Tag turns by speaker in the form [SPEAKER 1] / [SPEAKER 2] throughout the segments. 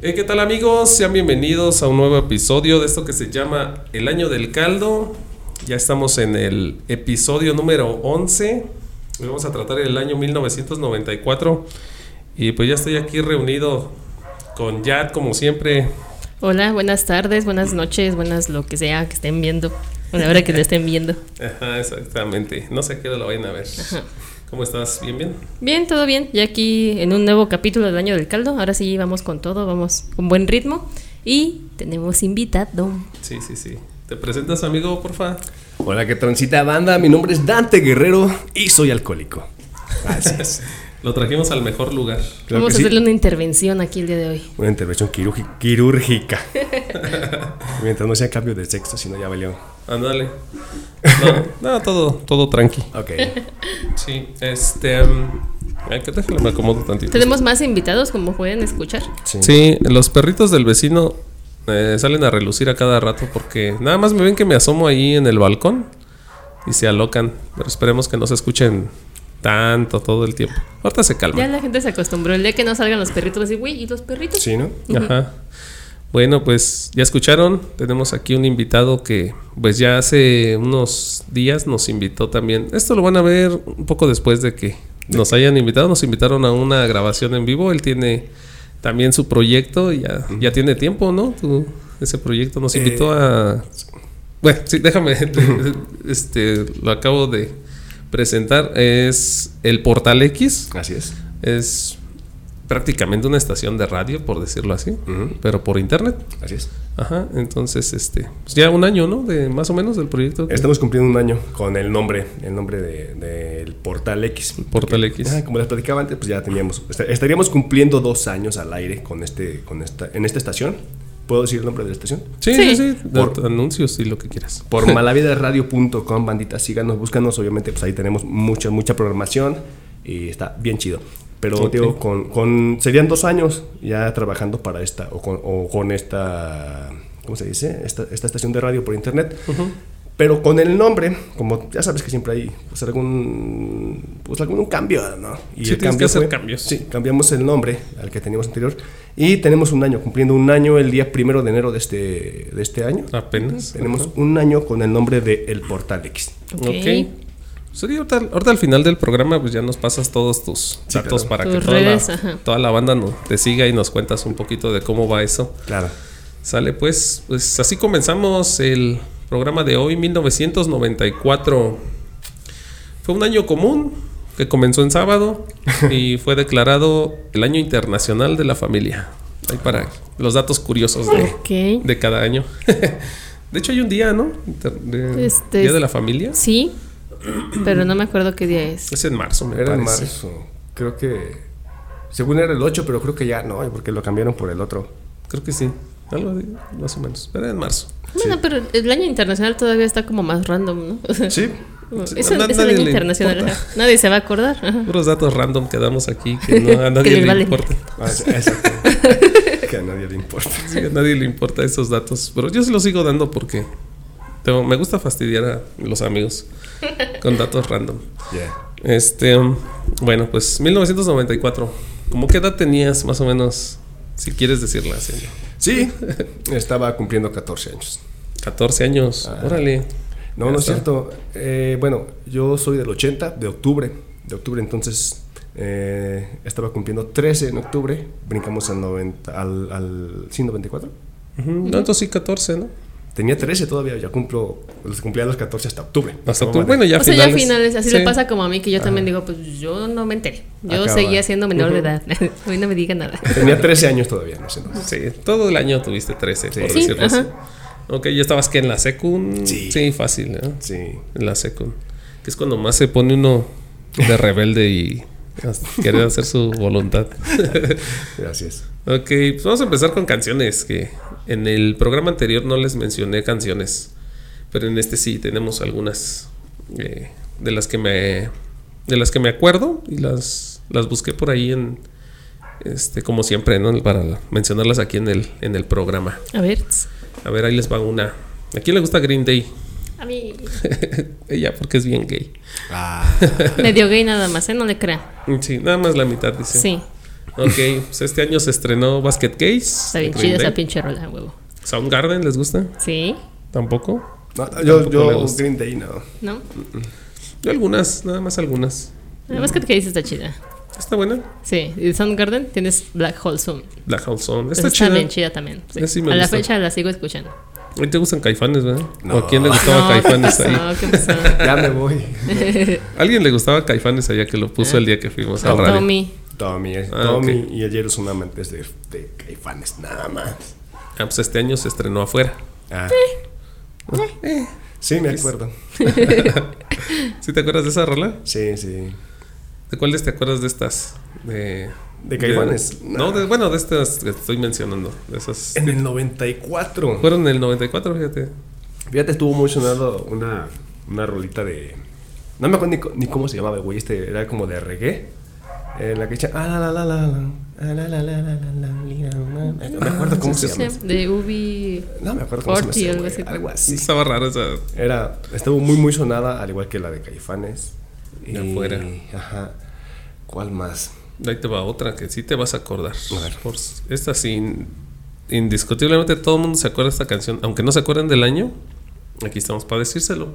[SPEAKER 1] Hey, ¿Qué tal amigos? Sean bienvenidos a un nuevo episodio de esto que se llama El Año del Caldo. Ya estamos en el episodio número 11. Hoy vamos a tratar el año 1994. Y pues ya estoy aquí reunido con Yad, como siempre.
[SPEAKER 2] Hola, buenas tardes, buenas noches, buenas lo que sea que estén viendo, a la hora que lo estén viendo.
[SPEAKER 1] Ajá, exactamente. No sé a qué hora lo vayan a ver. ¿Cómo estás? ¿Bien, bien?
[SPEAKER 2] Bien, todo bien, ya aquí en un nuevo capítulo del Año del Caldo, ahora sí vamos con todo, vamos con buen ritmo y tenemos invitado.
[SPEAKER 1] Sí, sí, sí. ¿Te presentas, amigo, porfa?
[SPEAKER 3] Hola, que transita banda? Mi nombre es Dante Guerrero y soy alcohólico. Así es.
[SPEAKER 1] Lo trajimos al mejor lugar.
[SPEAKER 3] Claro
[SPEAKER 2] vamos a
[SPEAKER 3] que sí.
[SPEAKER 2] hacerle una intervención aquí el día de hoy.
[SPEAKER 3] Una intervención quirúrgi- quirúrgica. Mientras no sea cambio de sexo, si no ya valió.
[SPEAKER 1] Ándale. No, no, todo, todo tranqui.
[SPEAKER 3] Ok.
[SPEAKER 1] Sí, este... mm, ay, que déjalo, me acomodo tantito.
[SPEAKER 2] Tenemos más invitados, como pueden escuchar.
[SPEAKER 3] Sí.
[SPEAKER 1] Sí, los perritos del vecino eh, salen a relucir a cada rato porque nada más me ven que me asomo ahí en el balcón y se alocan. Pero esperemos que no se escuchen tanto todo el tiempo. Ahorita se
[SPEAKER 2] Ya
[SPEAKER 1] calman.
[SPEAKER 2] la gente se acostumbró, el día que no salgan los perritos, así, güey, ¿y los perritos?
[SPEAKER 3] Sí, ¿no?
[SPEAKER 1] Ajá. Bueno, pues ya escucharon. Tenemos aquí un invitado que pues ya hace unos días nos invitó también. Esto lo van a ver un poco después de que nos hayan invitado. Nos invitaron a una grabación en vivo. Él tiene también su proyecto y ya, ya tiene tiempo, ¿no? Tú- ese proyecto nos invitó a... Bueno, sí, déjame. este, lo acabo de presentar. Es el Portal X.
[SPEAKER 3] Así es.
[SPEAKER 1] Es prácticamente una estación de radio, por decirlo así,
[SPEAKER 3] Ujú.
[SPEAKER 1] pero por internet.
[SPEAKER 3] Así es.
[SPEAKER 1] Ajá, entonces, este, pues ya un año, ¿no? De más o menos del proyecto. que-
[SPEAKER 3] Estamos cumpliendo un año con el nombre, el nombre de- del Portal X.
[SPEAKER 1] Portal X.
[SPEAKER 3] Ah, como les platicaba antes, pues ya teníamos, est- estaríamos cumpliendo dos años al aire con este, con esta, en esta estación. ¿Puedo decir el nombre de la estación?
[SPEAKER 1] Sí, sí,
[SPEAKER 2] Sí.
[SPEAKER 1] sí.
[SPEAKER 3] Por-
[SPEAKER 1] de- Anuncios y lo que quieras.
[SPEAKER 3] Por malavidaradio.com, bandita, síganos, búscanos, obviamente, pues ahí tenemos mucha, mucha programación y está bien chido. Pero
[SPEAKER 1] Ok.
[SPEAKER 3] digo, con, con- serían dos años ya trabajando para esta, o con, o con esta, ¿cómo se dice? Esta, esta estación de radio por internet. Pero con el nombre, como ya sabes que siempre hay pues algún, pues algún cambio, ¿no? Y
[SPEAKER 1] Sí, tienes que hacer cambios.
[SPEAKER 3] Sí, cambiamos el nombre al que teníamos anterior y tenemos un año, cumpliendo un año el día primero de enero de este, de este año.
[SPEAKER 1] Apenas.
[SPEAKER 3] Tenemos
[SPEAKER 1] ajá.
[SPEAKER 3] un año con el nombre de El Portal X.
[SPEAKER 2] Ok.
[SPEAKER 1] Ok. Sería ahorita, ahorita al final del programa, pues ya nos pasas todos tus
[SPEAKER 3] Sí,
[SPEAKER 1] datos para
[SPEAKER 3] claro.
[SPEAKER 1] que
[SPEAKER 2] Tus
[SPEAKER 1] toda,
[SPEAKER 2] redes,
[SPEAKER 1] la,
[SPEAKER 2] ajá.
[SPEAKER 1] toda la banda no- te siga y nos cuentas un poquito de cómo va eso.
[SPEAKER 3] Claro.
[SPEAKER 1] Sale pues, pues así comenzamos el programa de hoy, 1994. Fue un año común que comenzó en sábado y fue declarado el año internacional de la familia. Ahí para los datos curiosos de,
[SPEAKER 2] Ok.
[SPEAKER 1] de cada año. De hecho hay un día, ¿no? Inter- de-
[SPEAKER 2] Este
[SPEAKER 1] día
[SPEAKER 2] es-
[SPEAKER 1] de la familia.
[SPEAKER 2] Sí, pero no me acuerdo qué día es.
[SPEAKER 1] Es en marzo, me
[SPEAKER 3] Era en
[SPEAKER 1] parece.
[SPEAKER 3] marzo. Creo que. Según era el 8, pero creo que ya no, porque lo cambiaron por el otro.
[SPEAKER 1] Creo que sí. Algo así, más o menos. Pero era en marzo.
[SPEAKER 2] Bueno, pero el año internacional todavía está como más random, ¿no? O sea,
[SPEAKER 3] Sí.
[SPEAKER 2] Es, el-
[SPEAKER 1] Na-
[SPEAKER 2] es el
[SPEAKER 1] nadie
[SPEAKER 2] año
[SPEAKER 1] le
[SPEAKER 2] internacional.
[SPEAKER 1] importa.
[SPEAKER 2] ajá. Nadie se va a acordar. ajá.
[SPEAKER 1] Puros datos random que damos aquí que no a
[SPEAKER 2] Que
[SPEAKER 1] nadie
[SPEAKER 2] les
[SPEAKER 1] le
[SPEAKER 2] valen.
[SPEAKER 1] importa.
[SPEAKER 3] Ah, sí, exacto. que a nadie le importa.
[SPEAKER 1] Sí, a nadie le importa esos datos, pero yo se los sigo dando porque tengo- me gusta fastidiar a los amigos con datos random.
[SPEAKER 3] Ya.
[SPEAKER 1] Este, um, bueno, pues 1994. ¿Cómo qué edad tenías más o menos? Si quieres decirla, señor.
[SPEAKER 3] Sí, estaba cumpliendo 14 años.
[SPEAKER 1] 14 años.
[SPEAKER 3] Ah.
[SPEAKER 1] Órale.
[SPEAKER 3] No,
[SPEAKER 1] Ya
[SPEAKER 3] no es
[SPEAKER 1] está.
[SPEAKER 3] cierto. Eh, bueno, yo soy del 80, de octubre. De octubre, entonces eh, estaba cumpliendo 13 en octubre. Brincamos al 90, al, al sí, 94.
[SPEAKER 1] Ujú, No, entonces sí 14, ¿no?
[SPEAKER 3] Tenía 13 todavía, ya cumplo, los cumplía los 14 hasta octubre.
[SPEAKER 1] Hasta
[SPEAKER 3] Acababa
[SPEAKER 1] tú.
[SPEAKER 3] de-
[SPEAKER 1] Bueno, ya
[SPEAKER 2] o sea,
[SPEAKER 1] finales.
[SPEAKER 2] ya finales, así
[SPEAKER 1] Sí.
[SPEAKER 2] le pasa como a mí, que yo también digo, pues yo no me enteré. Yo
[SPEAKER 3] Acaba.
[SPEAKER 2] seguía siendo menor de edad. a mí no me diga nada.
[SPEAKER 3] Tenía 13 años todavía, no sé. entonces.
[SPEAKER 1] Sí, todo el año tuviste 13, por
[SPEAKER 3] Sí,
[SPEAKER 1] decirlo así.
[SPEAKER 2] ajá.
[SPEAKER 1] Ok, ya estabas que en la secund. Sí.
[SPEAKER 3] Sí.
[SPEAKER 1] fácil, ¿eh? ¿no?
[SPEAKER 3] Sí.
[SPEAKER 1] En la secund. Que es cuando más se pone uno de rebelde y as- querer hacer su voluntad.
[SPEAKER 3] Así es.
[SPEAKER 1] ok, pues vamos a empezar con canciones. Que en el programa anterior no les mencioné canciones. Pero en este sí tenemos algunas eh, de las que me. de las que me acuerdo. Y las, las busqué por ahí en, Este, como siempre, ¿no? Para mencionarlas aquí en el, en el programa.
[SPEAKER 2] A ver.
[SPEAKER 1] A ver, ahí les va una. ¿A quién le gusta Green Day?
[SPEAKER 2] A mí.
[SPEAKER 1] Ella, porque es bien gay. Ah,
[SPEAKER 2] Medio gay nada más, ¿eh? No le crea.
[SPEAKER 1] Sí, nada más la mitad, dice.
[SPEAKER 2] Sí.
[SPEAKER 1] Ok, pues este año se estrenó Basket Case.
[SPEAKER 2] Está bien chida esa pinche rola, huevo.
[SPEAKER 1] Soundgarden, ¿les gusta?
[SPEAKER 2] Sí.
[SPEAKER 1] Tampoco.
[SPEAKER 3] No, yo,
[SPEAKER 1] Tampoco le
[SPEAKER 3] yo
[SPEAKER 1] gusta.
[SPEAKER 3] Green Day no.
[SPEAKER 2] ¿No?
[SPEAKER 1] Yo algunas, nada más algunas.
[SPEAKER 2] Además que dices está chida.
[SPEAKER 1] Está buena.
[SPEAKER 2] Sí. Y Soundgarden tienes Black Hole Zoom.
[SPEAKER 1] Black Hole Zone.
[SPEAKER 2] Pues
[SPEAKER 1] Está chida.
[SPEAKER 2] bien chida también. sí.
[SPEAKER 1] Esa sí me
[SPEAKER 2] a la
[SPEAKER 1] gusta.
[SPEAKER 2] fecha la sigo escuchando.
[SPEAKER 1] A ti te gustan caifanes, ¿verdad? ¿O
[SPEAKER 3] No.
[SPEAKER 1] a quién le gustaba
[SPEAKER 2] ¿qué
[SPEAKER 1] caifanes
[SPEAKER 2] pasó?
[SPEAKER 1] ahí?
[SPEAKER 2] ¿Qué pasó?
[SPEAKER 3] Ya me voy.
[SPEAKER 1] Alguien le gustaba caifanes allá que lo puso el día que fuimos al radio.
[SPEAKER 2] Ah. Tommy.
[SPEAKER 3] Tommy,
[SPEAKER 1] Ah,
[SPEAKER 3] Tommy y ayer es un amante de, de caifanes, nada más.
[SPEAKER 1] Ah, pues este año se estrenó afuera.
[SPEAKER 3] Ah,
[SPEAKER 1] Eh,
[SPEAKER 3] sí, me acuerdo.
[SPEAKER 1] ¿Sí te acuerdas de esa rola?
[SPEAKER 3] Sí, sí.
[SPEAKER 1] ¿De cuáles te acuerdas de estas? De,
[SPEAKER 3] ¿De Caifanes? Eh.
[SPEAKER 1] no, de- bueno, de estas que te estoy mencionando. De esas.
[SPEAKER 3] En el 94.
[SPEAKER 1] Fueron en el 94, fíjate.
[SPEAKER 3] Fíjate, estuvo muy sonado una, una rolita de. No me acuerdo ni, co- ni cómo se llamaba, güey. Este era como de reggae. En la que echa. "Ah, la, la, la, la, la, la, la, la, la, la, la, la, la, la". No me acuerdo cómo se
[SPEAKER 2] Sí,
[SPEAKER 3] llama.
[SPEAKER 2] de Ubi.
[SPEAKER 3] No me acuerdo cómo
[SPEAKER 2] Forti,
[SPEAKER 3] se llama.
[SPEAKER 2] algo
[SPEAKER 3] güey,
[SPEAKER 2] así.
[SPEAKER 3] Algo así.
[SPEAKER 1] Estaba rara esa.
[SPEAKER 3] Era, estuvo muy, muy sonada, al igual que la de Caifanes.
[SPEAKER 1] De afuera.
[SPEAKER 3] Ajá. ¿Cuál más?
[SPEAKER 1] Ahí te va otra que sí te vas a acordar.
[SPEAKER 3] A ver.
[SPEAKER 1] Por- esta sí. Indiscutiblemente todo el mundo se acuerda de esta canción. Aunque no se acuerden del año, aquí estamos para decírselo.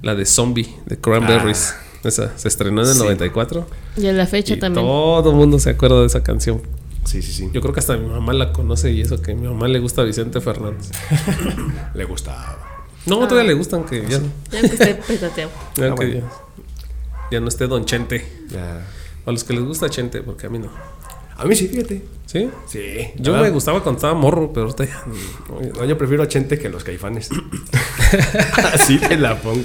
[SPEAKER 1] La de Zombie, de Cranberries. Esa se estrenó en el
[SPEAKER 3] Ah. Sí.
[SPEAKER 1] 94.
[SPEAKER 2] Y a la fecha
[SPEAKER 1] y
[SPEAKER 2] también.
[SPEAKER 1] todo el mundo se acuerda de esa canción.
[SPEAKER 3] Sí, sí, sí.
[SPEAKER 1] Yo creo que hasta mi mamá la conoce y eso que a mi mamá le gusta Vicente Fernández.
[SPEAKER 3] Le gustaba.
[SPEAKER 1] No, todavía le gustan que ya,
[SPEAKER 2] Ya que pues, usted petateó.
[SPEAKER 1] ya
[SPEAKER 3] Ah,
[SPEAKER 1] que
[SPEAKER 3] bueno.
[SPEAKER 1] ya, ya no esté Don Chente.
[SPEAKER 3] Ya.
[SPEAKER 1] A los que les gusta Chente, porque a mí no.
[SPEAKER 3] A mí sí, fíjate.
[SPEAKER 1] ¿Sí?
[SPEAKER 3] Sí.
[SPEAKER 1] Yo
[SPEAKER 3] ¿verdad?
[SPEAKER 1] me gustaba cuando estaba morro, pero ahorita ya no,
[SPEAKER 3] No, yo prefiero a Chente que a los Caifanes. Así te la pongo.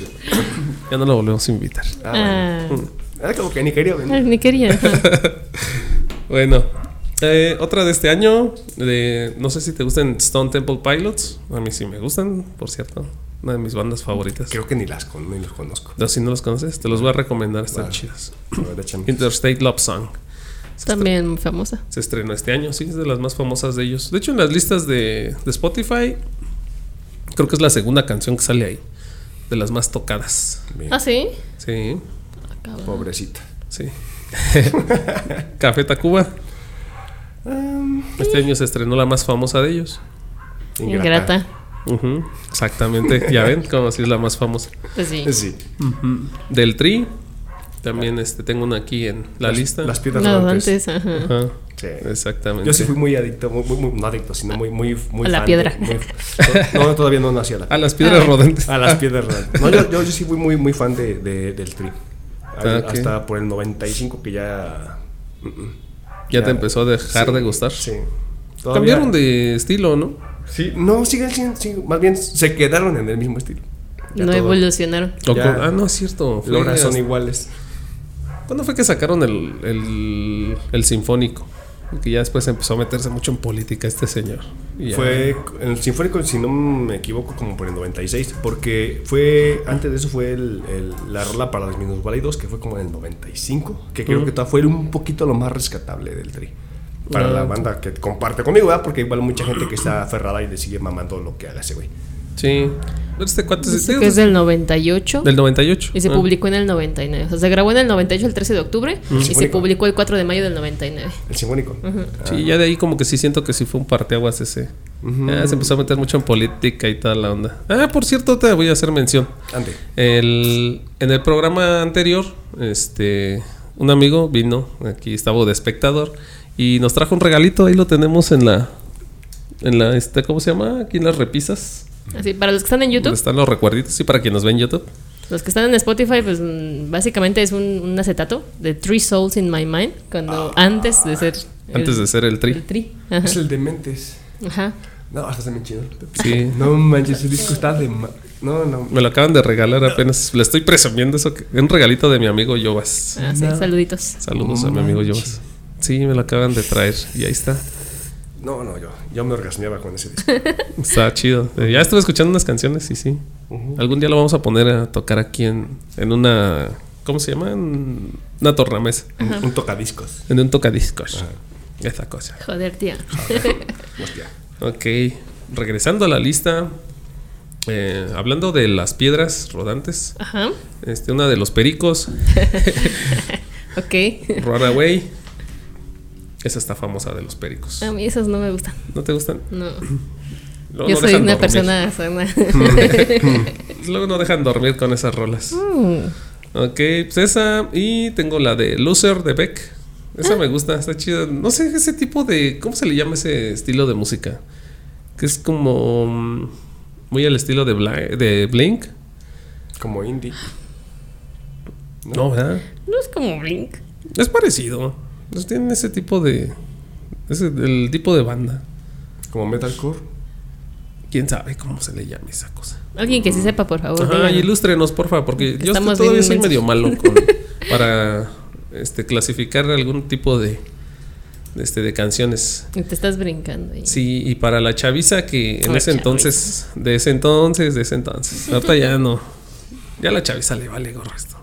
[SPEAKER 1] ya no lo volvemos a invitar.
[SPEAKER 3] Ah, bueno. Mm. Era como que ni quería
[SPEAKER 2] Ah,
[SPEAKER 3] venir.
[SPEAKER 2] ni quería. ajá.
[SPEAKER 1] Bueno, eh, otra de este año, de, no sé si te gustan Stone Temple Pilots. A mí sí me gustan, por cierto. Una de mis bandas
[SPEAKER 2] Ah.
[SPEAKER 1] favoritas.
[SPEAKER 3] Creo que ni las con, ni los conozco.
[SPEAKER 1] No, si no los conoces, te los voy a recomendar, están
[SPEAKER 3] Vale.
[SPEAKER 1] chidas.
[SPEAKER 3] A ver, échame.
[SPEAKER 1] Interstate Love Song.
[SPEAKER 2] También muy famosa.
[SPEAKER 1] Se estrenó este año, sí, es de las más famosas de ellos. De hecho, en las listas de, de Spotify, creo que es la segunda canción que sale ahí, de las más tocadas.
[SPEAKER 3] Bien,
[SPEAKER 2] Ah, sí.
[SPEAKER 1] Sí,
[SPEAKER 2] Acaba.
[SPEAKER 3] Pobrecita.
[SPEAKER 1] sí. Café Tacuba,
[SPEAKER 3] Ah,
[SPEAKER 1] este año se estrenó la más famosa de ellos.
[SPEAKER 2] Ingrata.
[SPEAKER 1] Ujú, exactamente, ya ven, como si es la más famosa.
[SPEAKER 2] Pues sí.
[SPEAKER 3] Sí.
[SPEAKER 1] Del Tri, también este, tengo una aquí en la
[SPEAKER 3] Las-
[SPEAKER 1] lista.
[SPEAKER 3] Las piedras
[SPEAKER 2] No, antes,
[SPEAKER 3] antes.
[SPEAKER 2] ajá.
[SPEAKER 1] Ajá,
[SPEAKER 3] Sí.
[SPEAKER 1] Exactamente.
[SPEAKER 3] Yo sí fui muy adicto, muy, muy, muy- no adicto, sino muy, muy, muy
[SPEAKER 2] A la
[SPEAKER 3] fan
[SPEAKER 2] piedra.
[SPEAKER 3] de- muy- no, todavía no nací a la
[SPEAKER 1] A las piedras
[SPEAKER 2] Ah.
[SPEAKER 1] rodantes.
[SPEAKER 3] A las piedras rodantes. No, yo, yo, yo sí fui muy, muy fan de, de- del tri.
[SPEAKER 1] Ah, ok.
[SPEAKER 3] Hasta por el 95 que ya.
[SPEAKER 1] Ya te empezó a dejar de gustar.
[SPEAKER 3] Sí. Todavía-
[SPEAKER 1] Cambiaron de estilo, ¿no?
[SPEAKER 3] Sí, no, siguen, siguen, siguen, Más bien se quedaron en el mismo estilo. Ya
[SPEAKER 2] No
[SPEAKER 3] todo-
[SPEAKER 2] evolucionaron.
[SPEAKER 1] O
[SPEAKER 3] Ya.
[SPEAKER 1] con- ah, no, es cierto. fue
[SPEAKER 3] Los son
[SPEAKER 1] hasta-
[SPEAKER 3] iguales.
[SPEAKER 1] ¿Cuándo fue que sacaron el, el, el sinfónico? Que ya después empezó a meterse mucho en política este señor. Y ya-
[SPEAKER 3] Fue en el Sinfónico, si no me equivoco, como por el 96, porque fue, antes de eso fue el- el- la rola para los minusválidos, que fue como en el 95, que creo
[SPEAKER 1] Mm.
[SPEAKER 3] que todavía fue un poquito lo más rescatable del tri. Para
[SPEAKER 1] Ah,
[SPEAKER 3] la
[SPEAKER 1] ok.
[SPEAKER 3] banda que comparte conmigo, ¿verdad? Porque igual mucha gente que está aferrada y le sigue mamando lo que haga ese güey.
[SPEAKER 1] Sí. Pero este cuate es,
[SPEAKER 2] Dice que es del 98
[SPEAKER 1] del 98.
[SPEAKER 2] y se
[SPEAKER 1] Ah.
[SPEAKER 2] publicó en el 99. O sea, se grabó en el 98 el 13 de octubre y se
[SPEAKER 3] Sinfónico.
[SPEAKER 2] publicó el 4 de mayo del 99.
[SPEAKER 3] El Sinfónico. Ah.
[SPEAKER 1] Ah. Sí, ya de ahí como que sí siento que sí fue un parteaguas ese. Ah, se empezó a meter mucho en política y tal la onda. Ah, por cierto, te voy a hacer mención.
[SPEAKER 3] Ande.
[SPEAKER 1] El- en el programa anterior, este, un amigo vino, aquí estaba de espectador, y nos trajo un regalito, ahí lo tenemos en la, en la, este, ¿cómo se llama? Aquí en las repisas.
[SPEAKER 2] Así, para los que están en
[SPEAKER 1] Donde
[SPEAKER 2] YouTube,
[SPEAKER 1] están los recuerditos, y para quien nos ve en YouTube.
[SPEAKER 2] los que están en Spotify, pues mm, básicamente es un, un acetato de Three Souls in My Mind, cuando antes de ser... el-
[SPEAKER 1] Ah. Antes de ser el tri.
[SPEAKER 2] el tri. Ajá.
[SPEAKER 3] Es el de Mentes.
[SPEAKER 2] Ajá.
[SPEAKER 3] No, hasta se me chido.
[SPEAKER 1] Sí.
[SPEAKER 3] No manches, el disco está de. ma- No, no.
[SPEAKER 1] Me lo acaban de regalar apenas. Le estoy presumiendo eso. Que, un regalito de mi amigo Yovas.
[SPEAKER 2] Ah, sí,
[SPEAKER 3] No.
[SPEAKER 2] saluditos.
[SPEAKER 1] Saludos a mi amigo Yovas. Sí, me lo acaban de traer. Y ahí está.
[SPEAKER 3] No, no, yo, yo me orgasmeaba con ese disco.
[SPEAKER 1] Está chido. Eh, Ya estuve escuchando unas canciones y sí. Algún día lo vamos a poner a tocar aquí en, en una. ¿Cómo se llama? En una tornamesa.
[SPEAKER 3] Un tocadiscos.
[SPEAKER 1] En un tocadiscos. Esa cosa.
[SPEAKER 2] Joder, tía.
[SPEAKER 3] Pues, Hostia.
[SPEAKER 1] Ok, regresando a la lista, eh, hablando de las piedras rodantes,
[SPEAKER 2] Ajá.
[SPEAKER 1] este, una de los pericos,
[SPEAKER 2] Ok.
[SPEAKER 1] Runaway, esa está famosa de los pericos.
[SPEAKER 2] A mí esas no me gustan.
[SPEAKER 1] ¿No te gustan?
[SPEAKER 2] No.
[SPEAKER 1] Luego
[SPEAKER 2] Ah. Yo
[SPEAKER 1] no
[SPEAKER 2] soy
[SPEAKER 1] dejan
[SPEAKER 2] una
[SPEAKER 1] dormir.
[SPEAKER 2] persona sana.
[SPEAKER 1] Mm. Luego no dejan dormir con esas rolas.
[SPEAKER 2] Mm.
[SPEAKER 1] Ok, pues esa. Y tengo la de Loser de Beck. Esa me gusta, está chida. No sé, ese tipo de. ¿Cómo se le llama ese estilo de música? Que es como. mm, Muy al estilo de, Bla- de Blink.
[SPEAKER 3] Como indie.
[SPEAKER 1] No, ¿verdad?
[SPEAKER 2] No es como Blink.
[SPEAKER 1] Es parecido. Pues tienen ese tipo de. Ese, el tipo de banda.
[SPEAKER 3] Como metalcore.
[SPEAKER 1] Quién sabe cómo se le llama esa cosa.
[SPEAKER 2] Alguien que sí sepa, por favor.
[SPEAKER 1] Ajá,
[SPEAKER 2] díganos.
[SPEAKER 1] ilústrenos, porfa, porque yo
[SPEAKER 2] Estamos
[SPEAKER 1] todavía
[SPEAKER 2] bien
[SPEAKER 1] soy
[SPEAKER 2] mensos.
[SPEAKER 1] medio malo con- para este, clasificar algún tipo de, de, este, de canciones.
[SPEAKER 2] Y Te estás brincando. ahí.
[SPEAKER 1] Sí, y para la chaviza que en
[SPEAKER 2] La
[SPEAKER 1] ese entonces, de ese entonces, de ese entonces, ahorita ya no, ya a la chaviza le vale gorro esto.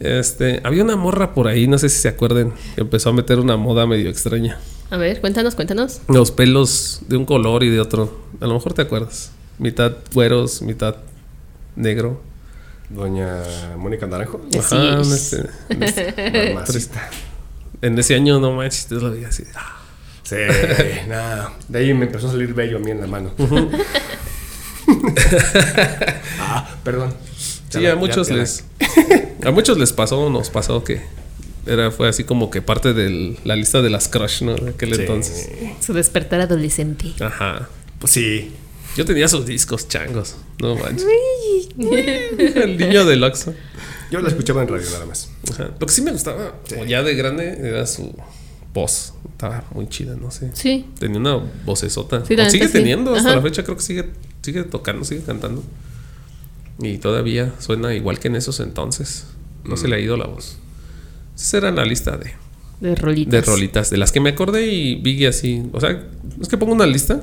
[SPEAKER 1] Este, había una morra por ahí, no sé si se acuerden, que empezó a meter una moda medio extraña.
[SPEAKER 2] A ver, cuéntanos, cuéntanos.
[SPEAKER 1] Los pelos de un color y de otro, a lo mejor te acuerdas. Mitad güeros, mitad negro.
[SPEAKER 3] Doña Mónica Naranjo.
[SPEAKER 2] Así
[SPEAKER 1] Ajá,
[SPEAKER 2] es.
[SPEAKER 1] este,
[SPEAKER 3] Mamacita.
[SPEAKER 1] En ese año, no manches, te lo vi así. ah.
[SPEAKER 3] Sí, nada. De ahí me empezó a salir bello a mí en la mano. ah, perdón.
[SPEAKER 1] Sí, a muchos
[SPEAKER 3] Ya- ya-
[SPEAKER 1] les. A muchos les pasó, nos pasó que. Era, fue así como que parte de la lista de las crush, ¿no? De aquel
[SPEAKER 3] Sí.
[SPEAKER 1] entonces.
[SPEAKER 2] Su despertar adolescente.
[SPEAKER 1] Ajá.
[SPEAKER 3] Pues sí.
[SPEAKER 1] Yo tenía sus discos changos. No manches. El niño del Oxxo.
[SPEAKER 3] Yo la escuchaba en radio nada más.
[SPEAKER 1] Ajá. Lo que sí me gustaba, o ya de grande, era su voz. Estaba muy chida, no sé.
[SPEAKER 2] Sí.
[SPEAKER 1] Tenía una vocesota.
[SPEAKER 2] Sí,
[SPEAKER 1] O
[SPEAKER 2] la neta,
[SPEAKER 1] sigue
[SPEAKER 2] sí.
[SPEAKER 1] teniendo, hasta
[SPEAKER 2] Ajá.
[SPEAKER 1] la fecha creo que sigue, sigue tocando, sigue cantando. Y todavía suena igual que en esos entonces. No se le
[SPEAKER 3] Mm.
[SPEAKER 1] ha ido la voz. Esa era la lista de,
[SPEAKER 2] De rolitas.
[SPEAKER 1] de rolitas, de las que me acordé y vi así. O sea, es que pongo una lista,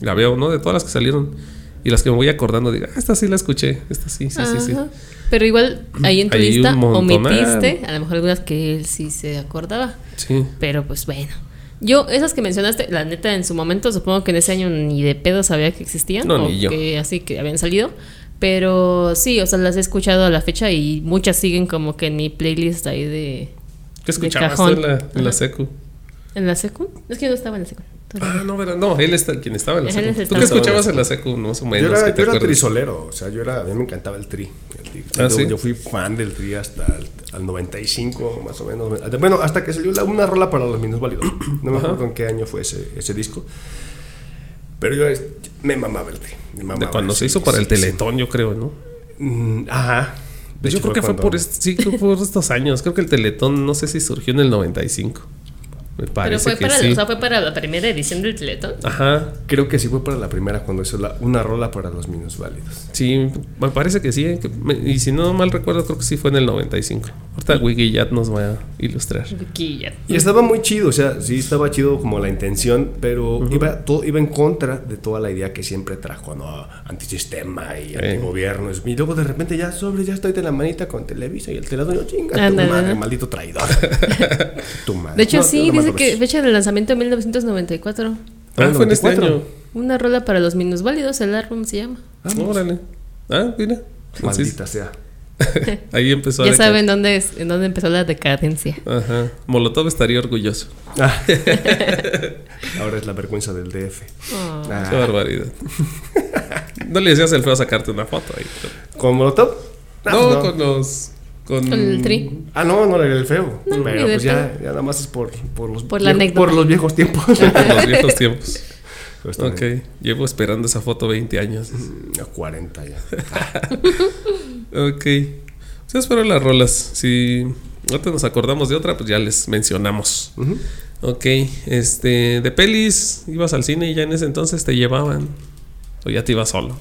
[SPEAKER 1] la veo, ¿no? De todas las que salieron. Y las que me voy acordando, digo, "Ah, esta sí la escuché, esta sí, sí, sí, sí.
[SPEAKER 2] Ajá. Pero igual ahí en tu
[SPEAKER 1] Hay un
[SPEAKER 2] lista
[SPEAKER 1] montonal.
[SPEAKER 2] omitiste, a lo mejor algunas que él sí se acordaba.
[SPEAKER 1] Sí.
[SPEAKER 2] Pero pues bueno. Yo, esas que mencionaste, la neta, en su momento, supongo que en ese año ni de pedo sabía que existían.
[SPEAKER 1] No,
[SPEAKER 2] o
[SPEAKER 1] ni yo.
[SPEAKER 2] que así que habían salido. Pero sí, o sea, las he escuchado a la fecha y muchas siguen como que en mi playlist ahí de.
[SPEAKER 1] ¿Qué escuchabas tú
[SPEAKER 2] cajón.
[SPEAKER 1] en la, en la
[SPEAKER 2] Ajá.
[SPEAKER 1] secu?
[SPEAKER 2] ¿En la secu? Es que yo no estaba en la secu. todavía.
[SPEAKER 1] Ah, no, ¿verdad? No, él está quien estaba en la
[SPEAKER 2] Él
[SPEAKER 1] secu.
[SPEAKER 2] es el
[SPEAKER 1] ¿Tú
[SPEAKER 2] estaba.
[SPEAKER 1] qué escuchabas en la secu? No, más o menos.
[SPEAKER 3] yo
[SPEAKER 1] que
[SPEAKER 3] era,
[SPEAKER 1] te
[SPEAKER 3] yo era
[SPEAKER 1] acuerdes.
[SPEAKER 3] trisolero, o sea, yo era, a mí me encantaba el tri. el tri.
[SPEAKER 1] Ah,
[SPEAKER 3] yo,
[SPEAKER 1] ¿sí?
[SPEAKER 3] yo fui fan del tri hasta el al 95, más o menos. Bueno, hasta que salió la- una rola para los minusválidos. No me acuerdo en qué año fue ese, ese disco. Pero yo es- me mamaba el tri. me mamaba
[SPEAKER 1] De cuando
[SPEAKER 3] el
[SPEAKER 1] se
[SPEAKER 3] tri,
[SPEAKER 1] hizo para
[SPEAKER 3] sí,
[SPEAKER 1] el Teletón, yo creo, ¿no?
[SPEAKER 3] sí. Mm, Ajá. Pues
[SPEAKER 1] yo
[SPEAKER 3] De hecho,
[SPEAKER 1] creo que fue
[SPEAKER 3] cuando-
[SPEAKER 1] por, este- sí, creo que por estos años. Creo que el Teletón, no sé si surgió en el 95. Me
[SPEAKER 2] Pero
[SPEAKER 1] Ah, parece
[SPEAKER 2] fue
[SPEAKER 1] que
[SPEAKER 2] para,
[SPEAKER 1] sí.
[SPEAKER 2] o sea, fue para la primera edición del Teletón.
[SPEAKER 1] Ajá,
[SPEAKER 3] Creo que sí fue para la primera cuando hizo la- una rola para los minusválidos.
[SPEAKER 1] sí, me parece que sí. eh, que me- y si no mal recuerdo, creo que sí fue en el 95. Ahorita Wikiyat nos va a ilustrar.
[SPEAKER 2] Aquí ya.
[SPEAKER 3] Y estaba muy chido, o sea, sí estaba chido como la intención, pero iba todo iba en contra de toda la idea que siempre trajo, ¿no? Antisistema y antigobierno. Y luego de repente ya sobre, ya estoy de la manita con Televisa y el teléfono, yo chinga, tu
[SPEAKER 2] Ándale.
[SPEAKER 3] madre, maldito traidor. tu madre.
[SPEAKER 2] De hecho,
[SPEAKER 3] No,
[SPEAKER 2] sí,
[SPEAKER 3] no me
[SPEAKER 2] dice
[SPEAKER 3] acuerdo
[SPEAKER 2] que
[SPEAKER 3] eso.
[SPEAKER 2] fecha de lanzamiento 1994.
[SPEAKER 1] Ah, fue en este
[SPEAKER 3] 94.
[SPEAKER 1] año.
[SPEAKER 2] Una rola para los minusválidos, el álbum se llama.
[SPEAKER 1] Órale. Ah, mira. Entonces,
[SPEAKER 3] Maldita sea.
[SPEAKER 1] ahí empezó a
[SPEAKER 2] Ya
[SPEAKER 1] decaer.
[SPEAKER 2] saben dónde, es, en dónde empezó la decadencia.
[SPEAKER 1] Ajá. Molotov estaría orgulloso.
[SPEAKER 3] Ah. Ahora es la vergüenza del DF.
[SPEAKER 2] Oh.
[SPEAKER 3] Ah.
[SPEAKER 1] Qué barbaridad. no le decías el feo a sacarte una foto ahí.
[SPEAKER 3] ¿Con Molotov? Ah,
[SPEAKER 1] No,
[SPEAKER 3] pues
[SPEAKER 1] con los. Con,
[SPEAKER 2] Con el tri.
[SPEAKER 3] Ah, no, no era el feo.
[SPEAKER 2] No,
[SPEAKER 3] pero
[SPEAKER 2] ni de
[SPEAKER 3] pues ya, ya nada más es por, por los,
[SPEAKER 2] Por la
[SPEAKER 3] viejos, por
[SPEAKER 2] anécdota.
[SPEAKER 3] los viejos tiempos.
[SPEAKER 1] Con los viejos tiempos. Ok.
[SPEAKER 3] Justamente.
[SPEAKER 1] Llevo esperando esa foto 20 años.
[SPEAKER 3] Mm, A 40 ya.
[SPEAKER 1] Ok. Esas fueron las rolas. Si ahorita nos acordamos de otra, pues ya les mencionamos.
[SPEAKER 3] Ujú.
[SPEAKER 1] Ok. Este. De pelis, ibas al cine y ya en ese entonces te llevaban. O ya te ibas solo.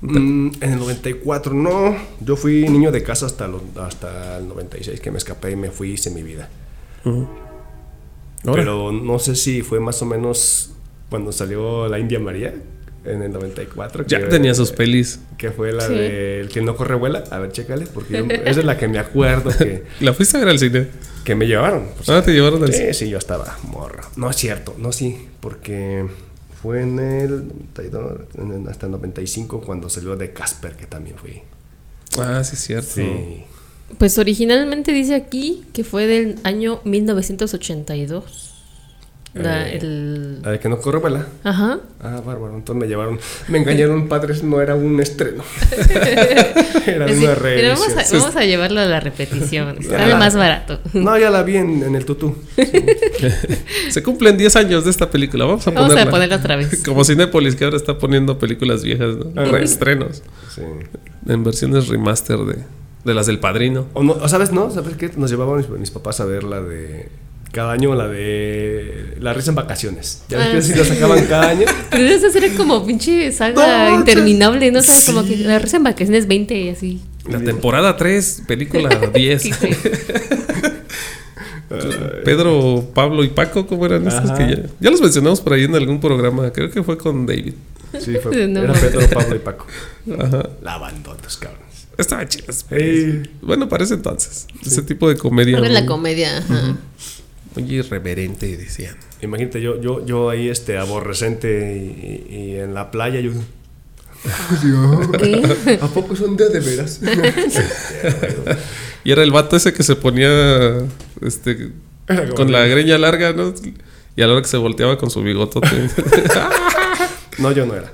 [SPEAKER 3] Mm, en el 94, no. Yo fui niño de casa hasta, los- hasta el 96, que me escapé y me fui hice mi vida.
[SPEAKER 1] Ahora.
[SPEAKER 3] Pero no sé si fue más o menos cuando salió la India María en el 94. que
[SPEAKER 1] ya
[SPEAKER 3] yo-
[SPEAKER 1] tenía sus pelis.
[SPEAKER 3] Que fue la
[SPEAKER 2] Sí.
[SPEAKER 3] de El que no corre vuela. A ver, chécale, porque yo- esa es la que me acuerdo que.
[SPEAKER 1] ¿La fuiste a ver al cine?
[SPEAKER 3] que me llevaron. O
[SPEAKER 1] Ah, te llevaron al-
[SPEAKER 3] Sí, sí, yo estaba morra. No es cierto, no, sí, porque fue en el 92, en el- hasta el 95 cuando salió de Casper, que también fui.
[SPEAKER 1] Ah, sí, es cierto.
[SPEAKER 3] Sí.
[SPEAKER 2] Pues originalmente dice aquí que fue del año 1982. La-
[SPEAKER 3] Eh.
[SPEAKER 2] el-
[SPEAKER 3] La de que no corro bala.
[SPEAKER 2] Ajá.
[SPEAKER 3] Ah, bárbaro, entonces me llevaron. Me engañaron padres, no era un estreno. era
[SPEAKER 2] Así,
[SPEAKER 3] una
[SPEAKER 2] pero vamos
[SPEAKER 3] revisión.
[SPEAKER 2] a, vamos a llevarlo a la repetición. Sale
[SPEAKER 3] Ah.
[SPEAKER 2] más barato.
[SPEAKER 3] No, ya la vi en, en el tutú.
[SPEAKER 1] Se cumplen 10 años de esta película. Vamos a
[SPEAKER 2] Vamos
[SPEAKER 1] ponerla.
[SPEAKER 2] a ponerlo otra vez.
[SPEAKER 1] Como Cinepolis, que ahora está poniendo películas viejas, ¿no?
[SPEAKER 3] Ah.
[SPEAKER 1] Reestrenos.
[SPEAKER 3] Sí.
[SPEAKER 1] En versiones remaster de, de las del padrino.
[SPEAKER 3] O, no, o sabes, ¿no? ¿Sabes qué? Nos llevaban mis, mis papás a ver la de. Cada año la de. La risa en vacaciones. Ya ves
[SPEAKER 2] Ah,
[SPEAKER 3] que así
[SPEAKER 2] sí.
[SPEAKER 3] la sacaban cada año.
[SPEAKER 2] Pero eso sería como pinche saga
[SPEAKER 3] No,
[SPEAKER 2] interminable, ¿no? sabes como que
[SPEAKER 3] sí.
[SPEAKER 2] la risa en vacaciones 20 y así.
[SPEAKER 1] La temporada 3, película 10.
[SPEAKER 2] Sí, sí.
[SPEAKER 1] Pedro, Pablo y Paco, ¿cómo eran estos?
[SPEAKER 3] Ajá.
[SPEAKER 1] Que ya, ya los mencionamos por ahí en algún programa. Creo que fue con David.
[SPEAKER 3] Sí, fue.
[SPEAKER 2] No.
[SPEAKER 3] Era Pedro, Pablo y Paco.
[SPEAKER 1] Ajá.
[SPEAKER 3] La bandotas, cabrones.
[SPEAKER 1] Estaban chidas. pues.
[SPEAKER 3] Ey.
[SPEAKER 1] Bueno, para ese entonces. Ese tipo de comedia.
[SPEAKER 2] Ahora la
[SPEAKER 1] muy-
[SPEAKER 2] comedia. Ajá.
[SPEAKER 1] muy irreverente, decían.
[SPEAKER 3] Imagínate, yo, yo, yo ahí este aborrecente y, y- y en la playa yo.
[SPEAKER 2] ¿Qué?
[SPEAKER 3] ¿A poco son de de veras?
[SPEAKER 1] Y era el vato ese que se ponía este
[SPEAKER 3] Era como-
[SPEAKER 1] con la greña larga, ¿no? Y a la hora que se volteaba con su bigotote.
[SPEAKER 3] No, yo no era.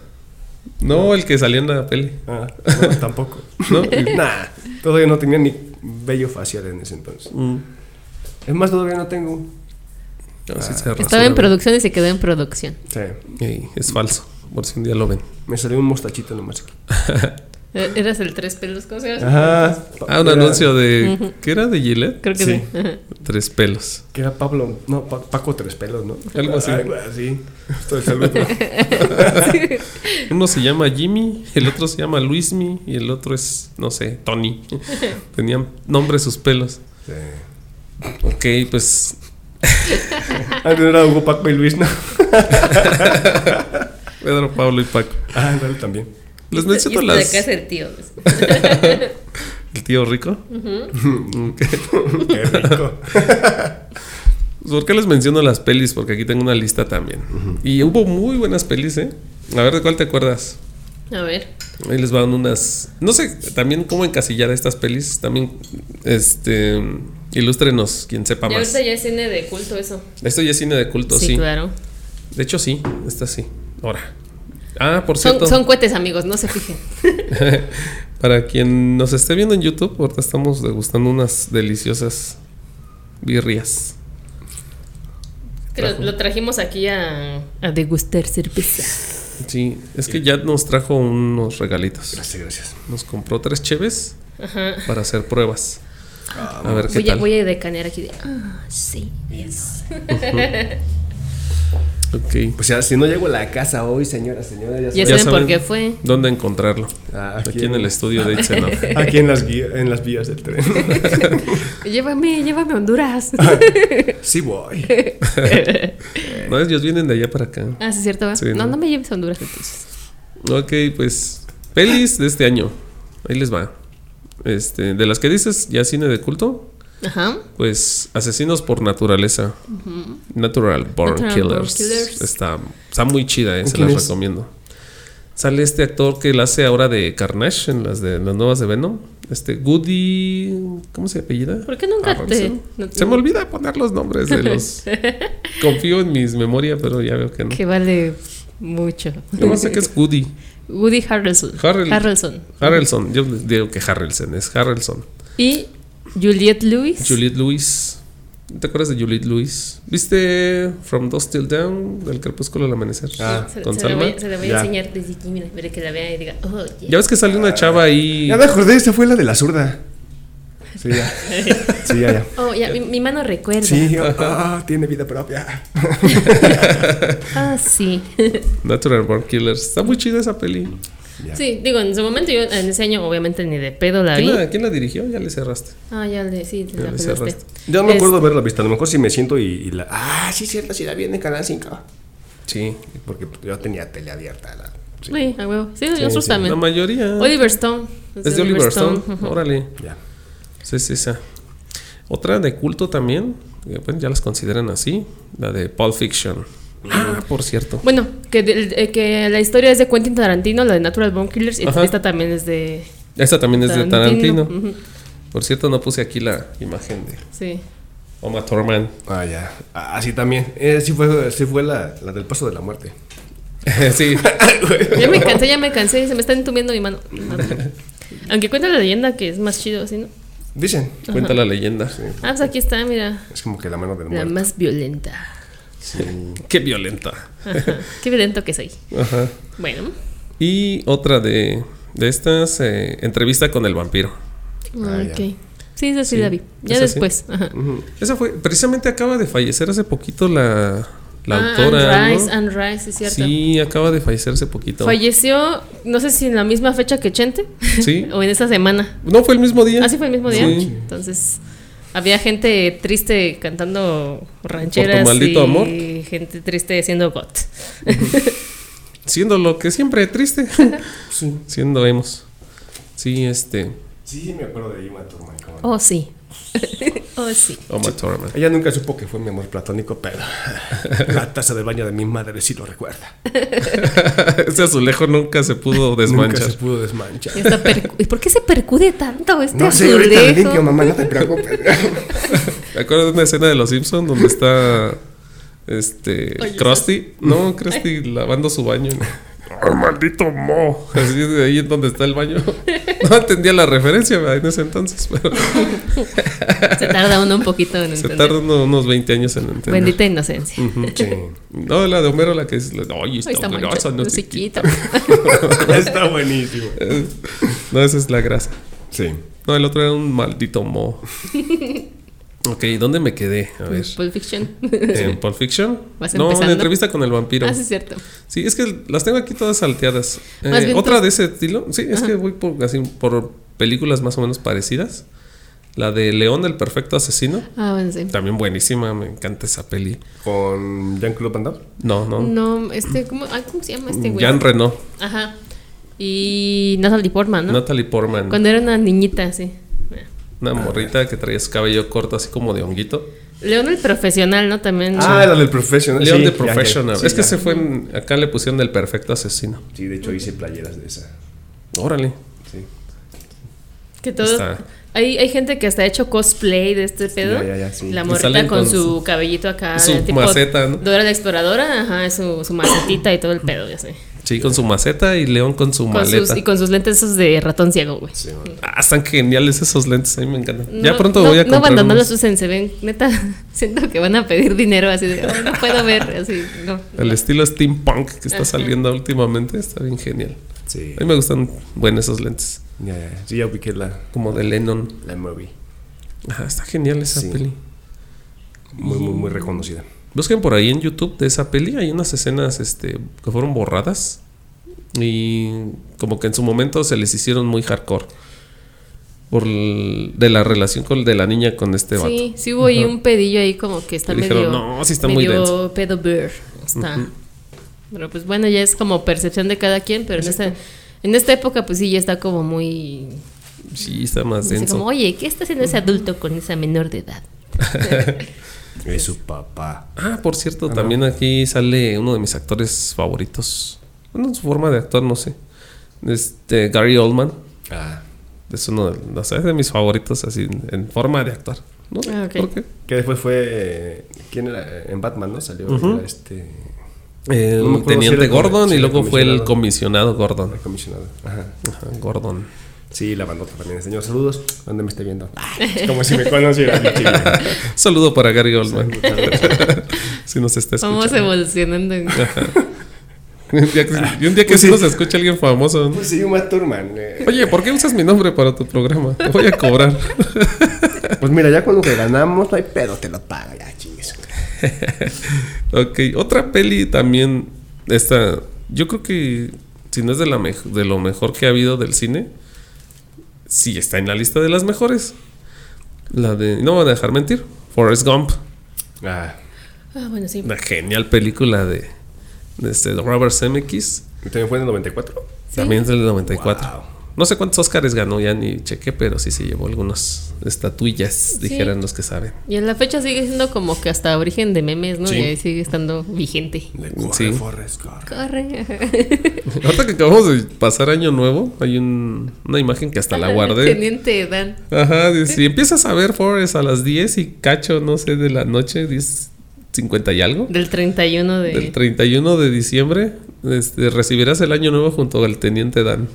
[SPEAKER 1] no, el que salía en la peli.
[SPEAKER 3] Ah, no, tampoco.
[SPEAKER 1] ¿No?
[SPEAKER 3] Nah, todavía no tenía ni vello facial en ese entonces.
[SPEAKER 1] Mm.
[SPEAKER 3] Es más, todavía no tengo.
[SPEAKER 1] No, sí se rasura,
[SPEAKER 2] Ah. Estaba en
[SPEAKER 1] ¿no?
[SPEAKER 2] producción y se quedó en producción.
[SPEAKER 3] Sí,
[SPEAKER 1] Ey, es falso. Por si un día lo ven.
[SPEAKER 3] me salió un mostachito nomás aquí.
[SPEAKER 2] Eh, Eras el tres pelos, ¿cómo se llama?
[SPEAKER 3] Ajá.
[SPEAKER 1] Ah, un
[SPEAKER 3] Era-
[SPEAKER 1] anuncio de. ¿Qué era de Gillette?
[SPEAKER 2] Creo que
[SPEAKER 3] Sí.
[SPEAKER 2] sí. Ajá.
[SPEAKER 1] Tres pelos.
[SPEAKER 3] Que era Pablo, no, Pa- Paco Tres Pelos, ¿no?
[SPEAKER 1] Algo así.
[SPEAKER 3] Algo así. Esto de salud. ¿no?
[SPEAKER 1] Uno se llama Jimmy, el otro se llama Luismi y el otro es, no sé, Tony. Tenían nombre sus pelos.
[SPEAKER 3] Sí.
[SPEAKER 1] Ok, pues
[SPEAKER 3] Antes era Hugo, Paco y Luis, ¿no?
[SPEAKER 1] Pedro, Pablo y Paco.
[SPEAKER 3] Ah, dale también.
[SPEAKER 1] Les
[SPEAKER 2] Y este
[SPEAKER 1] menciono
[SPEAKER 2] de
[SPEAKER 1] las.
[SPEAKER 2] acá es el tío. pues.
[SPEAKER 1] El tío rico. Ok.
[SPEAKER 3] Mm, Qué rico.
[SPEAKER 1] Pues, ¿Por qué les menciono las pelis? Porque aquí tengo una lista también. Y hubo muy buenas pelis, ¿eh? A ver, ¿de cuál te acuerdas?
[SPEAKER 2] A ver.
[SPEAKER 1] Ahí les van unas. No sé, también cómo encasillar a estas pelis. También, este. Ilústrenos, quien sepa
[SPEAKER 2] Ya
[SPEAKER 1] más.
[SPEAKER 2] ahorita ya es cine de culto eso.
[SPEAKER 1] Esto ya es cine de culto, sí.
[SPEAKER 2] Sí, claro.
[SPEAKER 1] De hecho, sí, esta sí. Ahora. Ah, por
[SPEAKER 2] Son,
[SPEAKER 1] cierto.
[SPEAKER 2] son cohetes, amigos, no se fijen.
[SPEAKER 1] Para quien nos esté viendo en YouTube, ahorita estamos degustando unas deliciosas birrias.
[SPEAKER 2] Que lo,
[SPEAKER 1] Trajo.
[SPEAKER 2] lo trajimos aquí a, a degustar cerveza.
[SPEAKER 1] Sí, es que ya nos trajo unos regalitos.
[SPEAKER 3] Gracias, gracias.
[SPEAKER 1] Nos compró tres cheves
[SPEAKER 2] Ajá.
[SPEAKER 1] para hacer pruebas. A ver qué
[SPEAKER 2] Voy a,
[SPEAKER 1] tal.
[SPEAKER 2] voy a decanear aquí de. Ah, sí. yes".
[SPEAKER 1] Ok.
[SPEAKER 3] Pues ya, si no llego a la casa hoy, señora, señora, ya
[SPEAKER 2] Ya
[SPEAKER 1] Ya
[SPEAKER 2] saben
[SPEAKER 1] saben.
[SPEAKER 2] por qué fue.
[SPEAKER 1] ¿Dónde encontrarlo?
[SPEAKER 3] Ah,
[SPEAKER 1] Aquí, en el estudio de Itzenov.
[SPEAKER 3] Aquí en las, guía- en las vías del tren.
[SPEAKER 2] Llévame, llévame a Honduras.
[SPEAKER 3] Sí voy.
[SPEAKER 1] No, ellos vienen de allá para acá.
[SPEAKER 2] ah, sí, es cierto. ¿va?
[SPEAKER 1] Sí,
[SPEAKER 2] no,
[SPEAKER 1] ¿no?
[SPEAKER 2] no me lleves a Honduras entonces.
[SPEAKER 1] Ok, pues pelis de este año. Ahí les va. Este, de las que dices, ya cine de culto,
[SPEAKER 2] Ajá.
[SPEAKER 1] pues Asesinos por Naturaleza. Natural Born
[SPEAKER 2] Natural Born
[SPEAKER 1] Killers.
[SPEAKER 2] Killers.
[SPEAKER 1] Está, está muy chida, eh, se
[SPEAKER 3] ¿Quién
[SPEAKER 1] las
[SPEAKER 3] es?
[SPEAKER 1] recomiendo. Sale este actor que la hace ahora de Carnage en las de las nuevas de Venom. Este Goody, ¿cómo se apellida?
[SPEAKER 2] ¿Por qué nunca te.?
[SPEAKER 1] Aronson.
[SPEAKER 2] no-
[SPEAKER 1] Ah, Se me olvida poner los nombres de los. Confío en mis memorias, pero ya veo que no.
[SPEAKER 2] Que vale mucho.
[SPEAKER 1] Yo no sé qué es Goody.
[SPEAKER 2] Woody Harrelson.
[SPEAKER 1] Harrel-
[SPEAKER 2] Harrelson.
[SPEAKER 1] Harrelson, yo les digo que Harrelson es Harrelson.
[SPEAKER 2] Y Juliette Lewis.
[SPEAKER 1] Juliette Lewis. ¿Te acuerdas de Juliette Lewis? ¿Viste From Dusk Till Down del crepúsculo al amanecer?
[SPEAKER 3] Ah.
[SPEAKER 2] se,
[SPEAKER 1] con
[SPEAKER 2] se la voy,
[SPEAKER 1] Salma.
[SPEAKER 2] se la voy
[SPEAKER 3] Ya.
[SPEAKER 2] a enseñar desde aquí, mira, para que la vea y diga, oh, yeah.
[SPEAKER 1] Ya ves que salió una chava ahí.
[SPEAKER 3] Ya me acordé, esta fue la de la zurda. Sí, ya. Sí, ya, ya.
[SPEAKER 2] Oh, ya, mi, mi mano recuerda.
[SPEAKER 3] Sí, yo- ah, tiene vida propia.
[SPEAKER 2] Ah, sí.
[SPEAKER 1] Natural Born Killers. Está muy chida esa peli.
[SPEAKER 3] Ya.
[SPEAKER 2] sí, digo, en su momento yo en ese año obviamente ni de pedo la vi.
[SPEAKER 1] ¿Quién la, quién la dirigió? Ya le cerraste.
[SPEAKER 2] Ah, ya le, sí, te
[SPEAKER 1] Ya
[SPEAKER 2] la
[SPEAKER 1] le
[SPEAKER 2] pelaste.
[SPEAKER 1] cerraste.
[SPEAKER 3] Yo no me
[SPEAKER 2] Es-
[SPEAKER 3] acuerdo haberla visto. A lo mejor si me siento y, y la. Ah, sí, cierto, si la vi en el canal 5.
[SPEAKER 1] Sí.
[SPEAKER 3] Porque yo tenía tele abierta. La, sí.
[SPEAKER 2] Sí, a huevo. Sí, nosotros
[SPEAKER 3] sí.
[SPEAKER 1] La
[SPEAKER 2] también. pues
[SPEAKER 1] mayoría.
[SPEAKER 2] Oliver Stone.
[SPEAKER 1] es de Oliver Stone.
[SPEAKER 2] Ujú.
[SPEAKER 1] Órale.
[SPEAKER 3] Ya.
[SPEAKER 1] Sí, es esa. Otra de culto también, eh, bueno, ya las consideran así, la de Pulp Fiction. Ah, por cierto.
[SPEAKER 2] Bueno, que, del- eh, que la historia es de Quentin Tarantino, la de Natural Bone Killers, y
[SPEAKER 1] Ajá.
[SPEAKER 2] esta también es de
[SPEAKER 1] Esta también es de Tarantino.
[SPEAKER 2] Ujú,
[SPEAKER 1] Por cierto, no puse aquí la imagen de
[SPEAKER 2] Sí.
[SPEAKER 1] Oma Thurman.
[SPEAKER 3] Ah, ya. Ah, sí, también. Eh, sí fue, sí fue la, la del paso de la muerte.
[SPEAKER 1] sí,
[SPEAKER 2] Ya me cansé, ya me cansé, se me está entumiendo mi mano. No, no. Aunque cuenta la leyenda que es más chido, ¿sí, no?
[SPEAKER 3] Dicen.
[SPEAKER 1] cuenta la leyenda.
[SPEAKER 2] Ah, pues aquí está, mira,
[SPEAKER 3] Es como que la mano del
[SPEAKER 2] la
[SPEAKER 3] muerto.
[SPEAKER 2] más violenta.
[SPEAKER 3] Sí.
[SPEAKER 1] Qué violenta.
[SPEAKER 2] Ajá, Qué violento que soy.
[SPEAKER 1] Ajá.
[SPEAKER 2] Bueno,
[SPEAKER 1] Y otra de, de estas, eh, entrevista con el vampiro.
[SPEAKER 3] Ah, ya.
[SPEAKER 2] ok. Sí, esa
[SPEAKER 1] Sí,
[SPEAKER 2] sí, la vi. Ya
[SPEAKER 1] esa sí. Mm.
[SPEAKER 2] después. Ajá.
[SPEAKER 1] Esa fue, precisamente acaba de fallecer hace poquito la, la
[SPEAKER 2] Ah,
[SPEAKER 1] autora.
[SPEAKER 2] Anne
[SPEAKER 1] ¿no?
[SPEAKER 2] Rice, Anne Rice, es cierto.
[SPEAKER 1] Sí, acaba de fallecer hace poquito.
[SPEAKER 2] Falleció, no sé si en la misma fecha que Chente.
[SPEAKER 1] Sí.
[SPEAKER 2] o en esa semana.
[SPEAKER 1] no fue el mismo día.
[SPEAKER 2] Así Ah, fue el mismo día.
[SPEAKER 1] Sí.
[SPEAKER 2] Entonces, había gente triste cantando rancheras.
[SPEAKER 1] maldito
[SPEAKER 2] y
[SPEAKER 1] amor.
[SPEAKER 2] gente triste haciendo got.
[SPEAKER 1] Siendo lo que siempre triste.
[SPEAKER 3] Sí.
[SPEAKER 1] Siendo hemos. Sí, este.
[SPEAKER 3] Sí, me acuerdo de Ima Thurman. cómo no.
[SPEAKER 2] Oh, sí. oh, sí.
[SPEAKER 1] Oma Thurman.
[SPEAKER 3] Ella nunca supo que fue mi amor platónico, pero la taza de baño de mi madre sí lo recuerda.
[SPEAKER 1] Ese azulejo nunca se pudo desmanchar.
[SPEAKER 3] Nunca se pudo desmanchar.
[SPEAKER 2] Ya está percu- ¿Y ¿Por qué se percude tanto este
[SPEAKER 3] No sé, ahorita le limpio, mamá, no te preocupes.
[SPEAKER 1] Me acuerdo de una escena de Los Simpsons donde está este
[SPEAKER 2] Oye,
[SPEAKER 1] Krusty, no, Krusty lavando su baño. ¡Ay, maldito mo! Así de ahí es donde está el baño. No entendía la referencia ¿verdad? en ese entonces, pero
[SPEAKER 2] se tarda uno un poquito en
[SPEAKER 1] se
[SPEAKER 2] entender.
[SPEAKER 1] tarda uno- unos 20 años en entender.
[SPEAKER 2] Bendita inocencia.
[SPEAKER 3] Sí.
[SPEAKER 1] No, la de Homero, la que es. la- ¡Ay,
[SPEAKER 2] Ahí está
[SPEAKER 1] está grasa!
[SPEAKER 2] manchado,
[SPEAKER 1] Mm, No, sé
[SPEAKER 2] no se
[SPEAKER 1] qué". Eh,
[SPEAKER 2] quita.
[SPEAKER 3] Está buenísimo.
[SPEAKER 1] no, esa es la grasa.
[SPEAKER 3] Sí.
[SPEAKER 1] No, el otro era un maldito mo. ok, ¿dónde me quedé? A ver.
[SPEAKER 2] Pulp Fiction.
[SPEAKER 1] ¿En Pulp Fiction?
[SPEAKER 2] Pues, Vas
[SPEAKER 1] No, en
[SPEAKER 2] empezando.
[SPEAKER 1] entrevista con el vampiro.
[SPEAKER 2] ah, sí, es cierto.
[SPEAKER 1] Sí, es que las tengo aquí todas salteadas.
[SPEAKER 2] Más
[SPEAKER 1] Eh,
[SPEAKER 2] bien
[SPEAKER 1] Otra
[SPEAKER 2] tú-
[SPEAKER 1] de ese estilo, sí, es que voy por, así, por películas más o menos parecidas. La de León, el perfecto asesino.
[SPEAKER 2] Ah, bueno, sí.
[SPEAKER 1] También buenísima, me encanta esa peli.
[SPEAKER 3] Con Jean-Claude Van Damme.
[SPEAKER 1] No, no.
[SPEAKER 2] No, este, ¿cómo, ay, ¿cómo se llama este güey?
[SPEAKER 1] Jean Reno,
[SPEAKER 2] Ajá. Y Natalie Portman, ¿no?
[SPEAKER 1] Natalie Portman.
[SPEAKER 2] Cuando era una niñita, sí.
[SPEAKER 1] Una morrita que traía su cabello corto, así como de honguito.
[SPEAKER 2] León el profesional, ¿no? También.
[SPEAKER 3] Ah, la del Professional.
[SPEAKER 1] León
[SPEAKER 3] Sí,
[SPEAKER 1] de
[SPEAKER 3] ya, ya.
[SPEAKER 1] Professional.
[SPEAKER 3] Sí,
[SPEAKER 1] es que
[SPEAKER 3] ya.
[SPEAKER 1] se fue, en- acá le pusieron el perfecto asesino.
[SPEAKER 3] Sí, de hecho hice playeras de esa.
[SPEAKER 1] Órale.
[SPEAKER 3] Sí.
[SPEAKER 2] que todos.
[SPEAKER 1] está.
[SPEAKER 2] Hay, hay gente que hasta ha hecho cosplay de este pedo.
[SPEAKER 3] ya, ya, sí.
[SPEAKER 2] La
[SPEAKER 1] Y salen
[SPEAKER 2] morrita con,
[SPEAKER 1] con
[SPEAKER 2] su cabellito acá.
[SPEAKER 1] su
[SPEAKER 2] de
[SPEAKER 1] maceta, ¿no?
[SPEAKER 2] Dora la exploradora, ajá, su, su macetita y todo el pedo, ya sé.
[SPEAKER 1] Sí, con su maceta y León con su
[SPEAKER 2] Con
[SPEAKER 1] maleta.
[SPEAKER 2] sus, y con sus lentes esos de ratón ciego, güey.
[SPEAKER 3] Sí, bueno.
[SPEAKER 1] Ah, están geniales esos lentes, a mí me encantan. ya
[SPEAKER 2] No-
[SPEAKER 1] pronto
[SPEAKER 2] no-
[SPEAKER 1] voy a
[SPEAKER 2] No
[SPEAKER 1] comprar
[SPEAKER 2] abandonan
[SPEAKER 1] unos.
[SPEAKER 2] los usen, se ven, neta, siento que van a pedir dinero así de, "Ay, no puedo ver, así, no.
[SPEAKER 1] El estilo steampunk que está
[SPEAKER 2] Ajá.
[SPEAKER 1] saliendo últimamente está bien genial.
[SPEAKER 3] Sí.
[SPEAKER 1] A mí me gustan, bueno, esos lentes,
[SPEAKER 3] Ya, ya, ya. Sí, ya ubiqué la,
[SPEAKER 1] como de Lennon.
[SPEAKER 3] la movie.
[SPEAKER 1] Ajá, está genial esa
[SPEAKER 3] Sí.
[SPEAKER 1] peli.
[SPEAKER 3] Muy, muy, muy reconocida.
[SPEAKER 1] Busquen por ahí en YouTube de esa peli, hay unas escenas este, que fueron borradas y como que en su momento se les hicieron muy hardcore por el- de la relación con, de la niña con este vato.
[SPEAKER 2] Sí, sí hubo ahí
[SPEAKER 1] Ajá.
[SPEAKER 2] un pedillo ahí como que está
[SPEAKER 1] Le dijeron,
[SPEAKER 2] medio.
[SPEAKER 1] "No, sí está muy
[SPEAKER 2] medio
[SPEAKER 1] denso".
[SPEAKER 2] pedo bear. Está. Pero pues bueno, ya es como percepción de cada quien, pero en esta, en esta época, pues sí, ya está como muy.
[SPEAKER 1] Sí, está más
[SPEAKER 2] así
[SPEAKER 1] denso.
[SPEAKER 2] como, oye, ¿qué está haciendo ese adulto con esa menor de edad?
[SPEAKER 3] Es su papá.
[SPEAKER 1] Ah, por cierto, también aquí sale uno de mis actores favoritos. Bueno, su forma de actuar, no sé. Este, Gary Oldman.
[SPEAKER 3] Ah.
[SPEAKER 1] Es uno de, no sé, es de mis favoritos, así, en forma de actuar. No sé
[SPEAKER 2] Ah, ok.
[SPEAKER 1] por qué.
[SPEAKER 3] Que después fue. eh, ¿Quién era? En Batman, ¿no? Salió era este.
[SPEAKER 1] El
[SPEAKER 3] No me acuerdo si
[SPEAKER 1] teniente
[SPEAKER 3] era
[SPEAKER 1] Gordon
[SPEAKER 3] comi-
[SPEAKER 1] y
[SPEAKER 3] si era
[SPEAKER 1] luego fue el comisionado Gordon.
[SPEAKER 3] El comisionado. Ajá.
[SPEAKER 1] Ajá, Gordon.
[SPEAKER 3] Sí, la bandota también. Señor, saludos. ¿Dónde me esté viendo? Es como si me conociera. mi chico.
[SPEAKER 1] Saludo para Gary Oldman. si nos está
[SPEAKER 2] Vamos
[SPEAKER 1] escuchando.
[SPEAKER 2] evolucionando. en-
[SPEAKER 1] Un día que- y un día que
[SPEAKER 3] Pues
[SPEAKER 1] sí
[SPEAKER 3] sí.
[SPEAKER 1] nos escucha alguien famoso. ¿no?
[SPEAKER 3] Pues sí, Uma Thurman. eh.
[SPEAKER 1] Oye, ¿por qué usas mi nombre para tu programa? Te voy a cobrar.
[SPEAKER 3] Pues mira, ya cuando que ganamos, no hay pedo, te lo pago. Ya, chingues.
[SPEAKER 1] Ok, otra peli también. Esta, yo creo que si no es de, la mej- de lo mejor que ha habido del cine, sí está en la lista de las mejores. La de, no me van a dejar mentir, Forrest Gump.
[SPEAKER 3] Ah.
[SPEAKER 2] Ah, bueno, sí.
[SPEAKER 1] Una genial película de, de este, de Robert Zemeckis.
[SPEAKER 3] ¿Y Ah, ¿También fue en el 94?
[SPEAKER 1] También es del 94.
[SPEAKER 3] Wow.
[SPEAKER 1] No sé cuántos Óscares ganó, ya ni chequé, pero sí se llevó algunas estatuillas,
[SPEAKER 2] Sí.
[SPEAKER 1] dijeran los que saben.
[SPEAKER 2] Y en la fecha sigue siendo como que hasta origen de memes, ¿no?
[SPEAKER 3] Sí.
[SPEAKER 2] Y ahí sigue estando vigente.
[SPEAKER 3] Le corre,
[SPEAKER 1] Sí.
[SPEAKER 3] Forrest, corre.
[SPEAKER 2] Corre.
[SPEAKER 1] Ahorita que acabamos de pasar Año Nuevo, hay un- una imagen que hasta
[SPEAKER 2] Ah,
[SPEAKER 1] la guardé.
[SPEAKER 2] Teniente Dan.
[SPEAKER 1] Ajá, dice, si empiezas a ver Forrest a las 10 y cacho, no sé, de la noche, 10, 50 y algo,
[SPEAKER 2] Del 31 de...
[SPEAKER 1] del 31 de diciembre, este, recibirás el Año Nuevo junto al Teniente Dan.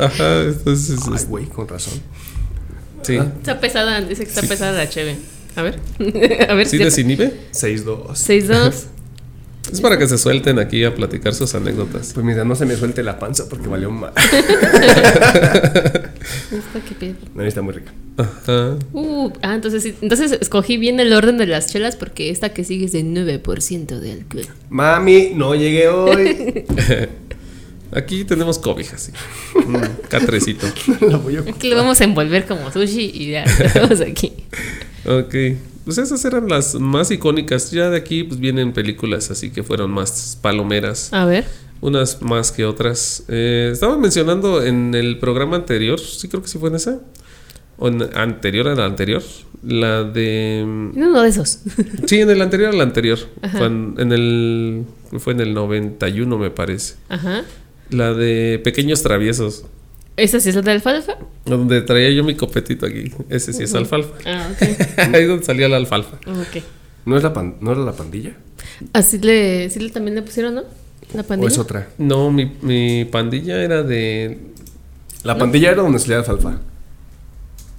[SPEAKER 1] Ajá, entonces...
[SPEAKER 3] Ay,
[SPEAKER 1] es-
[SPEAKER 3] güey, con razón.
[SPEAKER 1] sí.
[SPEAKER 2] Está pesada, dice que está
[SPEAKER 1] Sí.
[SPEAKER 2] pesada la cheve. A ver. a ver
[SPEAKER 1] ¿Sí
[SPEAKER 2] si...
[SPEAKER 1] desinhibe?
[SPEAKER 3] 6-2.
[SPEAKER 2] 6-2.
[SPEAKER 1] Es para que se suelten aquí a platicar sus anécdotas.
[SPEAKER 3] Pues mira, no se me suelte la panza porque valió mal.
[SPEAKER 2] Esta que pedo.
[SPEAKER 3] No, está muy rica.
[SPEAKER 1] Ajá.
[SPEAKER 2] Uh, ah, entonces, sí, entonces escogí bien el orden de las chelas porque esta que sigue es de 9% de alcohol.
[SPEAKER 3] Mami, no llegué hoy.
[SPEAKER 1] Aquí tenemos cobijas, sí. Un catrecito.
[SPEAKER 3] La voy a ocu-
[SPEAKER 2] Aquí lo vamos a envolver como sushi y ya lo tenemos aquí.
[SPEAKER 1] Ok. Pues esas eran las más icónicas. Ya de aquí pues vienen películas así que fueron más palomeras.
[SPEAKER 2] A ver.
[SPEAKER 1] Unas más que otras. Eh, estaba mencionando en el programa anterior, sí creo que sí fue en esa. O en anterior a la anterior. La de... mm,
[SPEAKER 2] en Uno de esos.
[SPEAKER 1] Sí, en el anterior a la anterior.
[SPEAKER 2] Ajá.
[SPEAKER 1] Fue en, en el... Fue en el 91 me parece.
[SPEAKER 2] Ajá.
[SPEAKER 1] La de Pequeños Traviesos.
[SPEAKER 2] ¿Esa sí es la de alfalfa?
[SPEAKER 1] Donde traía yo mi copetito aquí. Ese sí es alfalfa.
[SPEAKER 2] Ah, ok.
[SPEAKER 1] Ahí es donde salía la alfalfa.
[SPEAKER 2] Ok.
[SPEAKER 3] ¿No, es la pan- ¿No era la pandilla?
[SPEAKER 2] Así le, sí le también le pusieron, ¿no? La
[SPEAKER 3] ¿O
[SPEAKER 2] pandilla.
[SPEAKER 3] es otra?
[SPEAKER 1] No, mi, mi pandilla era de.
[SPEAKER 3] La pandilla era donde se le da alfalfa.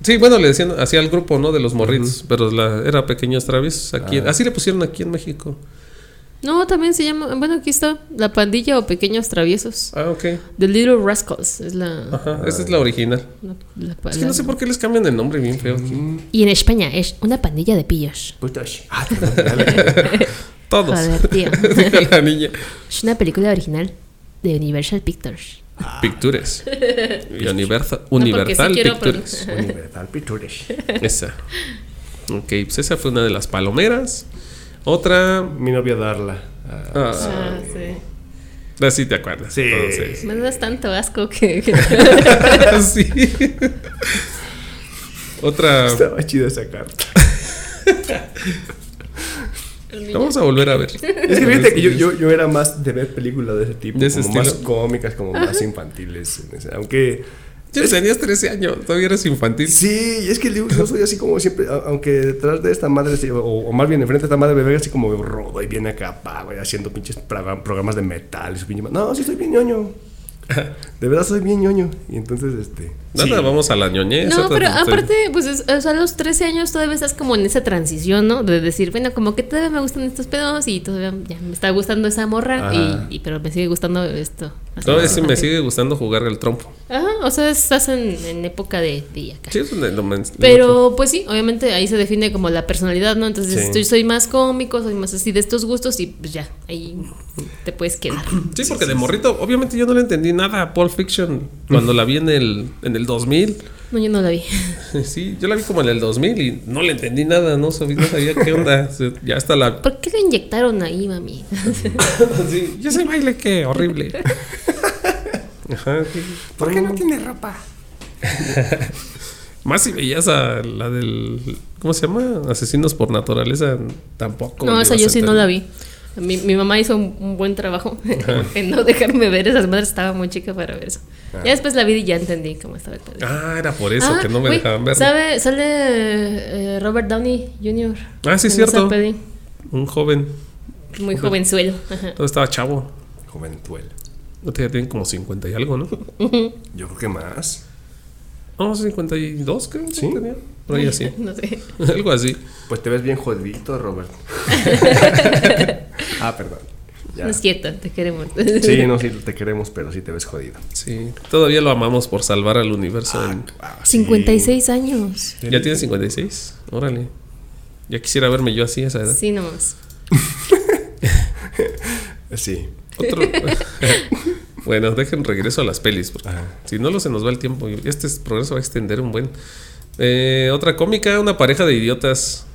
[SPEAKER 1] Sí, bueno, le decían hacía el grupo, ¿no? De los morritos. Pero la, era pequeños traviesos. Aquí,
[SPEAKER 3] Ah.
[SPEAKER 1] Así le pusieron aquí en México.
[SPEAKER 2] No, también se llama. Bueno, aquí está. La pandilla o pequeños traviesos.
[SPEAKER 1] Ah, ok.
[SPEAKER 2] The Little Rascals es
[SPEAKER 3] Ah,
[SPEAKER 2] la.
[SPEAKER 1] Ajá. Esa es la original.
[SPEAKER 2] la- la-
[SPEAKER 1] Es que no
[SPEAKER 2] la-
[SPEAKER 1] sé por qué les cambian el nombre bien feo. aquí.
[SPEAKER 2] Y en España es una pandilla de pillos.
[SPEAKER 3] Putas. Ah, perdón, dale.
[SPEAKER 1] Todos.
[SPEAKER 2] Joder, tío.
[SPEAKER 1] Dijo la niña.
[SPEAKER 2] Es una película original de Universal Pictures.
[SPEAKER 1] Pictures. Y universa-
[SPEAKER 2] porque sí
[SPEAKER 1] Universal
[SPEAKER 2] quiero
[SPEAKER 1] Pictures.
[SPEAKER 3] Universal Pictures.
[SPEAKER 1] Esa. Ok, pues esa fue una de las palomeras. Otra.
[SPEAKER 3] Mi novia Darla. Ah,
[SPEAKER 1] Ah,
[SPEAKER 2] Ah, sí.
[SPEAKER 1] Así ah, te acuerdas.
[SPEAKER 3] Sí.
[SPEAKER 1] entonces.
[SPEAKER 2] Me das tanto asco que.
[SPEAKER 1] sí. Otra.
[SPEAKER 3] Estaba chida esa carta.
[SPEAKER 1] La vamos a volver a ver.
[SPEAKER 3] Es que fíjate que yo, yo, yo era más de ver películas de ese tipo,
[SPEAKER 1] De ese
[SPEAKER 3] como más
[SPEAKER 1] estilo.
[SPEAKER 3] cómicas, como más infantiles. en ese- Aunque
[SPEAKER 1] Yo tenías 13 años, todavía eres infantil.
[SPEAKER 3] sí, y es que digo, yo soy así como siempre, a- aunque detrás de esta madre, sí, o, o más bien enfrente de esta madre, me veo así como rodo y viene acá, pa, güey, haciendo pinches pra- programas de metal y su pinche ma- No, sí, soy bien ñoño. De verdad, soy bien ñoño. Y entonces, este.
[SPEAKER 1] Nada,
[SPEAKER 3] sí.
[SPEAKER 1] vamos a la ñoñez.
[SPEAKER 2] No,
[SPEAKER 1] otra
[SPEAKER 2] pero
[SPEAKER 1] historia.
[SPEAKER 2] aparte, pues es- o sea, a los 13 años todavía estás como en esa transición, ¿no? De decir, bueno, como que todavía me gustan estos pedos y todavía ya me está gustando esa morra,
[SPEAKER 3] Ajá.
[SPEAKER 2] y, y- pero me sigue gustando esto. Así
[SPEAKER 1] Todavía
[SPEAKER 2] que-
[SPEAKER 1] sí me sigue gustando jugar el trompo.
[SPEAKER 2] Ajá, o sea, estás en, en época de, de acá.
[SPEAKER 1] Sí, es donde lo men-
[SPEAKER 2] Pero pues sí, obviamente ahí se define como la personalidad, ¿no? Entonces
[SPEAKER 3] Sí.
[SPEAKER 2] yo soy más cómico, soy más así de estos gustos y pues ya, ahí te puedes quedar.
[SPEAKER 1] Sí, porque de morrito, obviamente yo no le entendí nada a Pulp Fiction cuando la vi en el, en el 2000.
[SPEAKER 2] No, yo no la vi.
[SPEAKER 1] Sí, yo la vi como en el 2000 y no le entendí nada, no sabía, no sabía qué onda. Sí, Ya hasta la.
[SPEAKER 2] ¿Por qué lo inyectaron ahí, mami?
[SPEAKER 1] Sí, y ese baile, qué horrible. Ajá, sí.
[SPEAKER 3] ¿Por qué no tiene ropa?
[SPEAKER 1] Más si veías a la del. ¿Cómo se llama? Asesinos por naturaleza. Tampoco.
[SPEAKER 2] No,
[SPEAKER 1] le
[SPEAKER 2] esa
[SPEAKER 1] ibas
[SPEAKER 2] yo
[SPEAKER 1] a
[SPEAKER 2] sí no la
[SPEAKER 1] entender.
[SPEAKER 2] vi. Mi, mi mamá hizo un, un buen trabajo en no dejarme ver esas madres. Estaba muy chica para ver eso. Ya después la vi y ya entendí cómo estaba el pedo.
[SPEAKER 1] Ah, era por eso
[SPEAKER 2] Ah,
[SPEAKER 1] que no me
[SPEAKER 2] güey,
[SPEAKER 1] dejaban verla.
[SPEAKER 2] ¿sabe- sale eh, Robert Downey Jr.
[SPEAKER 1] Ah, sí,
[SPEAKER 2] en
[SPEAKER 1] cierto.
[SPEAKER 2] esa peli.
[SPEAKER 1] Un joven.
[SPEAKER 2] Muy jovenzuelo. Ajá.
[SPEAKER 1] Todo estaba chavo.
[SPEAKER 3] Juventuel.
[SPEAKER 1] No te ya tienen como 50 y algo, ¿no?
[SPEAKER 3] Yo creo que más.
[SPEAKER 1] No, 52, creo.
[SPEAKER 3] Sí.
[SPEAKER 1] Sí. Tenía. Por ahí así.
[SPEAKER 2] No sé.
[SPEAKER 1] algo así.
[SPEAKER 3] Pues te ves bien jodidito, Robert. ah, perdón. Ya.
[SPEAKER 2] No es cierto, te queremos.
[SPEAKER 3] Sí, no, sí, te queremos, pero sí te ves jodido.
[SPEAKER 1] Sí. Todavía lo amamos por salvar al universo. en-
[SPEAKER 3] Ah, sí.
[SPEAKER 2] 56 años.
[SPEAKER 1] Ya tiene 56. Órale. Ya quisiera verme yo así a esa edad.
[SPEAKER 2] Sí, nomás.
[SPEAKER 3] Sí.
[SPEAKER 1] Otro. bueno, dejen regreso a las pelis, porque
[SPEAKER 3] Ajá.
[SPEAKER 1] si no, lo se nos va el tiempo. y Este es- progreso va a extender un buen. Eh, otra cómica, una pareja de idiotas.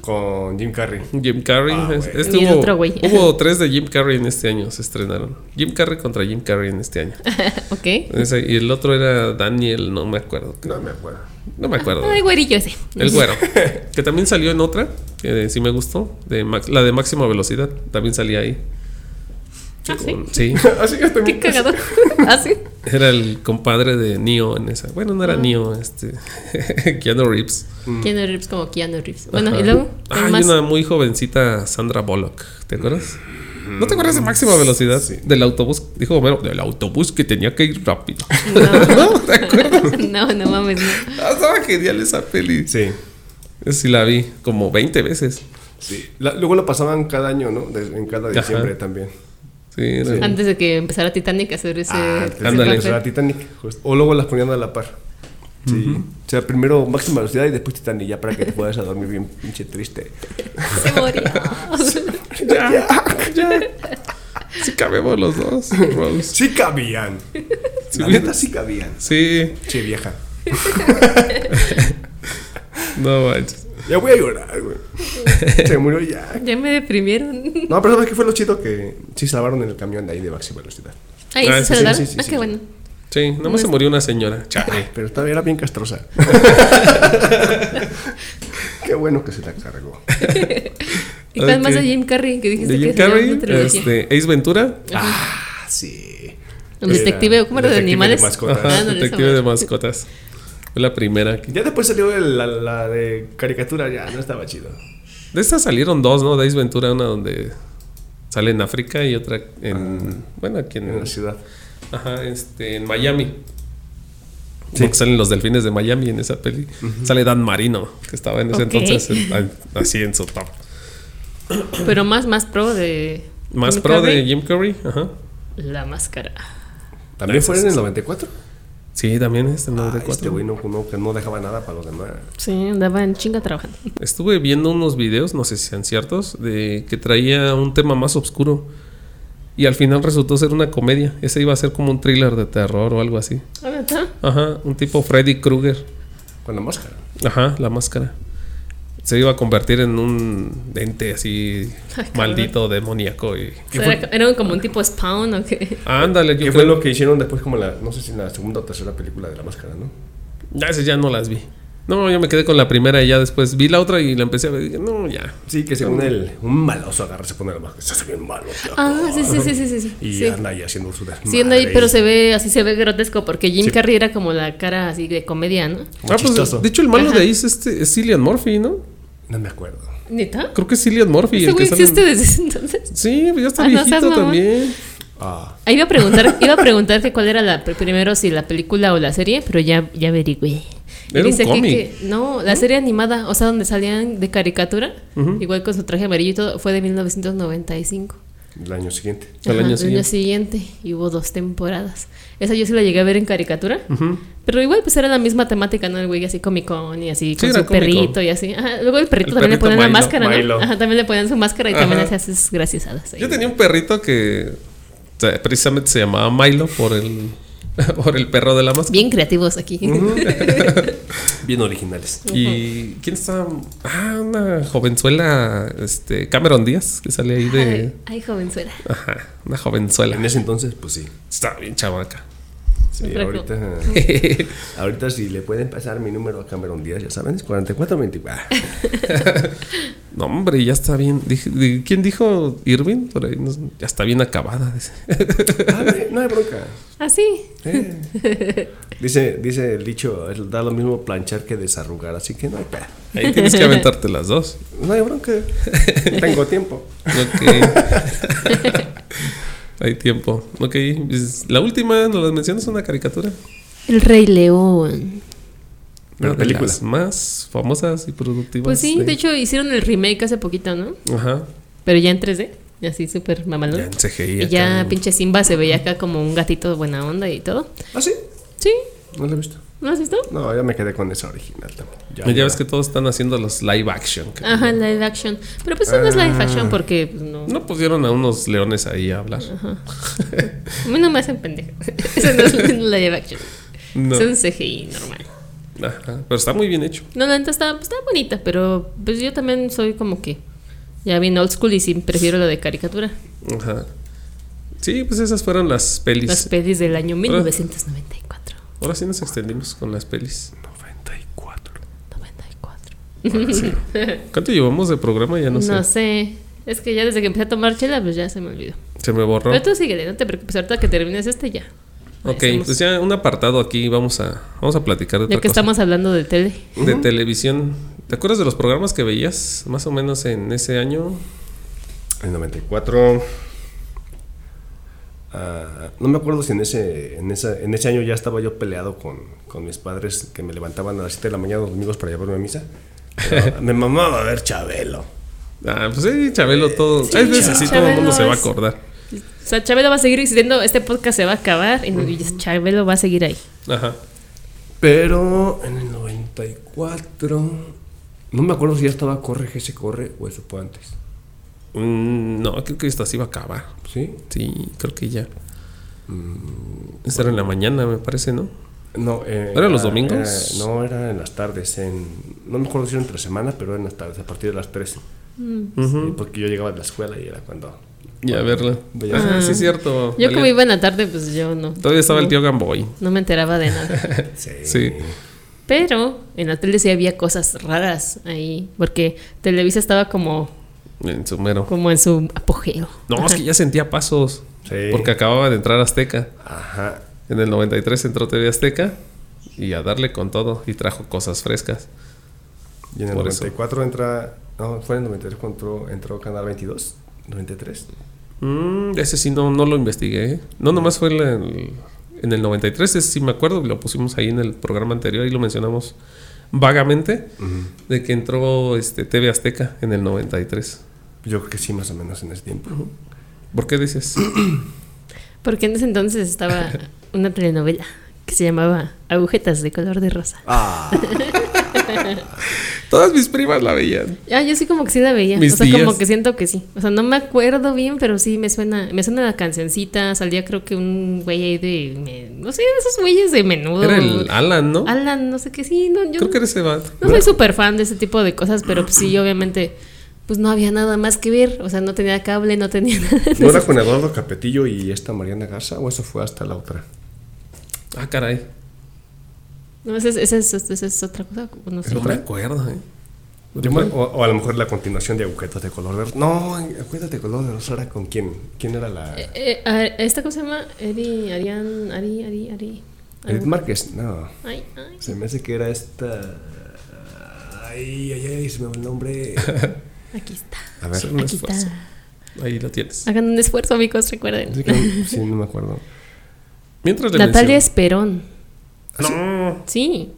[SPEAKER 3] con Jim Carrey.
[SPEAKER 1] Jim Carrey.
[SPEAKER 3] Ah,
[SPEAKER 1] es-
[SPEAKER 3] güey.
[SPEAKER 2] Y
[SPEAKER 1] este
[SPEAKER 2] el
[SPEAKER 1] hubo,
[SPEAKER 2] otro güey.
[SPEAKER 1] hubo tres de Jim Carrey en este año, se estrenaron. Jim Carrey contra Jim Carrey en este año.
[SPEAKER 2] ok.
[SPEAKER 1] Ese- y el otro era Daniel, no me acuerdo.
[SPEAKER 3] No me acuerdo.
[SPEAKER 1] No me acuerdo.
[SPEAKER 2] Ay, güerillo ese.
[SPEAKER 1] Oh. El güero. que también salió en otra, que sí me gustó. De max- la de máxima velocidad. También salía ahí.
[SPEAKER 2] Ah, sí.
[SPEAKER 1] Con- sí.
[SPEAKER 3] Así que
[SPEAKER 2] Qué
[SPEAKER 3] también.
[SPEAKER 2] cagado. Ah, Así.
[SPEAKER 1] Era el compadre de Neo en esa. Bueno,
[SPEAKER 2] Ah.
[SPEAKER 1] no era Neo, este. Keanu Reeves.
[SPEAKER 2] Keanu Reeves como Keanu Reeves. Bueno,
[SPEAKER 1] Mm. Ajá.
[SPEAKER 2] y luego.
[SPEAKER 1] Ah,
[SPEAKER 2] ¿quién
[SPEAKER 1] y
[SPEAKER 2] más?
[SPEAKER 1] una muy jovencita Sandra Bullock. ¿Te acuerdas? ¿No te acuerdas de máxima velocidad? Del autobús. Dijo Homero, del autobús que tenía que ir rápido.
[SPEAKER 2] No.
[SPEAKER 1] ¿No? ¿Te acuerdas?
[SPEAKER 2] no, no mames. no.
[SPEAKER 1] Ah, estaba genial esa peli.
[SPEAKER 3] Sí.
[SPEAKER 1] Esa Sí, la vi como 20 veces.
[SPEAKER 3] sí. La- luego lo pasaban cada año, ¿no? De- en cada
[SPEAKER 1] Ajá.
[SPEAKER 3] diciembre también.
[SPEAKER 1] Sí, era-
[SPEAKER 2] Antes de que empezara Titanic a hacer ese.
[SPEAKER 3] Ah,
[SPEAKER 2] ese
[SPEAKER 1] ándale.
[SPEAKER 2] papel.
[SPEAKER 3] la Titanic. justo. O luego las ponían a la par. Sí. O sea, primero máxima velocidad y después Titanic, ya para que te puedas a dormir bien pinche triste.
[SPEAKER 2] Se murió.
[SPEAKER 1] Ya, ya. Sí cabemos los dos, Rose.
[SPEAKER 3] Sí cabían.
[SPEAKER 1] Sí,
[SPEAKER 3] La neta sí cabían.
[SPEAKER 1] Sí,
[SPEAKER 3] Che vieja.
[SPEAKER 1] no manches.
[SPEAKER 3] Ya voy a llorar, güey. Se murió ya.
[SPEAKER 2] ya me deprimieron.
[SPEAKER 3] No, pero ¿sabes qué fue lo chido? Que sí salvaron en el camión de ahí de máxima velocidad.
[SPEAKER 2] Ahí
[SPEAKER 1] Ah,
[SPEAKER 2] sí se
[SPEAKER 1] sí,
[SPEAKER 2] lo daron.
[SPEAKER 3] sí, sí,
[SPEAKER 2] ah,
[SPEAKER 3] sí,
[SPEAKER 2] qué
[SPEAKER 3] sí.
[SPEAKER 2] bueno.
[SPEAKER 1] Sí, nada más se murió una señora. Chale.
[SPEAKER 3] Pero todavía era bien castrosa. Qué bueno que se la cargó.
[SPEAKER 2] ¿Y cuál más
[SPEAKER 1] Ah, Ok.
[SPEAKER 2] de Jim Carrey? Que dijiste
[SPEAKER 1] De Jim
[SPEAKER 2] que sería
[SPEAKER 1] Carrey,
[SPEAKER 2] una trilogía.
[SPEAKER 1] este, Ace Ventura,
[SPEAKER 3] Ah, sí.
[SPEAKER 2] El detective, ¿cómo era de
[SPEAKER 3] Detective
[SPEAKER 2] animales?
[SPEAKER 3] mascotas.
[SPEAKER 1] ajá,
[SPEAKER 2] Ah, no, de
[SPEAKER 1] detective
[SPEAKER 2] esa
[SPEAKER 1] de mascotas. Fue la primera. que-
[SPEAKER 3] Ya después salió el- la, la de caricatura, ya no estaba chido.
[SPEAKER 1] De estas salieron dos, ¿no? De Ace Ventura, una donde sale en África y otra en. Bueno, aquí en.
[SPEAKER 3] Ah. En la ciudad.
[SPEAKER 1] Ajá, este, en Miami.
[SPEAKER 3] Sí.
[SPEAKER 1] Porque salen los delfines de Miami en esa peli. Sale Dan Marino, que estaba en ese
[SPEAKER 2] Ok.
[SPEAKER 1] entonces en- así en su top.
[SPEAKER 2] Pero más, más pro de.
[SPEAKER 1] Este. Más
[SPEAKER 2] Jim
[SPEAKER 1] pro de
[SPEAKER 2] Carrey,
[SPEAKER 1] Jim Curry, ajá.
[SPEAKER 2] La máscara.
[SPEAKER 3] ¿También fue en el 94?
[SPEAKER 1] Sí, también es del
[SPEAKER 3] Ah, este
[SPEAKER 1] 94.
[SPEAKER 3] güey no, no- que no dejaba nada para los demás.
[SPEAKER 2] Sí, andaba en chinga trabajando.
[SPEAKER 1] Estuve viendo unos videos, no sé si sean ciertos, de que traía un tema más oscuro. Y al final resultó ser una comedia. Ese iba a ser como un thriller de terror o algo así.
[SPEAKER 2] Ah, ¿verdad?
[SPEAKER 1] Ajá, un tipo Freddy Krueger.
[SPEAKER 3] Con la máscara.
[SPEAKER 1] Ajá, la máscara. Se iba a convertir en un ente así
[SPEAKER 2] Ay, cabrón.
[SPEAKER 1] maldito, demoníaco y...
[SPEAKER 3] ¿Qué
[SPEAKER 2] Era, era como un tipo spawn o qué.
[SPEAKER 1] Ándale,
[SPEAKER 3] Que
[SPEAKER 1] yo
[SPEAKER 3] fue
[SPEAKER 1] creo...
[SPEAKER 3] lo que hicieron después como en la, no sé si en la segunda o tercera película de la máscara, ¿no?
[SPEAKER 1] Ya, esas Ah, ya no las vi. No, yo me quedé con la primera y ya después vi la otra y la empecé a ver y dije, no, ya.
[SPEAKER 3] Sí, que según él, un maloso agarra, se pone la máscara, se hace bien malo. tío.
[SPEAKER 2] Ah, sí, sí, sí, sí, sí. sí.
[SPEAKER 3] Y
[SPEAKER 2] sí.
[SPEAKER 3] anda ahí haciendo su desmadre.
[SPEAKER 2] Sí, anda ahí, pero
[SPEAKER 3] y-
[SPEAKER 2] se ve, así se ve grotesco, porque Jim
[SPEAKER 3] Sí.
[SPEAKER 2] Carrey era como la cara así de comedia, ¿no?
[SPEAKER 3] Como
[SPEAKER 1] Ah, pues,
[SPEAKER 3] chistoso.
[SPEAKER 1] de hecho, el malo
[SPEAKER 2] Ajá.
[SPEAKER 1] de ahí es, este, es Cillian Murphy, ¿no?
[SPEAKER 3] No me acuerdo.
[SPEAKER 2] ¿Neta?
[SPEAKER 1] Creo que es Cillian Murphy.
[SPEAKER 2] Ese
[SPEAKER 1] el que
[SPEAKER 2] güey
[SPEAKER 1] sale en-
[SPEAKER 2] existe desde ese entonces.
[SPEAKER 1] Sí, pues ya está
[SPEAKER 2] Ah, no seas
[SPEAKER 1] viejito
[SPEAKER 2] mamón.
[SPEAKER 1] también.
[SPEAKER 3] Ah,
[SPEAKER 2] Ahí iba a preguntar, iba a preguntar que cuál era la pr- primero si la película o la serie, pero ya, ya averigüé. Y
[SPEAKER 1] Era un
[SPEAKER 2] dice aquí
[SPEAKER 1] cómic.
[SPEAKER 2] que- no, la serie animada, o sea, donde salían de caricatura, igual con su traje amarillo y todo, fue de 1995.
[SPEAKER 3] el año siguiente.
[SPEAKER 1] Al
[SPEAKER 2] Ajá,
[SPEAKER 1] año
[SPEAKER 2] del año
[SPEAKER 1] siguiente.
[SPEAKER 2] siguiente y hubo dos temporadas. Esa yo sí la llegué a ver en caricatura, pero igual pues era la misma temática, ¿no? El güey así comicón y así
[SPEAKER 1] Sí,
[SPEAKER 2] con
[SPEAKER 1] era
[SPEAKER 2] su
[SPEAKER 1] cómico.
[SPEAKER 2] perrito y así. Ajá, luego el perrito
[SPEAKER 1] El
[SPEAKER 2] también
[SPEAKER 1] perrito
[SPEAKER 2] le ponían
[SPEAKER 1] Milo,
[SPEAKER 2] la máscara, ¿no?
[SPEAKER 3] Milo.
[SPEAKER 2] Ajá, también le ponían su máscara y también
[SPEAKER 1] Ajá.
[SPEAKER 2] hacía sus graciosadas. ahí.
[SPEAKER 1] Yo tenía un perrito que o sea, precisamente se llamaba Milo por el, por el perro de la máscara.
[SPEAKER 2] Bien creativos aquí.
[SPEAKER 3] Bien originales.
[SPEAKER 1] ¿Y quién está? Ah, una jovenzuela, este, Cameron Díaz, que sale ahí
[SPEAKER 2] Ay,
[SPEAKER 1] de...
[SPEAKER 2] ay, jovenzuela.
[SPEAKER 1] Ajá, una jovenzuela.
[SPEAKER 3] En ese entonces, pues sí.
[SPEAKER 1] Está bien chavaca.
[SPEAKER 3] Sí,
[SPEAKER 2] Pero-
[SPEAKER 3] ahorita, ahorita si le pueden pasar mi número a Cameron Díaz, ya saben, es 4424.
[SPEAKER 1] no, hombre, ya está bien. Dije- di- ¿Quién dijo Irving? Por ahí, no sé, ya está bien acabada. dice.
[SPEAKER 3] Ah, no hay bronca.
[SPEAKER 2] Así.
[SPEAKER 3] Eh. Dice, dice el dicho, es- da lo mismo planchar que desarrugar, así que no hay pedo.
[SPEAKER 1] Ahí tienes que aventarte las dos.
[SPEAKER 3] No hay bronca. Tengo tiempo.
[SPEAKER 1] Ok. Hay tiempo. Ok. pues, La última, ¿nos las mencionas una caricatura?
[SPEAKER 2] El Rey León.
[SPEAKER 3] Pero
[SPEAKER 1] Una de
[SPEAKER 3] película.
[SPEAKER 1] las más famosas y productivas.
[SPEAKER 2] Pues sí, de hecho hicieron el remake hace poquito, ¿no?
[SPEAKER 1] Ajá.
[SPEAKER 2] Pero ya en 3D, así súper
[SPEAKER 1] Ya
[SPEAKER 2] mamalón.
[SPEAKER 1] en CGI.
[SPEAKER 2] ¿Eh? Y ya
[SPEAKER 1] acá.
[SPEAKER 2] pinche Simba se veía acá como un gatito buena onda y todo.
[SPEAKER 3] ¿Ah, sí?
[SPEAKER 2] Sí,
[SPEAKER 3] No lo he visto.
[SPEAKER 2] ¿no has visto?
[SPEAKER 3] No, ya me quedé con esa original también.
[SPEAKER 1] Ya, ves que todos están haciendo los live action. que Ah.
[SPEAKER 2] Ajá, live action. Pero pues eso no es live action porque pues, no.
[SPEAKER 1] No pusieron a unos leones ahí a hablar.
[SPEAKER 2] A mí no me hacen pendejo. Eso no es live action.
[SPEAKER 1] No.
[SPEAKER 2] Es un CGI normal.
[SPEAKER 1] Ajá, pero está muy bien hecho.
[SPEAKER 2] No, la neta está, está bonita, pero pues yo también soy como que ya bien old school y sí prefiero lo de caricatura.
[SPEAKER 1] Ajá. Sí, pues esas fueron las pelis.
[SPEAKER 2] Las pelis del año
[SPEAKER 1] Ahora-
[SPEAKER 2] 1994.
[SPEAKER 1] Ahora sí nos extendimos con las pelis.
[SPEAKER 3] 94.
[SPEAKER 2] 94.
[SPEAKER 1] ¿Cuánto llevamos de programa? Ya no,
[SPEAKER 2] No sé.
[SPEAKER 1] sé.
[SPEAKER 2] Es que ya desde que empecé a tomar chela, pues ya se me olvidó.
[SPEAKER 1] Se me borró.
[SPEAKER 2] Pero tú síguele, no te preocupes. Ahorita que termines este, ya. Ahí
[SPEAKER 1] Ok,
[SPEAKER 2] hacemos.
[SPEAKER 1] pues ya un apartado aquí. Vamos a, vamos a platicar de
[SPEAKER 2] Ya
[SPEAKER 1] otra
[SPEAKER 2] que
[SPEAKER 1] cosa.
[SPEAKER 2] estamos hablando de tele.
[SPEAKER 1] De televisión. ¿Te acuerdas de los programas que veías? Más o menos en ese año.
[SPEAKER 3] El 94. Ah, no me acuerdo si en ese, en, esa, en ese año ya estaba yo peleado con, con mis padres que me levantaban a las 7 de la mañana los domingos para llevarme a misa. Pero me mamaba ver Chabelo.
[SPEAKER 1] Ah, pues sí, Chabelo, todo.
[SPEAKER 2] Sí,
[SPEAKER 1] hay veces sí, todo el mundo
[SPEAKER 2] Chabelo
[SPEAKER 1] se va a
[SPEAKER 2] es-
[SPEAKER 1] acordar.
[SPEAKER 2] O sea, Chabelo va a seguir existiendo. Este podcast se va a acabar y y Chabelo va a seguir ahí.
[SPEAKER 1] Ajá.
[SPEAKER 3] Pero en el 94. No me acuerdo si ya estaba Corre, que se corre o eso fue antes.
[SPEAKER 1] Mm, no, creo que esto así va a acabar.
[SPEAKER 3] ¿Sí?
[SPEAKER 1] Sí, creo que ya. Esta era en la mañana, me parece, ¿no?
[SPEAKER 3] No, eh,
[SPEAKER 1] ¿Era los domingos?
[SPEAKER 3] era- no, era en las tardes. En, no me acuerdo si era entre semana, pero era en las tardes, a partir de las 3. Sí, porque yo llegaba de la escuela y era cuando.
[SPEAKER 1] Ya verla.
[SPEAKER 3] Veía-
[SPEAKER 1] Ah, sí, es cierto.
[SPEAKER 2] Yo como
[SPEAKER 1] Valía-
[SPEAKER 2] iba en la tarde, pues yo no.
[SPEAKER 1] Todavía estaba
[SPEAKER 2] no,
[SPEAKER 1] el tío Gamboy.
[SPEAKER 2] No me enteraba de nada.
[SPEAKER 3] Sí.
[SPEAKER 1] Sí.
[SPEAKER 2] Pero en la tele sí había cosas raras ahí. Porque Televisa estaba como,
[SPEAKER 1] En su mero.
[SPEAKER 2] como en su apogeo.
[SPEAKER 1] No, es que ya sentía pasos.
[SPEAKER 3] Sí.
[SPEAKER 1] Porque acababa de entrar Azteca.
[SPEAKER 3] Ajá.
[SPEAKER 1] En el 93 entró TV Azteca y a darle con todo y trajo cosas frescas.
[SPEAKER 3] Y en el
[SPEAKER 1] Por eso.
[SPEAKER 3] 94 entra. No, fue en el 93 cuando entró, entró Canal 22. 93.
[SPEAKER 1] Mm, ese sí no, no lo investigué. ¿eh? No, nomás fue en el, en el 93, ese sí me acuerdo, lo pusimos ahí en el programa anterior y lo mencionamos vagamente, de que entró este, TV Azteca en el 93.
[SPEAKER 3] Yo creo que sí, más o menos en ese tiempo.
[SPEAKER 1] ¿Por qué dices?
[SPEAKER 2] Porque en ese entonces estaba una telenovela que se llamaba Agujetas de color de rosa.
[SPEAKER 3] Ah,
[SPEAKER 1] Todas mis primas la veían.
[SPEAKER 2] Ah, yo sí como que sí la veía.
[SPEAKER 1] Mis
[SPEAKER 2] o sea,
[SPEAKER 1] tías.
[SPEAKER 2] como que siento que sí. O sea, no me acuerdo bien, pero sí me suena, me suena la cancioncita. Salía creo que un güey ahí de, me- no sé, de esos güeyes de menudo.
[SPEAKER 1] Era el Alan, ¿no?
[SPEAKER 2] Alan, no sé qué, sí, no, yo
[SPEAKER 1] Creo que era ese vato.
[SPEAKER 2] no soy súper fan de ese tipo de cosas, pero pues sí, obviamente, pues no había nada más que ver. O sea, no tenía cable, no tenía nada.
[SPEAKER 3] ¿no era con Eduardo Capetillo y esta Mariana Garza? ¿O eso fue hasta la otra?
[SPEAKER 1] Ah, caray.
[SPEAKER 2] No, esa es, esa es, esa es otra cosa. No sé.
[SPEAKER 1] No me acuerdo, ¿eh?
[SPEAKER 3] Yo me- o, o a lo mejor la continuación de agujetas de color de rosa. No, agujetas de color de rosa era con quién. ¿Quién era la.
[SPEAKER 2] Eh, eh, a- ¿Esta cosa se llama? Eri, Arián, Ari, Ari, Ari. eh.
[SPEAKER 3] Edith Márquez. No.
[SPEAKER 2] Ay, ay.
[SPEAKER 3] Se me hace que era esta. Ay, ay, ay, se me va el nombre.
[SPEAKER 2] Aquí está.
[SPEAKER 3] A ver.
[SPEAKER 1] Un
[SPEAKER 2] Aquí
[SPEAKER 1] esfuerzo.
[SPEAKER 2] está.
[SPEAKER 1] ¿eh? Ahí lo tienes.
[SPEAKER 2] Hagan un esfuerzo, amigos, recuerden.
[SPEAKER 3] Sí, que- sí, no me acuerdo.
[SPEAKER 1] Mientras le
[SPEAKER 2] Natalia
[SPEAKER 1] menciono-
[SPEAKER 2] Esperón.
[SPEAKER 3] Ah,
[SPEAKER 1] No.
[SPEAKER 2] Sí.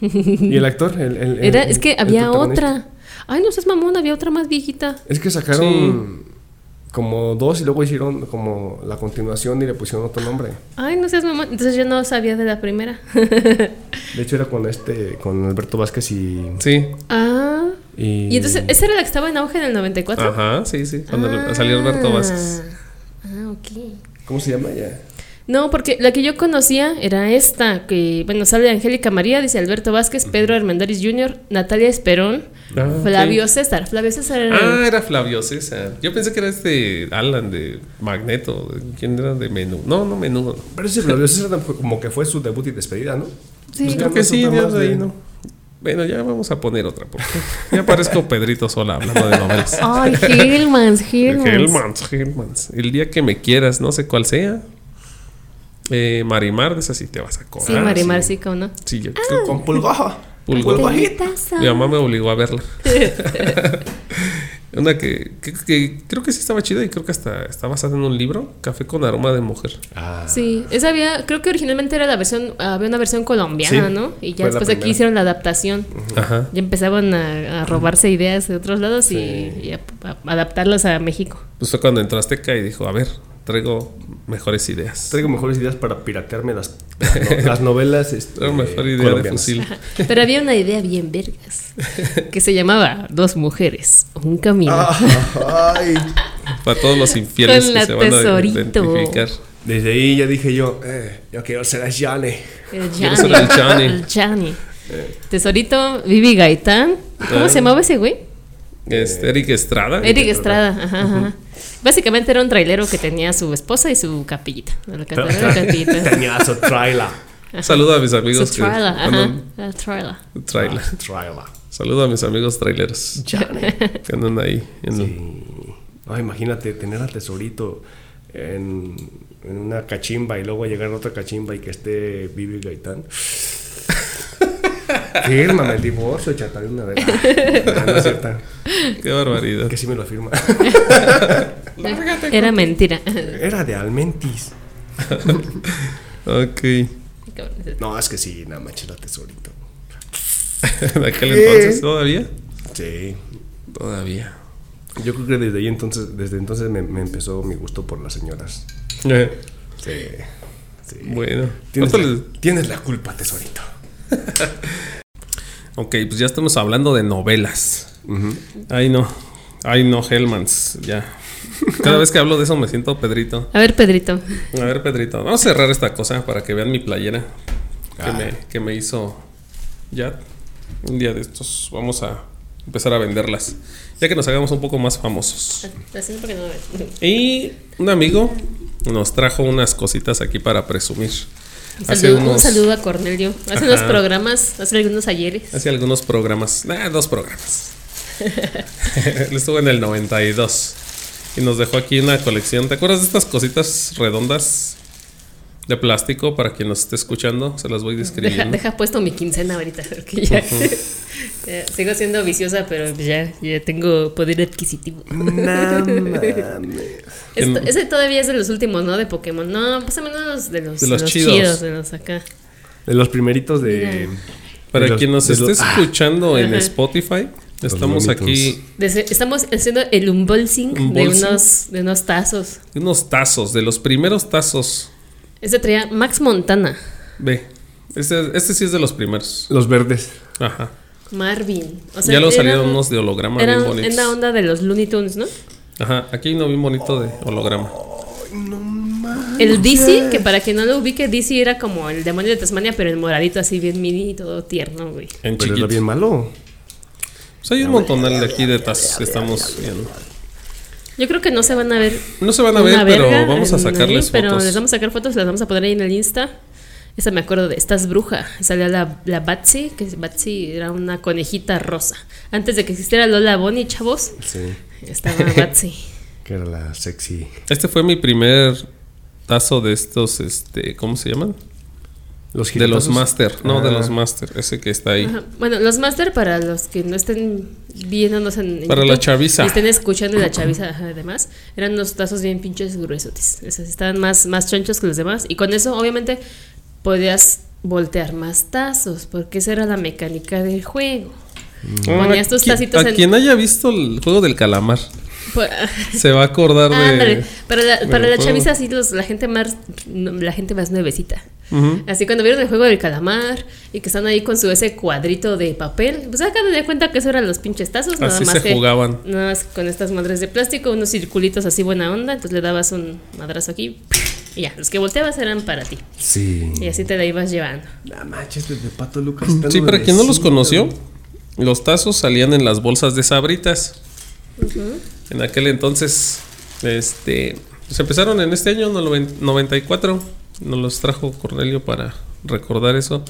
[SPEAKER 3] ¿Y el actor? El- el- el-
[SPEAKER 2] Era, es que
[SPEAKER 3] el
[SPEAKER 2] había
[SPEAKER 3] protagonista.
[SPEAKER 2] otra. Ay, no seas mamón, había otra más viejita.
[SPEAKER 3] Es que sacaron como dos y luego hicieron como la continuación y le pusieron otro nombre.
[SPEAKER 2] Ay, no seas mamón. Entonces yo no sabía de la primera.
[SPEAKER 3] De hecho, era con este, con Alberto Vázquez y.
[SPEAKER 1] Sí.
[SPEAKER 2] ah.
[SPEAKER 3] Y,
[SPEAKER 2] Y entonces, esa era la que estaba en auge en el 94.
[SPEAKER 1] Ajá, sí, sí. Cuando
[SPEAKER 2] Ah.
[SPEAKER 1] salió Alberto Vázquez.
[SPEAKER 2] Ah, ok.
[SPEAKER 3] ¿Cómo se llama ya?
[SPEAKER 2] No, porque la que yo conocía era esta, que, bueno, sale Angélica María, dice Alberto Vázquez, Pedro Armendáriz Jr., Natalia Esperón,
[SPEAKER 1] Ah,
[SPEAKER 2] Flavio
[SPEAKER 1] ok.
[SPEAKER 2] César. Flavio César era...
[SPEAKER 1] Ah, era Flavio César. Yo pensé que era este Alan de Magneto. ¿Quién era de Menú? No, no Menú. no.
[SPEAKER 3] Pero ese Flavio César tampoco- como que fue su debut y despedida, ¿no?
[SPEAKER 1] Pues
[SPEAKER 3] Sí.
[SPEAKER 1] creo que sí,
[SPEAKER 3] Otra
[SPEAKER 1] ya
[SPEAKER 3] más
[SPEAKER 1] de ahí,
[SPEAKER 3] de-
[SPEAKER 1] ¿no? Bueno, ya vamos a poner otra. Porque ya parezco Pedrito Sola hablando de novelas.
[SPEAKER 2] Ay, Hillmans, Hillmans.
[SPEAKER 1] Hellmans, Hellmans. El día que me quieras, no sé cuál sea. Eh, Marimar, de esa sí te vas a acordar.
[SPEAKER 2] Sí, Marimar, sí, cómo no.
[SPEAKER 1] Sí, yo creo
[SPEAKER 3] Con Pulgoja.
[SPEAKER 1] Pulgoja.
[SPEAKER 2] Pelitas,
[SPEAKER 1] Mi mamá me obligó a verla. Una que, que- que creo que sí estaba chida y creo que hasta está basada en un libro, Café con aroma de mujer.
[SPEAKER 3] Ah.
[SPEAKER 2] Sí, esa había, creo que originalmente era la versión, ah, había una versión colombiana,
[SPEAKER 3] Sí,
[SPEAKER 2] ¿no? Y ya
[SPEAKER 3] fue la
[SPEAKER 2] después aquí
[SPEAKER 3] primera.
[SPEAKER 2] hicieron la adaptación.
[SPEAKER 1] Ajá.
[SPEAKER 2] Ya empezaban a, a robarse ideas de otros lados y-
[SPEAKER 3] Sí.
[SPEAKER 2] y, a- a adaptarlas a México.
[SPEAKER 1] Pues fue cuando entró Azteca y dijo, a ver, traigo mejores ideas.
[SPEAKER 3] Traigo mejores ideas para piratearme las, no, las novelas. Este,
[SPEAKER 1] Traigo mejor idea de
[SPEAKER 3] colombianas.
[SPEAKER 1] fusil.
[SPEAKER 2] Pero había una idea bien vergas que se llamaba Dos mujeres, un camino.
[SPEAKER 3] Ah, ay.
[SPEAKER 1] Para todos los infieles
[SPEAKER 2] Con
[SPEAKER 1] que
[SPEAKER 2] la
[SPEAKER 1] se van a
[SPEAKER 2] tesorito.
[SPEAKER 1] identificar.
[SPEAKER 3] Desde ahí ya dije yo, eh, yo quiero ser a Jane.
[SPEAKER 2] El
[SPEAKER 1] Quiero ser el Johnny.
[SPEAKER 2] El Johnny.
[SPEAKER 3] Eh.
[SPEAKER 2] Tesorito, Vivi Gaitán. ¿Cómo
[SPEAKER 1] Ah.
[SPEAKER 2] se llamaba ese güey?
[SPEAKER 1] Este, Eric Estrada.
[SPEAKER 2] Eric Estrada. Ajá, ajá. Básicamente era un trailero que tenía su esposa y su capillita. La cantadora de capillita.
[SPEAKER 3] Tenía su trailer.
[SPEAKER 1] Un Saludo a mis
[SPEAKER 2] Su
[SPEAKER 1] amigos. que-
[SPEAKER 2] trailer, ajá.
[SPEAKER 1] andan-
[SPEAKER 2] La trailer.
[SPEAKER 1] trailer.
[SPEAKER 3] Trailer.
[SPEAKER 1] Saludo a mis amigos traileros que andan ahí. en-
[SPEAKER 3] Ay, Ah, imagínate tener a Tesorito en, en una cachimba y luego llegar a otra cachimba y que esté Vivi Gaitán. Fírmame el divorcio, chata, de una vez. Ah, no es cierto.
[SPEAKER 1] Qué barbaridad.
[SPEAKER 3] Que sí me lo firma.
[SPEAKER 2] Era mentira.
[SPEAKER 3] Era de Almentis.
[SPEAKER 1] Ok.
[SPEAKER 3] No, es que sí, nada manches, la Tesorito.
[SPEAKER 1] ¿De aquel
[SPEAKER 3] Eh.
[SPEAKER 1] entonces todavía?
[SPEAKER 3] Sí.
[SPEAKER 1] Todavía.
[SPEAKER 3] Yo creo que desde ahí entonces, desde entonces me, me empezó mi gusto por las señoras.
[SPEAKER 1] Eh,
[SPEAKER 3] Sí. sí.
[SPEAKER 1] bueno.
[SPEAKER 3] Tienes
[SPEAKER 1] Ahorita
[SPEAKER 3] la,
[SPEAKER 1] les-
[SPEAKER 3] tienes la culpa, Tesorito.
[SPEAKER 1] Ok, pues ya estamos hablando de novelas. Ay, no. Ay, no, Hellmans. Ya. Cada vez que hablo de eso me siento Pedrito.
[SPEAKER 2] A ver, Pedrito.
[SPEAKER 1] A ver, Pedrito. Vamos a cerrar esta cosa para que vean mi playera que,
[SPEAKER 3] Ah.
[SPEAKER 1] me, que me hizo ya un día de estos. Vamos a empezar a venderlas. Ya que nos hagamos un poco más famosos.
[SPEAKER 2] Así porque no lo ves.
[SPEAKER 1] Y un amigo nos trajo unas cositas aquí para presumir.
[SPEAKER 2] Un
[SPEAKER 1] Hace
[SPEAKER 2] saludo, un
[SPEAKER 1] unos-
[SPEAKER 2] saludo a Cornelio. Hace
[SPEAKER 1] Ajá.
[SPEAKER 2] unos programas, hace algunos ayeres.
[SPEAKER 1] Hace algunos programas. Nah, dos programas. Él estuvo en el 92. Y nos dejó aquí una colección. ¿Te acuerdas de estas cositas redondas de plástico? Para quien nos esté escuchando, se las voy
[SPEAKER 2] Deja,
[SPEAKER 1] describiendo.
[SPEAKER 2] deja puesto mi quincena ahorita, porque ya, ya sigo siendo viciosa, pero ya, ya tengo poder adquisitivo.
[SPEAKER 1] Mm.
[SPEAKER 2] Esto- ese todavía es de los últimos, ¿no? De Pokémon. No, pásame unos de los,
[SPEAKER 1] De los chidos.
[SPEAKER 2] de los acá.
[SPEAKER 3] De los primeritos de.
[SPEAKER 1] Para
[SPEAKER 3] de los-
[SPEAKER 1] quien nos
[SPEAKER 3] de
[SPEAKER 1] esté
[SPEAKER 3] los- ah,
[SPEAKER 1] escuchando en
[SPEAKER 2] Ajá.
[SPEAKER 1] Spotify,
[SPEAKER 3] Los
[SPEAKER 1] estamos
[SPEAKER 3] lomitos.
[SPEAKER 1] aquí
[SPEAKER 2] De ese- estamos haciendo el unboxing,
[SPEAKER 1] Unboxing.
[SPEAKER 2] De, unos, de unos tazos.
[SPEAKER 1] unos tazos, de los primeros tazos.
[SPEAKER 2] Ese traía Max Montana,
[SPEAKER 1] Ve, este, este sí es de los primeros.
[SPEAKER 3] los verdes.
[SPEAKER 1] Ajá.
[SPEAKER 2] Marvin. O
[SPEAKER 1] ya lo
[SPEAKER 2] eran-
[SPEAKER 1] salieron unos de holograma
[SPEAKER 2] eran
[SPEAKER 1] bien bonitos.
[SPEAKER 2] en la onda de los Looney Tunes, ¿no?
[SPEAKER 1] Ajá, aquí hay uno bien bonito de holograma.
[SPEAKER 2] El DC, que para quien no lo ubique, DC era como el demonio de Tasmania, pero el moradito así bien mini y todo tierno, güey.
[SPEAKER 1] En
[SPEAKER 3] Pero era
[SPEAKER 1] chiquito.
[SPEAKER 3] bien malo.
[SPEAKER 1] Pues hay un montonal de aquí de tazos que estamos viendo.
[SPEAKER 2] Yo creo que no se van a ver.
[SPEAKER 1] No se van a
[SPEAKER 2] una
[SPEAKER 1] ver, pero
[SPEAKER 2] verga
[SPEAKER 1] vamos a
[SPEAKER 2] en
[SPEAKER 1] sacarles
[SPEAKER 2] ahí, Pero
[SPEAKER 1] fotos.
[SPEAKER 2] les vamos a sacar fotos, las vamos a poner ahí en el Insta. Esa me acuerdo de Estás Bruja. Salía la, la Batsy, que Batsy era una conejita rosa. Antes de que existiera Lola Bonnie, chavos,
[SPEAKER 3] Sí.
[SPEAKER 2] estaba Batsy.
[SPEAKER 3] Que era la sexy.
[SPEAKER 1] Este fue mi primer tazo de estos, este, ¿cómo se llaman?
[SPEAKER 3] Los
[SPEAKER 1] De los
[SPEAKER 3] giratazos.
[SPEAKER 1] Master, no, de
[SPEAKER 3] Ah,
[SPEAKER 1] los Master, ese que está ahí.
[SPEAKER 2] Ajá. Bueno, los Master, para los que no estén viéndonos en. en
[SPEAKER 1] Para la chaviza.
[SPEAKER 2] Y estén escuchando la chaviza, ajá, además. Eran unos tazos bien pinches gruesotes. Esos estaban más, más chonchos que los demás. Y con eso, obviamente, podías voltear más tazos, porque esa era la mecánica del juego.
[SPEAKER 1] Ah,
[SPEAKER 2] Ponías tus
[SPEAKER 1] qui-
[SPEAKER 2] tacitos
[SPEAKER 1] a
[SPEAKER 2] en-
[SPEAKER 1] quien haya visto el juego del calamar,
[SPEAKER 2] Por-
[SPEAKER 1] se va a acordar
[SPEAKER 2] Pues, Ándale,
[SPEAKER 1] de.
[SPEAKER 2] para la,
[SPEAKER 1] del
[SPEAKER 2] para la
[SPEAKER 1] juego.
[SPEAKER 2] chaviza sí los, la gente más no, la gente más nuevecita.
[SPEAKER 1] Ujú.
[SPEAKER 2] Así cuando vieron el juego del calamar y que están ahí con su ese cuadrito de papel, pues acá me di cuenta que eso eran los pinches tazos, nada
[SPEAKER 1] Así
[SPEAKER 2] más
[SPEAKER 1] se
[SPEAKER 2] que-
[SPEAKER 1] jugaban.
[SPEAKER 2] Nada más con estas madres de plástico, unos circulitos así buena onda, entonces le dabas un madrazo aquí y ya, los que volteabas eran para ti
[SPEAKER 3] Sí.
[SPEAKER 2] y así te la ibas llevando.
[SPEAKER 3] La manches este de Pato Lucas.
[SPEAKER 1] Sí, para quien no los conoció, los tazos salían en las bolsas de sabritas. En aquel entonces, este, se empezaron en este año, noven- 94. Nos los trajo Cornelio para recordar eso.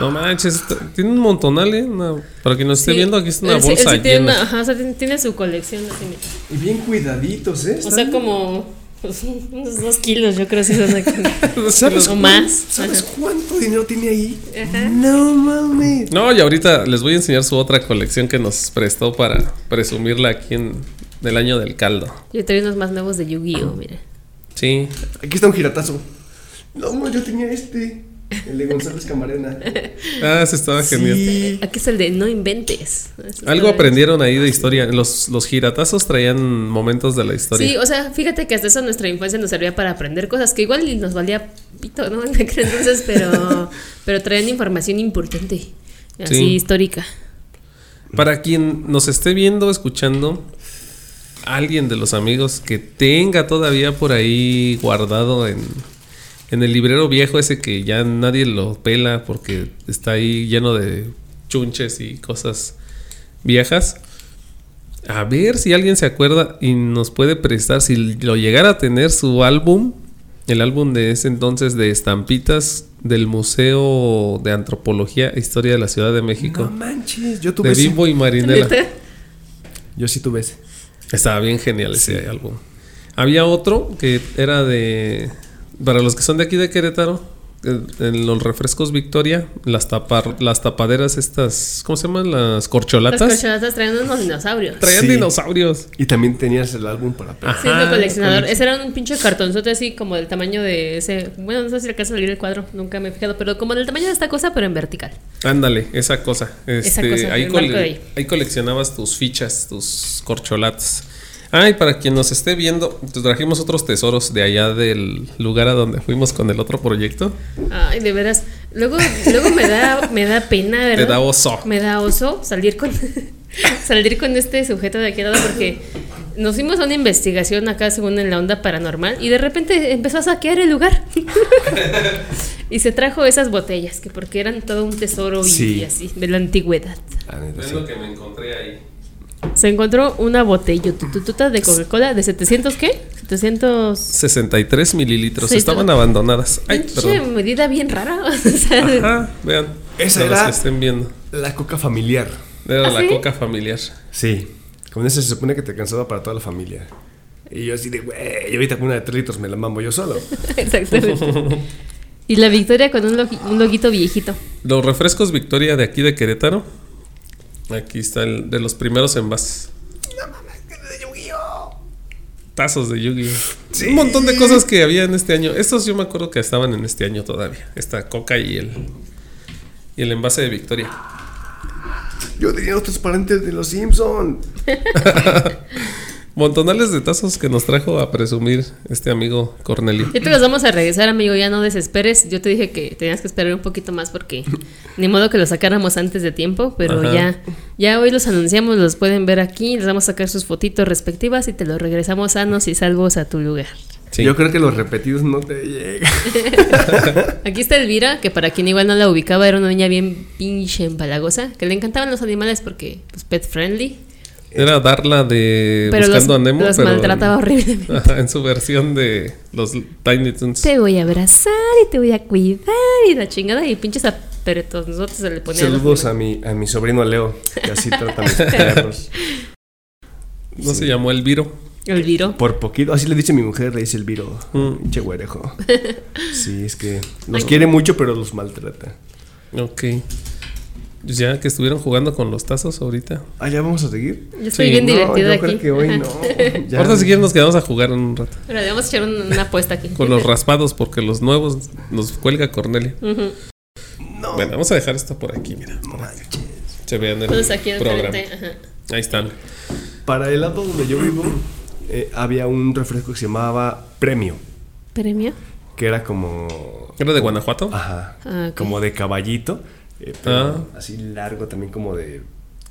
[SPEAKER 1] No manches, está- tiene un montonal, ¿eh? Una- para quien nos esté
[SPEAKER 2] Sí,
[SPEAKER 1] viendo, aquí es una
[SPEAKER 2] él sí- él
[SPEAKER 1] bolsa
[SPEAKER 2] sí tiene
[SPEAKER 1] llena.
[SPEAKER 2] una- ajá, o sea, tiene, tiene su colección así, mira.
[SPEAKER 3] Y bien cuidaditos, ¿eh?
[SPEAKER 2] O sea, como pues, unos dos kilos, yo creo, si son aquí.
[SPEAKER 1] ¿Sabes
[SPEAKER 2] o
[SPEAKER 1] cuál?
[SPEAKER 2] más.
[SPEAKER 3] ¿Sabes
[SPEAKER 2] Ajá.
[SPEAKER 3] cuánto dinero tiene ahí? No mames.
[SPEAKER 1] No, y ahorita les voy a enseñar su otra colección que nos prestó para presumirla aquí en el año del caldo.
[SPEAKER 2] Yo traía unos más nuevos de
[SPEAKER 1] Ah.
[SPEAKER 2] Yu-Gi-Oh, mira.
[SPEAKER 1] Sí,
[SPEAKER 3] Aquí está un giratazo. No, no, yo tenía este. El de González Camarena.
[SPEAKER 1] ah, se estaba genial.
[SPEAKER 3] Sí.
[SPEAKER 2] Aquí es el de no inventes. Ah,
[SPEAKER 1] Algo aprendieron ahí de historia. Los, los giratazos traían momentos de la historia.
[SPEAKER 2] Sí, o sea, fíjate que hasta eso nuestra infancia nos servía para aprender cosas que igual y nos valía pito, ¿no? En aquel entonces, pero, pero traían información importante, así
[SPEAKER 1] Sí.
[SPEAKER 2] histórica.
[SPEAKER 1] Para quien nos esté viendo, escuchando, alguien de los amigos que tenga todavía por ahí guardado en, en el librero viejo ese que ya nadie lo pela porque está ahí lleno de chunches y cosas viejas. A ver si alguien se acuerda y nos puede prestar, si lo llegara a tener su álbum, el álbum de ese entonces de estampitas del Museo de Antropología e Historia de la Ciudad de
[SPEAKER 2] Este.
[SPEAKER 1] México.
[SPEAKER 3] No manches, yo tuve
[SPEAKER 1] de
[SPEAKER 3] ese.
[SPEAKER 1] Bimbo y Marinela.
[SPEAKER 3] Yo sí tuve ese.
[SPEAKER 1] Estaba bien genial ese álbum. Había otro que era de. Para los que son de aquí de Querétaro, en en los refrescos Victoria, las, tapar, las tapaderas estas. ¿Cómo se llaman? Las corcholatas.
[SPEAKER 2] Las corcholatas traían unos dinosaurios.
[SPEAKER 1] Traían
[SPEAKER 3] Sí.
[SPEAKER 1] dinosaurios.
[SPEAKER 3] Y también tenías el álbum para
[SPEAKER 1] Ah.
[SPEAKER 2] Sí, es
[SPEAKER 1] Ajá,
[SPEAKER 2] lo coleccionador.
[SPEAKER 1] coleccion-
[SPEAKER 2] Ese era un pinche cartonzote así como del tamaño de ese. Bueno, no sé si alcanza a salir el cuadro, nunca me he fijado, pero como del tamaño de esta cosa, pero en vertical.
[SPEAKER 1] Ándale, esa cosa. Este,
[SPEAKER 2] cosa,
[SPEAKER 1] ahí,
[SPEAKER 2] el marco
[SPEAKER 1] cole-
[SPEAKER 2] de ahí.
[SPEAKER 1] ahí coleccionabas tus fichas, tus corcholatas. Ay, para quien nos esté viendo, te trajimos otros tesoros de allá del lugar a donde fuimos con el otro proyecto.
[SPEAKER 2] Ay, de veras. Luego, luego me da, me da pena, ¿verdad?
[SPEAKER 1] Te da oso.
[SPEAKER 2] Me da oso salir con salir con este sujeto de aquí al lado porque nos fuimos a una investigación acá según en la onda paranormal y de repente empezó a saquear el lugar. y se trajo esas botellas que porque eran todo un tesoro y,
[SPEAKER 3] Sí.
[SPEAKER 2] así de la antigüedad.
[SPEAKER 3] Ah, neta, sí.
[SPEAKER 1] que me encontré ahí.
[SPEAKER 2] Se encontró una botella tutututa de Coca-Cola de 700 ¿qué? 700
[SPEAKER 1] 63 mililitros,
[SPEAKER 2] Sí,
[SPEAKER 1] estaban
[SPEAKER 2] todo.
[SPEAKER 1] abandonadas. Ay,
[SPEAKER 2] Pinche
[SPEAKER 1] perdón.
[SPEAKER 2] medida bien rara, o sea,
[SPEAKER 1] Ajá, vean.
[SPEAKER 3] Esa
[SPEAKER 1] para los
[SPEAKER 3] era-
[SPEAKER 1] que estén viendo.
[SPEAKER 3] La coca familiar.
[SPEAKER 1] Era
[SPEAKER 2] ¿Ah,
[SPEAKER 1] la
[SPEAKER 2] sí?
[SPEAKER 1] coca familiar.
[SPEAKER 3] Sí. Con ese se supone que te cansaba para toda la familia. Y yo así de, güey, y ahorita con una de 3 litros me la mamo yo solo.
[SPEAKER 2] Exactamente. Y la victoria con un, logi- un loguito viejito.
[SPEAKER 1] Los refrescos Victoria de aquí de Querétaro. Aquí está el de los primeros envases. Tazos de Yu-Gi-Oh! Un montón de cosas que había en este año. Estos yo me acuerdo que estaban en este año todavía. Esta coca y el y el envase de Victoria.
[SPEAKER 3] Yo tenía otros parientes de los Simpson.
[SPEAKER 1] Montonales de tazos que nos trajo a presumir este amigo Cornelio.
[SPEAKER 2] Ya te los vamos a regresar, amigo. Ya no desesperes. Yo te dije que tenías que esperar un poquito más porque ni modo que los sacáramos antes de tiempo, pero
[SPEAKER 1] Ajá.
[SPEAKER 2] ya ya hoy los anunciamos, los pueden ver aquí, les vamos a sacar sus fotitos respectivas y te los regresamos sanos y salvos a tu lugar.
[SPEAKER 1] Sí.
[SPEAKER 3] Yo creo que los repetidos no te llegan.
[SPEAKER 2] Aquí está Elvira, que para quien igual no la ubicaba era una niña bien pinche empalagosa, que le encantaban los animales porque pues pet friendly,
[SPEAKER 1] Era Darla de
[SPEAKER 2] pero los,
[SPEAKER 1] Buscando a Nemo.
[SPEAKER 2] los
[SPEAKER 1] pero-
[SPEAKER 2] maltrataba horriblemente.
[SPEAKER 1] Ajá, en su versión de los Tiny Toons.
[SPEAKER 2] Te voy a abrazar y te voy a cuidar y la chingada y pinches aperetos. Nosotros se le ponían los
[SPEAKER 3] Saludos a mi, a mi sobrino Leo, que así trata a mis perros.
[SPEAKER 1] No se llamó Elviro.
[SPEAKER 2] El viro.
[SPEAKER 3] Por poquito, así le dice mi mujer, le dice el viro.
[SPEAKER 1] Mm.
[SPEAKER 3] Che güerejo. Sí, es que los quiere mucho, pero los maltrata.
[SPEAKER 1] Ok. Pues Ya que estuvieron jugando con los tazos ahorita.
[SPEAKER 3] Ah, ya vamos a seguir.
[SPEAKER 2] Yo estoy
[SPEAKER 1] Sí,
[SPEAKER 2] bien
[SPEAKER 3] no,
[SPEAKER 2] divertida
[SPEAKER 3] yo
[SPEAKER 2] aquí.
[SPEAKER 3] creo que hoy
[SPEAKER 2] Ajá.
[SPEAKER 3] no. Ya.
[SPEAKER 1] Ahorita si quieren nos quedamos a jugar en un rato.
[SPEAKER 2] Pero le vamos a echar un- una apuesta aquí.
[SPEAKER 1] Con los raspados, porque los nuevos nos cuelga Cornelia.
[SPEAKER 2] Ujú.
[SPEAKER 3] No.
[SPEAKER 1] Bueno, vamos a dejar esto por aquí, mira.
[SPEAKER 3] no manches.
[SPEAKER 1] Se vean el
[SPEAKER 2] Entonces Pues aquí
[SPEAKER 1] programa.
[SPEAKER 2] enfrente. ajá.
[SPEAKER 1] Ahí están.
[SPEAKER 3] Para el lado donde yo vivo, eh, había un refresco que se llamaba Premio,
[SPEAKER 2] ¿Premio?
[SPEAKER 3] que era como.
[SPEAKER 1] ¿Era de Guanajuato?
[SPEAKER 3] Ajá.
[SPEAKER 2] Ah, ok.
[SPEAKER 3] Como de caballito. eh, pero
[SPEAKER 1] Ah.
[SPEAKER 3] Así largo también, como de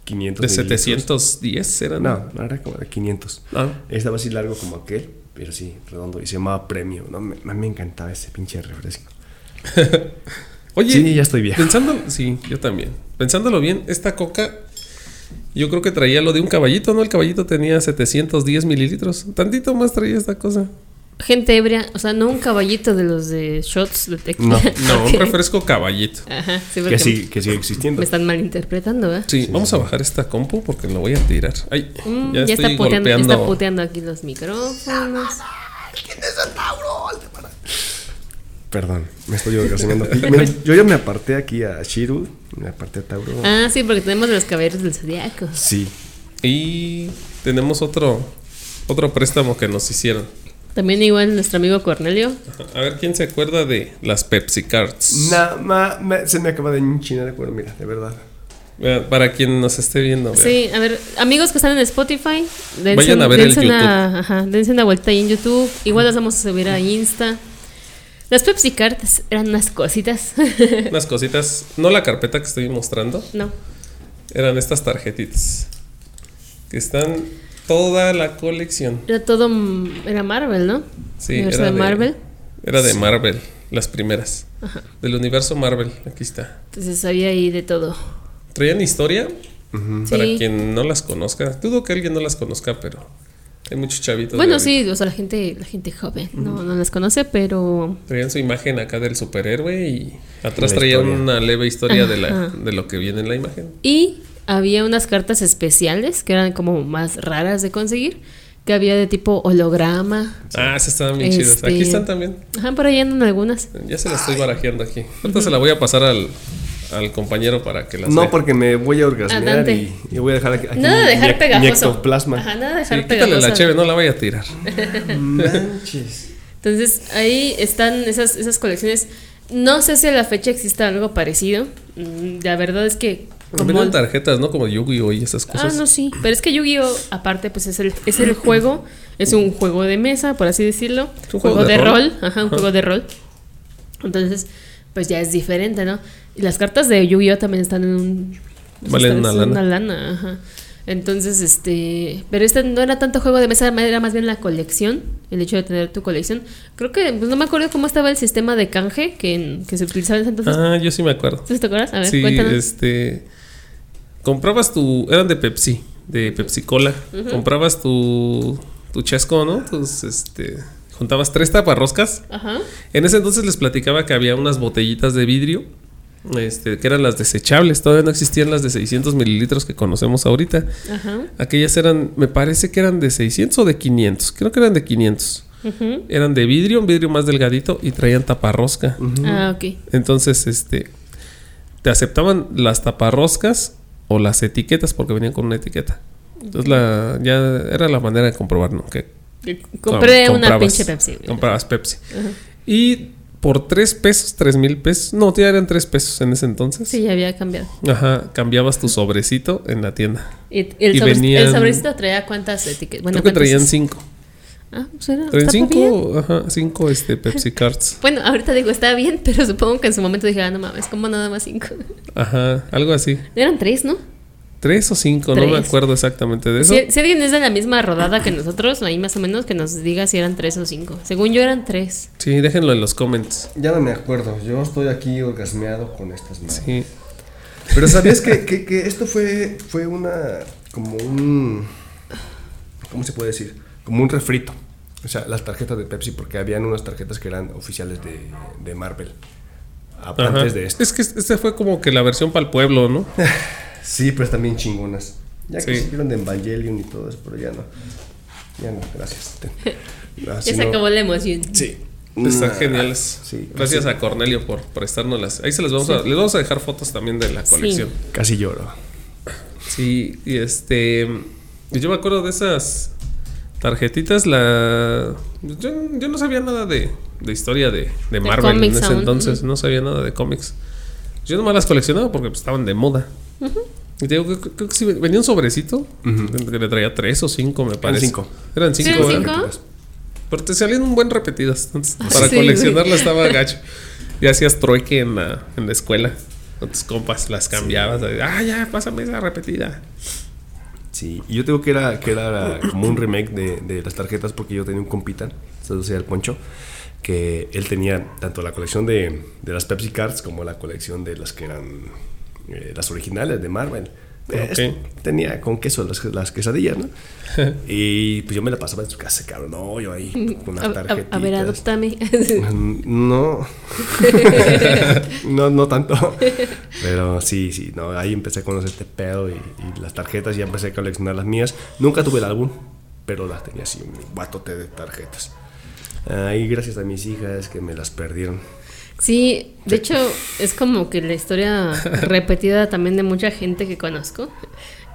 [SPEAKER 3] 500.
[SPEAKER 1] de
[SPEAKER 3] mililitros.
[SPEAKER 1] 710 eran.
[SPEAKER 3] No, no era como de 500.
[SPEAKER 1] Ah.
[SPEAKER 3] Estaba así largo como aquel, pero sí, redondo. Y se llamaba Premio. No, me, a mí me encantaba ese pinche refresco.
[SPEAKER 1] Oye,
[SPEAKER 3] Sí, ya estoy viejo.
[SPEAKER 1] pensando, sí, yo también. Pensándolo bien, esta coca yo creo que traía lo de un caballito, ¿no? El caballito tenía 710 mililitros. Tantito más traía esta cosa.
[SPEAKER 2] Gente ebria, o sea, no un caballito de los de shots de tequila.
[SPEAKER 3] No,
[SPEAKER 1] No,
[SPEAKER 2] Ok.
[SPEAKER 1] un refresco caballito.
[SPEAKER 2] Ajá, sí, porque
[SPEAKER 3] Que sigue, que sigue existiendo.
[SPEAKER 2] me están malinterpretando, ¿eh?
[SPEAKER 1] Sí, vamos a bajar esta compu porque lo voy a tirar. Ay,
[SPEAKER 2] Mm,
[SPEAKER 1] ya,
[SPEAKER 2] ya,
[SPEAKER 1] estoy
[SPEAKER 2] está puteando, ya
[SPEAKER 1] golpeando.
[SPEAKER 2] está puteando aquí los micrófonos.
[SPEAKER 3] Perdón, me estoy ocasionando. Mira, yo ya me aparté aquí a Shiru, me aparté a Tauro.
[SPEAKER 2] Ah, sí, porque tenemos los caballeros del zodiaco.
[SPEAKER 3] Sí.
[SPEAKER 1] Y tenemos otro otro préstamo que nos hicieron.
[SPEAKER 2] También igual nuestro amigo Cornelio.
[SPEAKER 1] Ajá, A ver quién se acuerda de las Pepsi Cards.
[SPEAKER 3] Nada se me acaba de enchinar el cuero, mira, de verdad.
[SPEAKER 1] Vean, Para quien nos esté viendo, vean.
[SPEAKER 2] Sí, a ver, amigos que están en Spotify, dense,
[SPEAKER 1] Vayan a ver el
[SPEAKER 2] dense una, ajá, dense una vuelta ahí en YouTube. Igual las vamos a subir a Insta. Las Pepsi Cards eran unas cositas.
[SPEAKER 1] unas cositas. No la carpeta que estoy mostrando.
[SPEAKER 2] no.
[SPEAKER 1] eran estas tarjetitas que están toda la colección.
[SPEAKER 2] Era todo. mm, Era Marvel, ¿no?
[SPEAKER 1] Sí,
[SPEAKER 2] Universo
[SPEAKER 1] era
[SPEAKER 2] de Marvel.
[SPEAKER 1] Era de Marvel, las primeras. Del universo Marvel, aquí está.
[SPEAKER 2] Entonces había ahí de todo.
[SPEAKER 1] Traían historia, para
[SPEAKER 2] Sí.
[SPEAKER 1] quien no las conozca. Dudo que alguien no las conozca, pero hay muchos chavitos. de
[SPEAKER 2] Bueno,
[SPEAKER 1] ahorita.
[SPEAKER 2] sí, o sea, la gente, la gente joven no, no las conoce, pero
[SPEAKER 1] Traían su imagen acá del superhéroe y atrás
[SPEAKER 3] La
[SPEAKER 1] traían
[SPEAKER 3] historia.
[SPEAKER 1] una leve historia de, la,
[SPEAKER 2] Ajá.
[SPEAKER 1] de lo que viene en la imagen.
[SPEAKER 2] Y había unas cartas especiales que eran como más raras de conseguir, que había de tipo holograma.
[SPEAKER 1] Ah, sí, estaban bien chidas.
[SPEAKER 2] Este-
[SPEAKER 1] Aquí están también.
[SPEAKER 2] Ajá, por ahí andan algunas.
[SPEAKER 1] Ya se la estoy barajeando aquí. Ahorita se la voy a pasar al, al compañero para que las
[SPEAKER 3] No,
[SPEAKER 1] vea.
[SPEAKER 3] porque me voy a
[SPEAKER 2] Ah,
[SPEAKER 3] orgasmear
[SPEAKER 2] Dante.
[SPEAKER 3] y, y voy a dejar aquí. aquí
[SPEAKER 2] Nada de
[SPEAKER 3] mi-
[SPEAKER 2] dejar
[SPEAKER 3] mi- Mi
[SPEAKER 2] pegajoso.
[SPEAKER 3] ectoplasma.
[SPEAKER 2] Ajá, nada de
[SPEAKER 1] Sí,
[SPEAKER 2] dejar
[SPEAKER 1] quítale
[SPEAKER 2] pegajoso.
[SPEAKER 1] la cheve, no la vaya a tirar.
[SPEAKER 3] Manches.
[SPEAKER 2] Entonces ahí están esas, esas colecciones. No sé si a la fecha exista algo parecido. Mm, La verdad es que... como-
[SPEAKER 1] Venían tarjetas, ¿no? Como Yu-Gi-Oh! y esas
[SPEAKER 2] Ah,
[SPEAKER 1] cosas.
[SPEAKER 2] no, sí. Pero es que Yu-Gi-Oh! aparte, pues es el, es el juego, es un juego de mesa, por así decirlo.
[SPEAKER 1] Es
[SPEAKER 2] Un juego, de, rol. Ajá, un
[SPEAKER 1] Ajá.
[SPEAKER 2] juego de rol. Entonces, pues ya es diferente, ¿no? Y las cartas de Yu-Gi-Oh! también están en un... pues,
[SPEAKER 1] Valen
[SPEAKER 2] están-
[SPEAKER 1] una
[SPEAKER 2] son
[SPEAKER 1] lana.
[SPEAKER 2] lana, ajá. Entonces, este... Pero este no era tanto juego de mesa, era más bien la colección, el hecho de tener tu colección. Creo que, pues no me acuerdo cómo estaba el sistema de canje que, que se utilizaba en ese entonces.
[SPEAKER 1] Ah, yo sí me acuerdo.
[SPEAKER 2] ¿Tú te acuerdas? A ver,
[SPEAKER 1] sí,
[SPEAKER 2] cuéntanos.
[SPEAKER 1] este. Comprabas tu. Eran de Pepsi, de Pepsi Cola. Comprabas tu. Tu chasco, ¿no? Tus, este. Juntabas tres taparroscas.
[SPEAKER 2] Ajá.
[SPEAKER 1] En ese entonces les platicaba que había unas botellitas de vidrio. Este, que eran las desechables. Todavía no existían las de 600 mililitros que conocemos ahorita.
[SPEAKER 2] Ajá.
[SPEAKER 1] Aquellas eran, me parece que eran de 600 o de 500. Creo que eran de 500.
[SPEAKER 2] Ujú.
[SPEAKER 1] Eran de vidrio, un vidrio más delgadito y traían taparrosca.
[SPEAKER 2] Ah, ok.
[SPEAKER 1] Entonces, este, te aceptaban las taparroscas o las etiquetas porque venían con una etiqueta. Entonces, la, ya era la manera de comprobar, ¿no? Que
[SPEAKER 2] Compré
[SPEAKER 1] Eh, com-
[SPEAKER 2] una
[SPEAKER 1] comprabas-
[SPEAKER 2] pinche Pepsi. güey.
[SPEAKER 1] Comprabas Pepsi. Y por 3 pesos, 3 mil pesos, no, ya eran 3 pesos en ese entonces.
[SPEAKER 2] Sí, ya había cambiado.
[SPEAKER 1] Ajá, cambiabas tu sobrecito en la tienda.
[SPEAKER 2] Y el,
[SPEAKER 1] Y
[SPEAKER 2] sobre-
[SPEAKER 1] venían-
[SPEAKER 2] el sobrecito traía cuántas etiquetas. Bueno,
[SPEAKER 1] Creo que
[SPEAKER 2] ¿cuántas?
[SPEAKER 1] traían 5.
[SPEAKER 2] Ah, pues era.
[SPEAKER 1] Traían
[SPEAKER 2] estaba bien.
[SPEAKER 1] 5, ajá, 5 este, Pepsi Cards.
[SPEAKER 2] Bueno, ahorita digo, está bien, pero supongo que en su momento dije, ah, no mames, como nada más cinco.
[SPEAKER 1] Ajá, algo así.
[SPEAKER 2] Eran tres, ¿no?
[SPEAKER 1] 3 o 5, no me
[SPEAKER 2] Tres.
[SPEAKER 1] acuerdo exactamente de eso.
[SPEAKER 2] Si, si alguien es de la misma rodada que nosotros, ahí más o menos, que nos diga si eran tres o cinco. Según yo eran tres.
[SPEAKER 1] Sí, déjenlo en los comments.
[SPEAKER 3] Ya no me acuerdo. Yo estoy aquí orgasmeado con estas manos.
[SPEAKER 1] Sí.
[SPEAKER 3] Pero ¿sabías que, que- que esto fue, fue una. como un. ¿Cómo se puede decir? Como un refrito. O sea, las tarjetas de Pepsi, porque habían unas tarjetas que eran oficiales de, de Marvel. a-
[SPEAKER 1] Ajá.
[SPEAKER 3] Antes de esto.
[SPEAKER 1] Es que este fue como que la versión para el pueblo, ¿no?
[SPEAKER 3] Sí, pero están bien chingonas. Ya que
[SPEAKER 1] Sí.
[SPEAKER 3] sirvieron de Evangelion y todo eso, pero ya no. Ya no, gracias. Ten. Ah, si
[SPEAKER 2] ya se
[SPEAKER 3] no-
[SPEAKER 2] acabó la emoción.
[SPEAKER 3] Sí.
[SPEAKER 1] Están
[SPEAKER 3] Ah,
[SPEAKER 1] geniales.
[SPEAKER 3] Sí.
[SPEAKER 1] Gracias a Cornelio por prestárnoslas. Ahí se las vamos a, les vamos a dejar fotos también de la
[SPEAKER 2] Sí.
[SPEAKER 1] colección.
[SPEAKER 3] Casi lloro.
[SPEAKER 1] Sí, y este. y Yo me acuerdo de esas tarjetitas. La. Yo, yo no sabía nada de, de historia de, de Marvel en
[SPEAKER 2] cómics
[SPEAKER 1] ese
[SPEAKER 2] aún,
[SPEAKER 1] entonces. No sabía nada de cómics. Yo nomás las coleccionaba porque pues, estaban de moda. Y te digo, creo, creo que sí, venía un sobrecito que le traía tres o cinco, me parece.
[SPEAKER 3] cinco.
[SPEAKER 1] Eran cinco.
[SPEAKER 2] ¿Eran
[SPEAKER 1] ¿verdad?
[SPEAKER 2] cinco?
[SPEAKER 1] Pero te salían un buen repetidas. Entonces,
[SPEAKER 2] Ah,
[SPEAKER 1] para
[SPEAKER 2] sí,
[SPEAKER 1] coleccionarla estaba gacho. Y hacías trueque en la, en la escuela. Con tus compas las cambiabas. Ah, ya, pásame esa repetida.
[SPEAKER 3] Sí, y yo tengo que era, que era como un remake de, de las tarjetas porque yo tenía un compita, saludos ahí al Poncho, que él tenía tanto la colección de, de las Pepsi Cards como la colección de las que eran eh, las originales de Marvel. Eh,
[SPEAKER 1] Ok.
[SPEAKER 3] es- tenía con queso las, las quesadillas, ¿no? y pues yo me la pasaba en su casa, cabrón. No, yo ahí con
[SPEAKER 2] A,
[SPEAKER 3] las
[SPEAKER 2] a-
[SPEAKER 3] tarjetitas.
[SPEAKER 2] a ver, adoptame.
[SPEAKER 3] No. no, no tanto. Pero sí, sí, no, ahí empecé a conocer este pedo y, y las tarjetas, ya empecé a coleccionar las mías. Nunca tuve el álbum, pero las tenía así, un guatote de tarjetas. Ahí gracias a mis hijas que me las perdieron.
[SPEAKER 2] Sí, de hecho es como que la historia repetida también de mucha gente que conozco,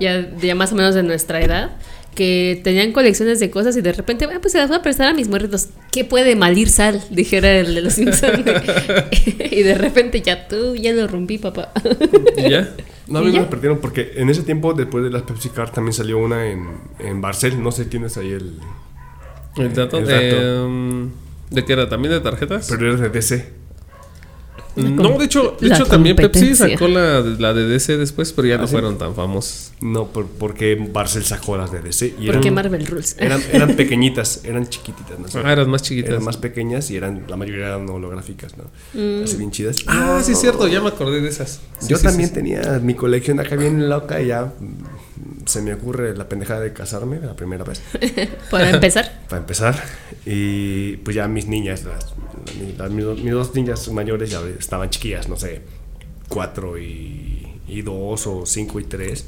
[SPEAKER 2] ya, ya más o menos de nuestra edad, que tenían colecciones de cosas y de repente, "Ah, pues se las voy a prestar a mis muertos. ¿Qué puede malir sal? Dijera el de los Simpsons. y de repente ya tú, ya lo rompí, papá.
[SPEAKER 1] Y ya.
[SPEAKER 3] No, a
[SPEAKER 2] ¿Y
[SPEAKER 3] mí me
[SPEAKER 2] ya?
[SPEAKER 3] las perdieron porque en ese tiempo, después de las Pepsi Card, también salió una en, en Barcel. No sé, tienes ahí el.
[SPEAKER 1] El dato. em,
[SPEAKER 3] El dato.
[SPEAKER 1] eh, ¿De qué era? ¿También de tarjetas?
[SPEAKER 3] Pero era de DC.
[SPEAKER 1] No, de hecho, de
[SPEAKER 2] la
[SPEAKER 1] hecho también Pepsi
[SPEAKER 2] competencia.
[SPEAKER 1] sacó la, la de DC después, pero ya no
[SPEAKER 3] ¿Ah, sí?
[SPEAKER 1] fueron tan famosos.
[SPEAKER 3] No, por- porque Barcel sacó las de DC. Y
[SPEAKER 2] Porque
[SPEAKER 3] eran,
[SPEAKER 2] Marvel Rules.
[SPEAKER 3] eran, eran pequeñitas, eran chiquititas. ¿no? O sea,
[SPEAKER 1] Ah, eran más chiquitas.
[SPEAKER 3] eran más pequeñas y eran la mayoría eran holográficas, ¿no? Así bien chidas.
[SPEAKER 1] Ah, sí, es cierto, ya me acordé de esas. Sí,
[SPEAKER 3] Yo
[SPEAKER 1] sí,
[SPEAKER 3] también
[SPEAKER 1] sí, sí.
[SPEAKER 3] tenía mi colección acá bien loca y ya mm, se me ocurre la pendejada de casarme la primera vez,
[SPEAKER 2] Para empezar,
[SPEAKER 3] para empezar. Y pues ya mis niñas, las- las- las- mis, dos- mis dos niñas mayores ya estaban chiquillas, no sé, cuatro y, y dos o cinco y tres.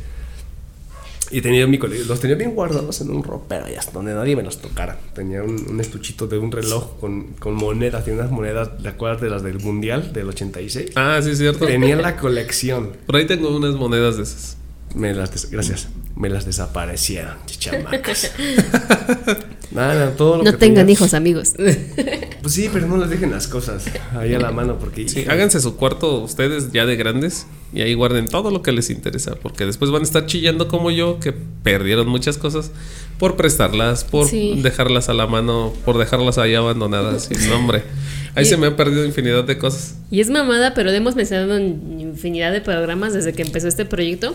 [SPEAKER 3] Y tenía mi cole- los tenía bien guardados en un ropero, y hasta donde nadie me los tocara. Tenía un, un estuchito de un reloj con, con monedas, tenía unas monedas, ¿te acuerdas de las del Mundial del 86?
[SPEAKER 1] Ah, sí, es cierto.
[SPEAKER 3] Tenía la colección.
[SPEAKER 1] Por ahí tengo unas monedas de esas.
[SPEAKER 3] Me las des- gracias. Me las desaparecieron, chichamacas. Nada, todo lo que
[SPEAKER 2] no tengan
[SPEAKER 3] tenía-
[SPEAKER 2] hijos, amigos.
[SPEAKER 3] Pues sí, pero no les dejen las cosas ahí a la mano porque
[SPEAKER 1] Sí, háganse su cuarto ustedes ya de grandes y ahí guarden todo lo que les interesa, porque después van a estar chillando como yo, que perdieron muchas cosas por prestarlas, por
[SPEAKER 2] Sí.
[SPEAKER 1] dejarlas a la mano, por dejarlas ahí abandonadas. y no, hombre, ahí
[SPEAKER 2] Y-
[SPEAKER 1] se me han perdido infinidad de cosas.
[SPEAKER 2] Y es mamada, pero lo hemos mencionado en infinidad de programas desde que empezó este proyecto.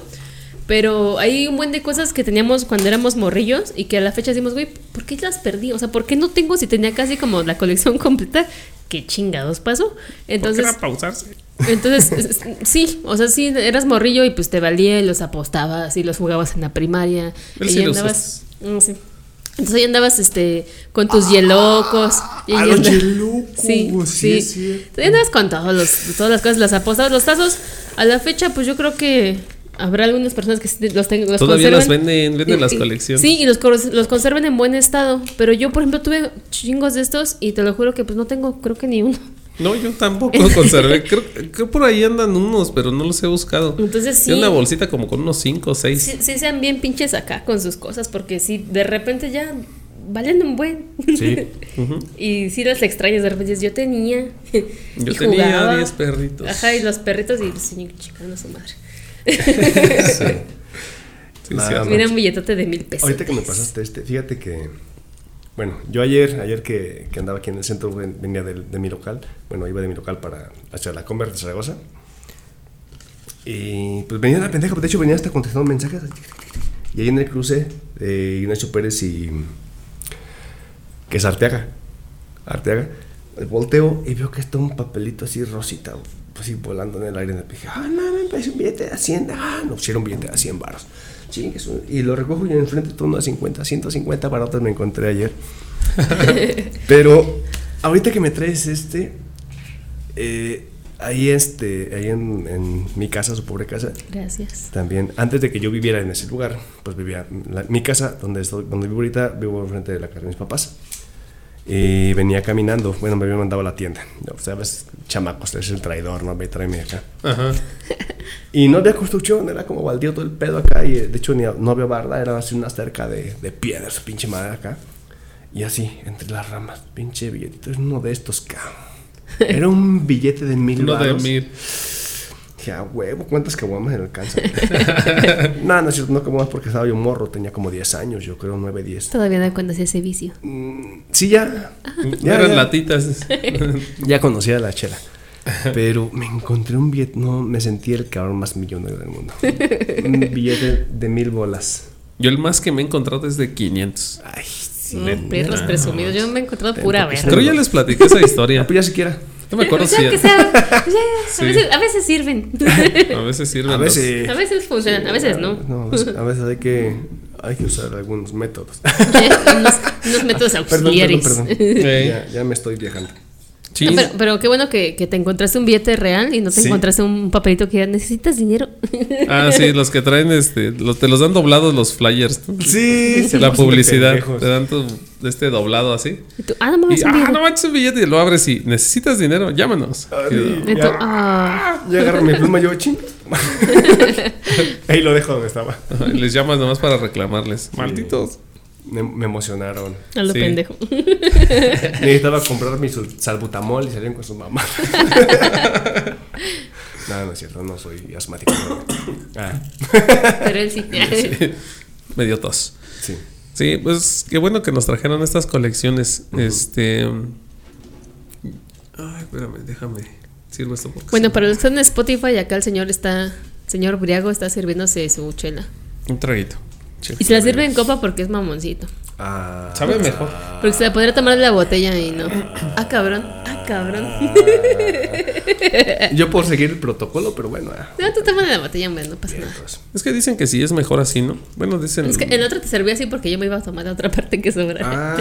[SPEAKER 2] Pero hay un buen de cosas que teníamos cuando éramos morrillos y que a la fecha decimos, güey, ¿por qué las perdí? O sea, ¿por qué no tengo si tenía casi como la colección completa? ¿Qué chingados pasó? Entonces,
[SPEAKER 1] ¿Por qué era pausarse?
[SPEAKER 2] entonces, es- es- sí, o sea, sí, eras morrillo y pues te valía y los apostabas y los jugabas en la primaria.
[SPEAKER 1] Él
[SPEAKER 2] y
[SPEAKER 1] sí lo
[SPEAKER 2] andabas. Mm, sí. Entonces ahí andabas este, con
[SPEAKER 1] Ah,
[SPEAKER 2] tus hielocos. Y
[SPEAKER 3] ah,
[SPEAKER 2] ahí
[SPEAKER 3] los
[SPEAKER 2] anda-
[SPEAKER 3] hielocos, sí, es cierto.
[SPEAKER 2] Ahí andabas con todos los, todas las cosas, las apostas, los tazos. A la fecha, pues yo creo que habrá algunas personas que sí los tengan.
[SPEAKER 1] Todavía las venden, venden las colecciones.
[SPEAKER 2] Sí, y los, cor- los conserven en buen estado. Pero yo, por ejemplo, tuve chingos de estos y te lo juro que pues no tengo, creo que ni uno.
[SPEAKER 1] No, yo tampoco conservé. Creo que por ahí andan unos, pero no los he buscado.
[SPEAKER 2] Entonces, sí.
[SPEAKER 1] Tiene una bolsita como con unos 5 o 6.
[SPEAKER 2] sí, sí sean bien pinches acá con sus cosas, porque si de repente ya valen un buen.
[SPEAKER 3] Sí.
[SPEAKER 2] y si las extrañas, de repente dices, yo tenía.
[SPEAKER 1] Yo
[SPEAKER 2] Y
[SPEAKER 1] tenía
[SPEAKER 2] jugaba.
[SPEAKER 1] 10 perritos.
[SPEAKER 2] Ajá, y los perritos y los niños chingando a su madre.
[SPEAKER 1] Sí,
[SPEAKER 3] Nada
[SPEAKER 1] sí,
[SPEAKER 3] más.
[SPEAKER 2] Mira un billetote de mil pesos.
[SPEAKER 3] Ahorita que me pasaste este, fíjate que bueno, yo ayer, ayer que, que andaba aquí en el centro, ven- venía del- de, mi local, bueno, iba de mi local para hacia la Conver de Zaragoza. Y pues venía la pendeja, de hecho venía hasta contestando mensajes. Y ahí en el cruce de Ignacio Pérez y. que es Arteaga. Arteaga. Volteo y veo que está un papelito así rosita, así volando en el aire. Y dije, ah, no, me parece un billete de Hacienda. Ah, no, sí era un billete de 100 baros. Chingue su- Y lo recojo y enfrente todo uno de 50, 150 barotas me encontré ayer. Pero ahorita que me traes este, eh, ahí este, ahí en, en mi casa, su pobre casa,
[SPEAKER 2] Gracias.
[SPEAKER 3] también, antes de que yo viviera en ese lugar, pues vivía la- mi casa, donde, estoy, donde vivo ahorita, vivo enfrente de la casa de mis papás. Y venía caminando, bueno, me había mandado a la tienda. O sea, ves, chamacos, eres el traidor, no me tráeme acá.
[SPEAKER 1] Ajá.
[SPEAKER 3] Y no había construcción, era como baldío todo el pedo acá. Y eh, de hecho, ni, no había barda, era así una cerca de, de piedra, su pinche madera acá. Y así, entre las ramas, pinche billetito. Es uno de estos, cabrón. Era un billete de mil
[SPEAKER 1] Uno de
[SPEAKER 3] varos.
[SPEAKER 1] mil.
[SPEAKER 3] Dije, "Ah, huevo, ¿cuántas caguamas le alcanzan? no, no es cierto, no caguamas porque estaba yo morro, tenía como 10 años, yo creo 9, 10.
[SPEAKER 2] Todavía no conocí ese vicio.
[SPEAKER 3] Sí, ya. Ya,
[SPEAKER 1] eran
[SPEAKER 3] ya.
[SPEAKER 1] latitas.
[SPEAKER 3] Ya conocía la chela. Pero me encontré un billete, no, me sentí el cabrón más millonario del mundo. Un billete de mil bolas.
[SPEAKER 1] Yo el más que me he encontrado es de 500.
[SPEAKER 3] Ay, sí.
[SPEAKER 2] No, perros presumidos. Yo me he encontrado pura
[SPEAKER 3] porque
[SPEAKER 2] verga.
[SPEAKER 1] Creo ya les platiqué esa historia.
[SPEAKER 3] pues ya siquiera.
[SPEAKER 1] No me acuerdo
[SPEAKER 2] O sea,
[SPEAKER 1] si
[SPEAKER 2] que
[SPEAKER 1] era-
[SPEAKER 2] sea- o sea,
[SPEAKER 1] Sí.
[SPEAKER 2] a, veces, a veces sirven.
[SPEAKER 1] a veces sirven.
[SPEAKER 3] A
[SPEAKER 1] los-
[SPEAKER 3] veces.
[SPEAKER 2] a veces funcionan, a veces no.
[SPEAKER 3] No, a veces- a veces hay que, hay que usar algunos métodos.
[SPEAKER 2] unos, unos métodos
[SPEAKER 3] Perdón, perdón,
[SPEAKER 2] auxiliares.
[SPEAKER 3] perdón.
[SPEAKER 1] Ey.
[SPEAKER 3] Ya, ya me estoy viajando.
[SPEAKER 1] Sí.
[SPEAKER 2] No, pero, pero qué bueno que, que te encontraste un billete real y no te
[SPEAKER 3] Sí.
[SPEAKER 2] encontraste un papelito que diga, necesitas dinero.
[SPEAKER 1] Ah, sí, los que traen este. Los, te los dan doblados los flyers. ¿no?
[SPEAKER 3] Sí,
[SPEAKER 1] La publicidad. Te dan tu- este doblado así.
[SPEAKER 2] Y tú, ah, no mames,
[SPEAKER 1] Y,
[SPEAKER 2] un
[SPEAKER 1] ah,
[SPEAKER 2] billete.
[SPEAKER 1] no manches un billete y lo abres y necesitas dinero, llámanos. Y-
[SPEAKER 2] Y tú, ah.
[SPEAKER 3] Ya agarro mi pluma yo, ching. Ahí lo dejo donde estaba.
[SPEAKER 1] Ajá, y ah, les llamas nomás para reclamarles. Malditos.
[SPEAKER 3] Me, me emocionaron.
[SPEAKER 2] A lo
[SPEAKER 1] Sí.
[SPEAKER 2] pendejo.
[SPEAKER 3] Necesitaba comprar mi sul- salbutamol y salieron con su mamá. no, no es cierto, no soy asmático. Ah,
[SPEAKER 2] Pero él sí.
[SPEAKER 1] Medio tos.
[SPEAKER 3] sí.
[SPEAKER 1] Sí, pues qué bueno que nos trajeron estas colecciones. Este. Ay, espérame, déjame. sirvo esto porque
[SPEAKER 2] Bueno,
[SPEAKER 1] sí.
[SPEAKER 2] para los que están en Spotify, acá el señor está, señor Briago está sirviéndose su chela.
[SPEAKER 1] Un traguito. Sí.
[SPEAKER 2] Y se la sirve en copa porque es mamoncito.
[SPEAKER 3] Ah,
[SPEAKER 1] Sabe mejor.
[SPEAKER 2] Porque se la podría tomar de la botella y no. Ah, cabrón, ah, cabrón.
[SPEAKER 3] Yo por seguir el protocolo, pero bueno. ah,
[SPEAKER 2] no, tú tomas de la botella, hombre, no pasa
[SPEAKER 3] bien,
[SPEAKER 2] nada.
[SPEAKER 3] pues.
[SPEAKER 1] Es que dicen que sí es mejor así, ¿no? Bueno, dicen.
[SPEAKER 2] Es que en la otra te servía así porque yo me iba a tomar la otra parte que sobraba.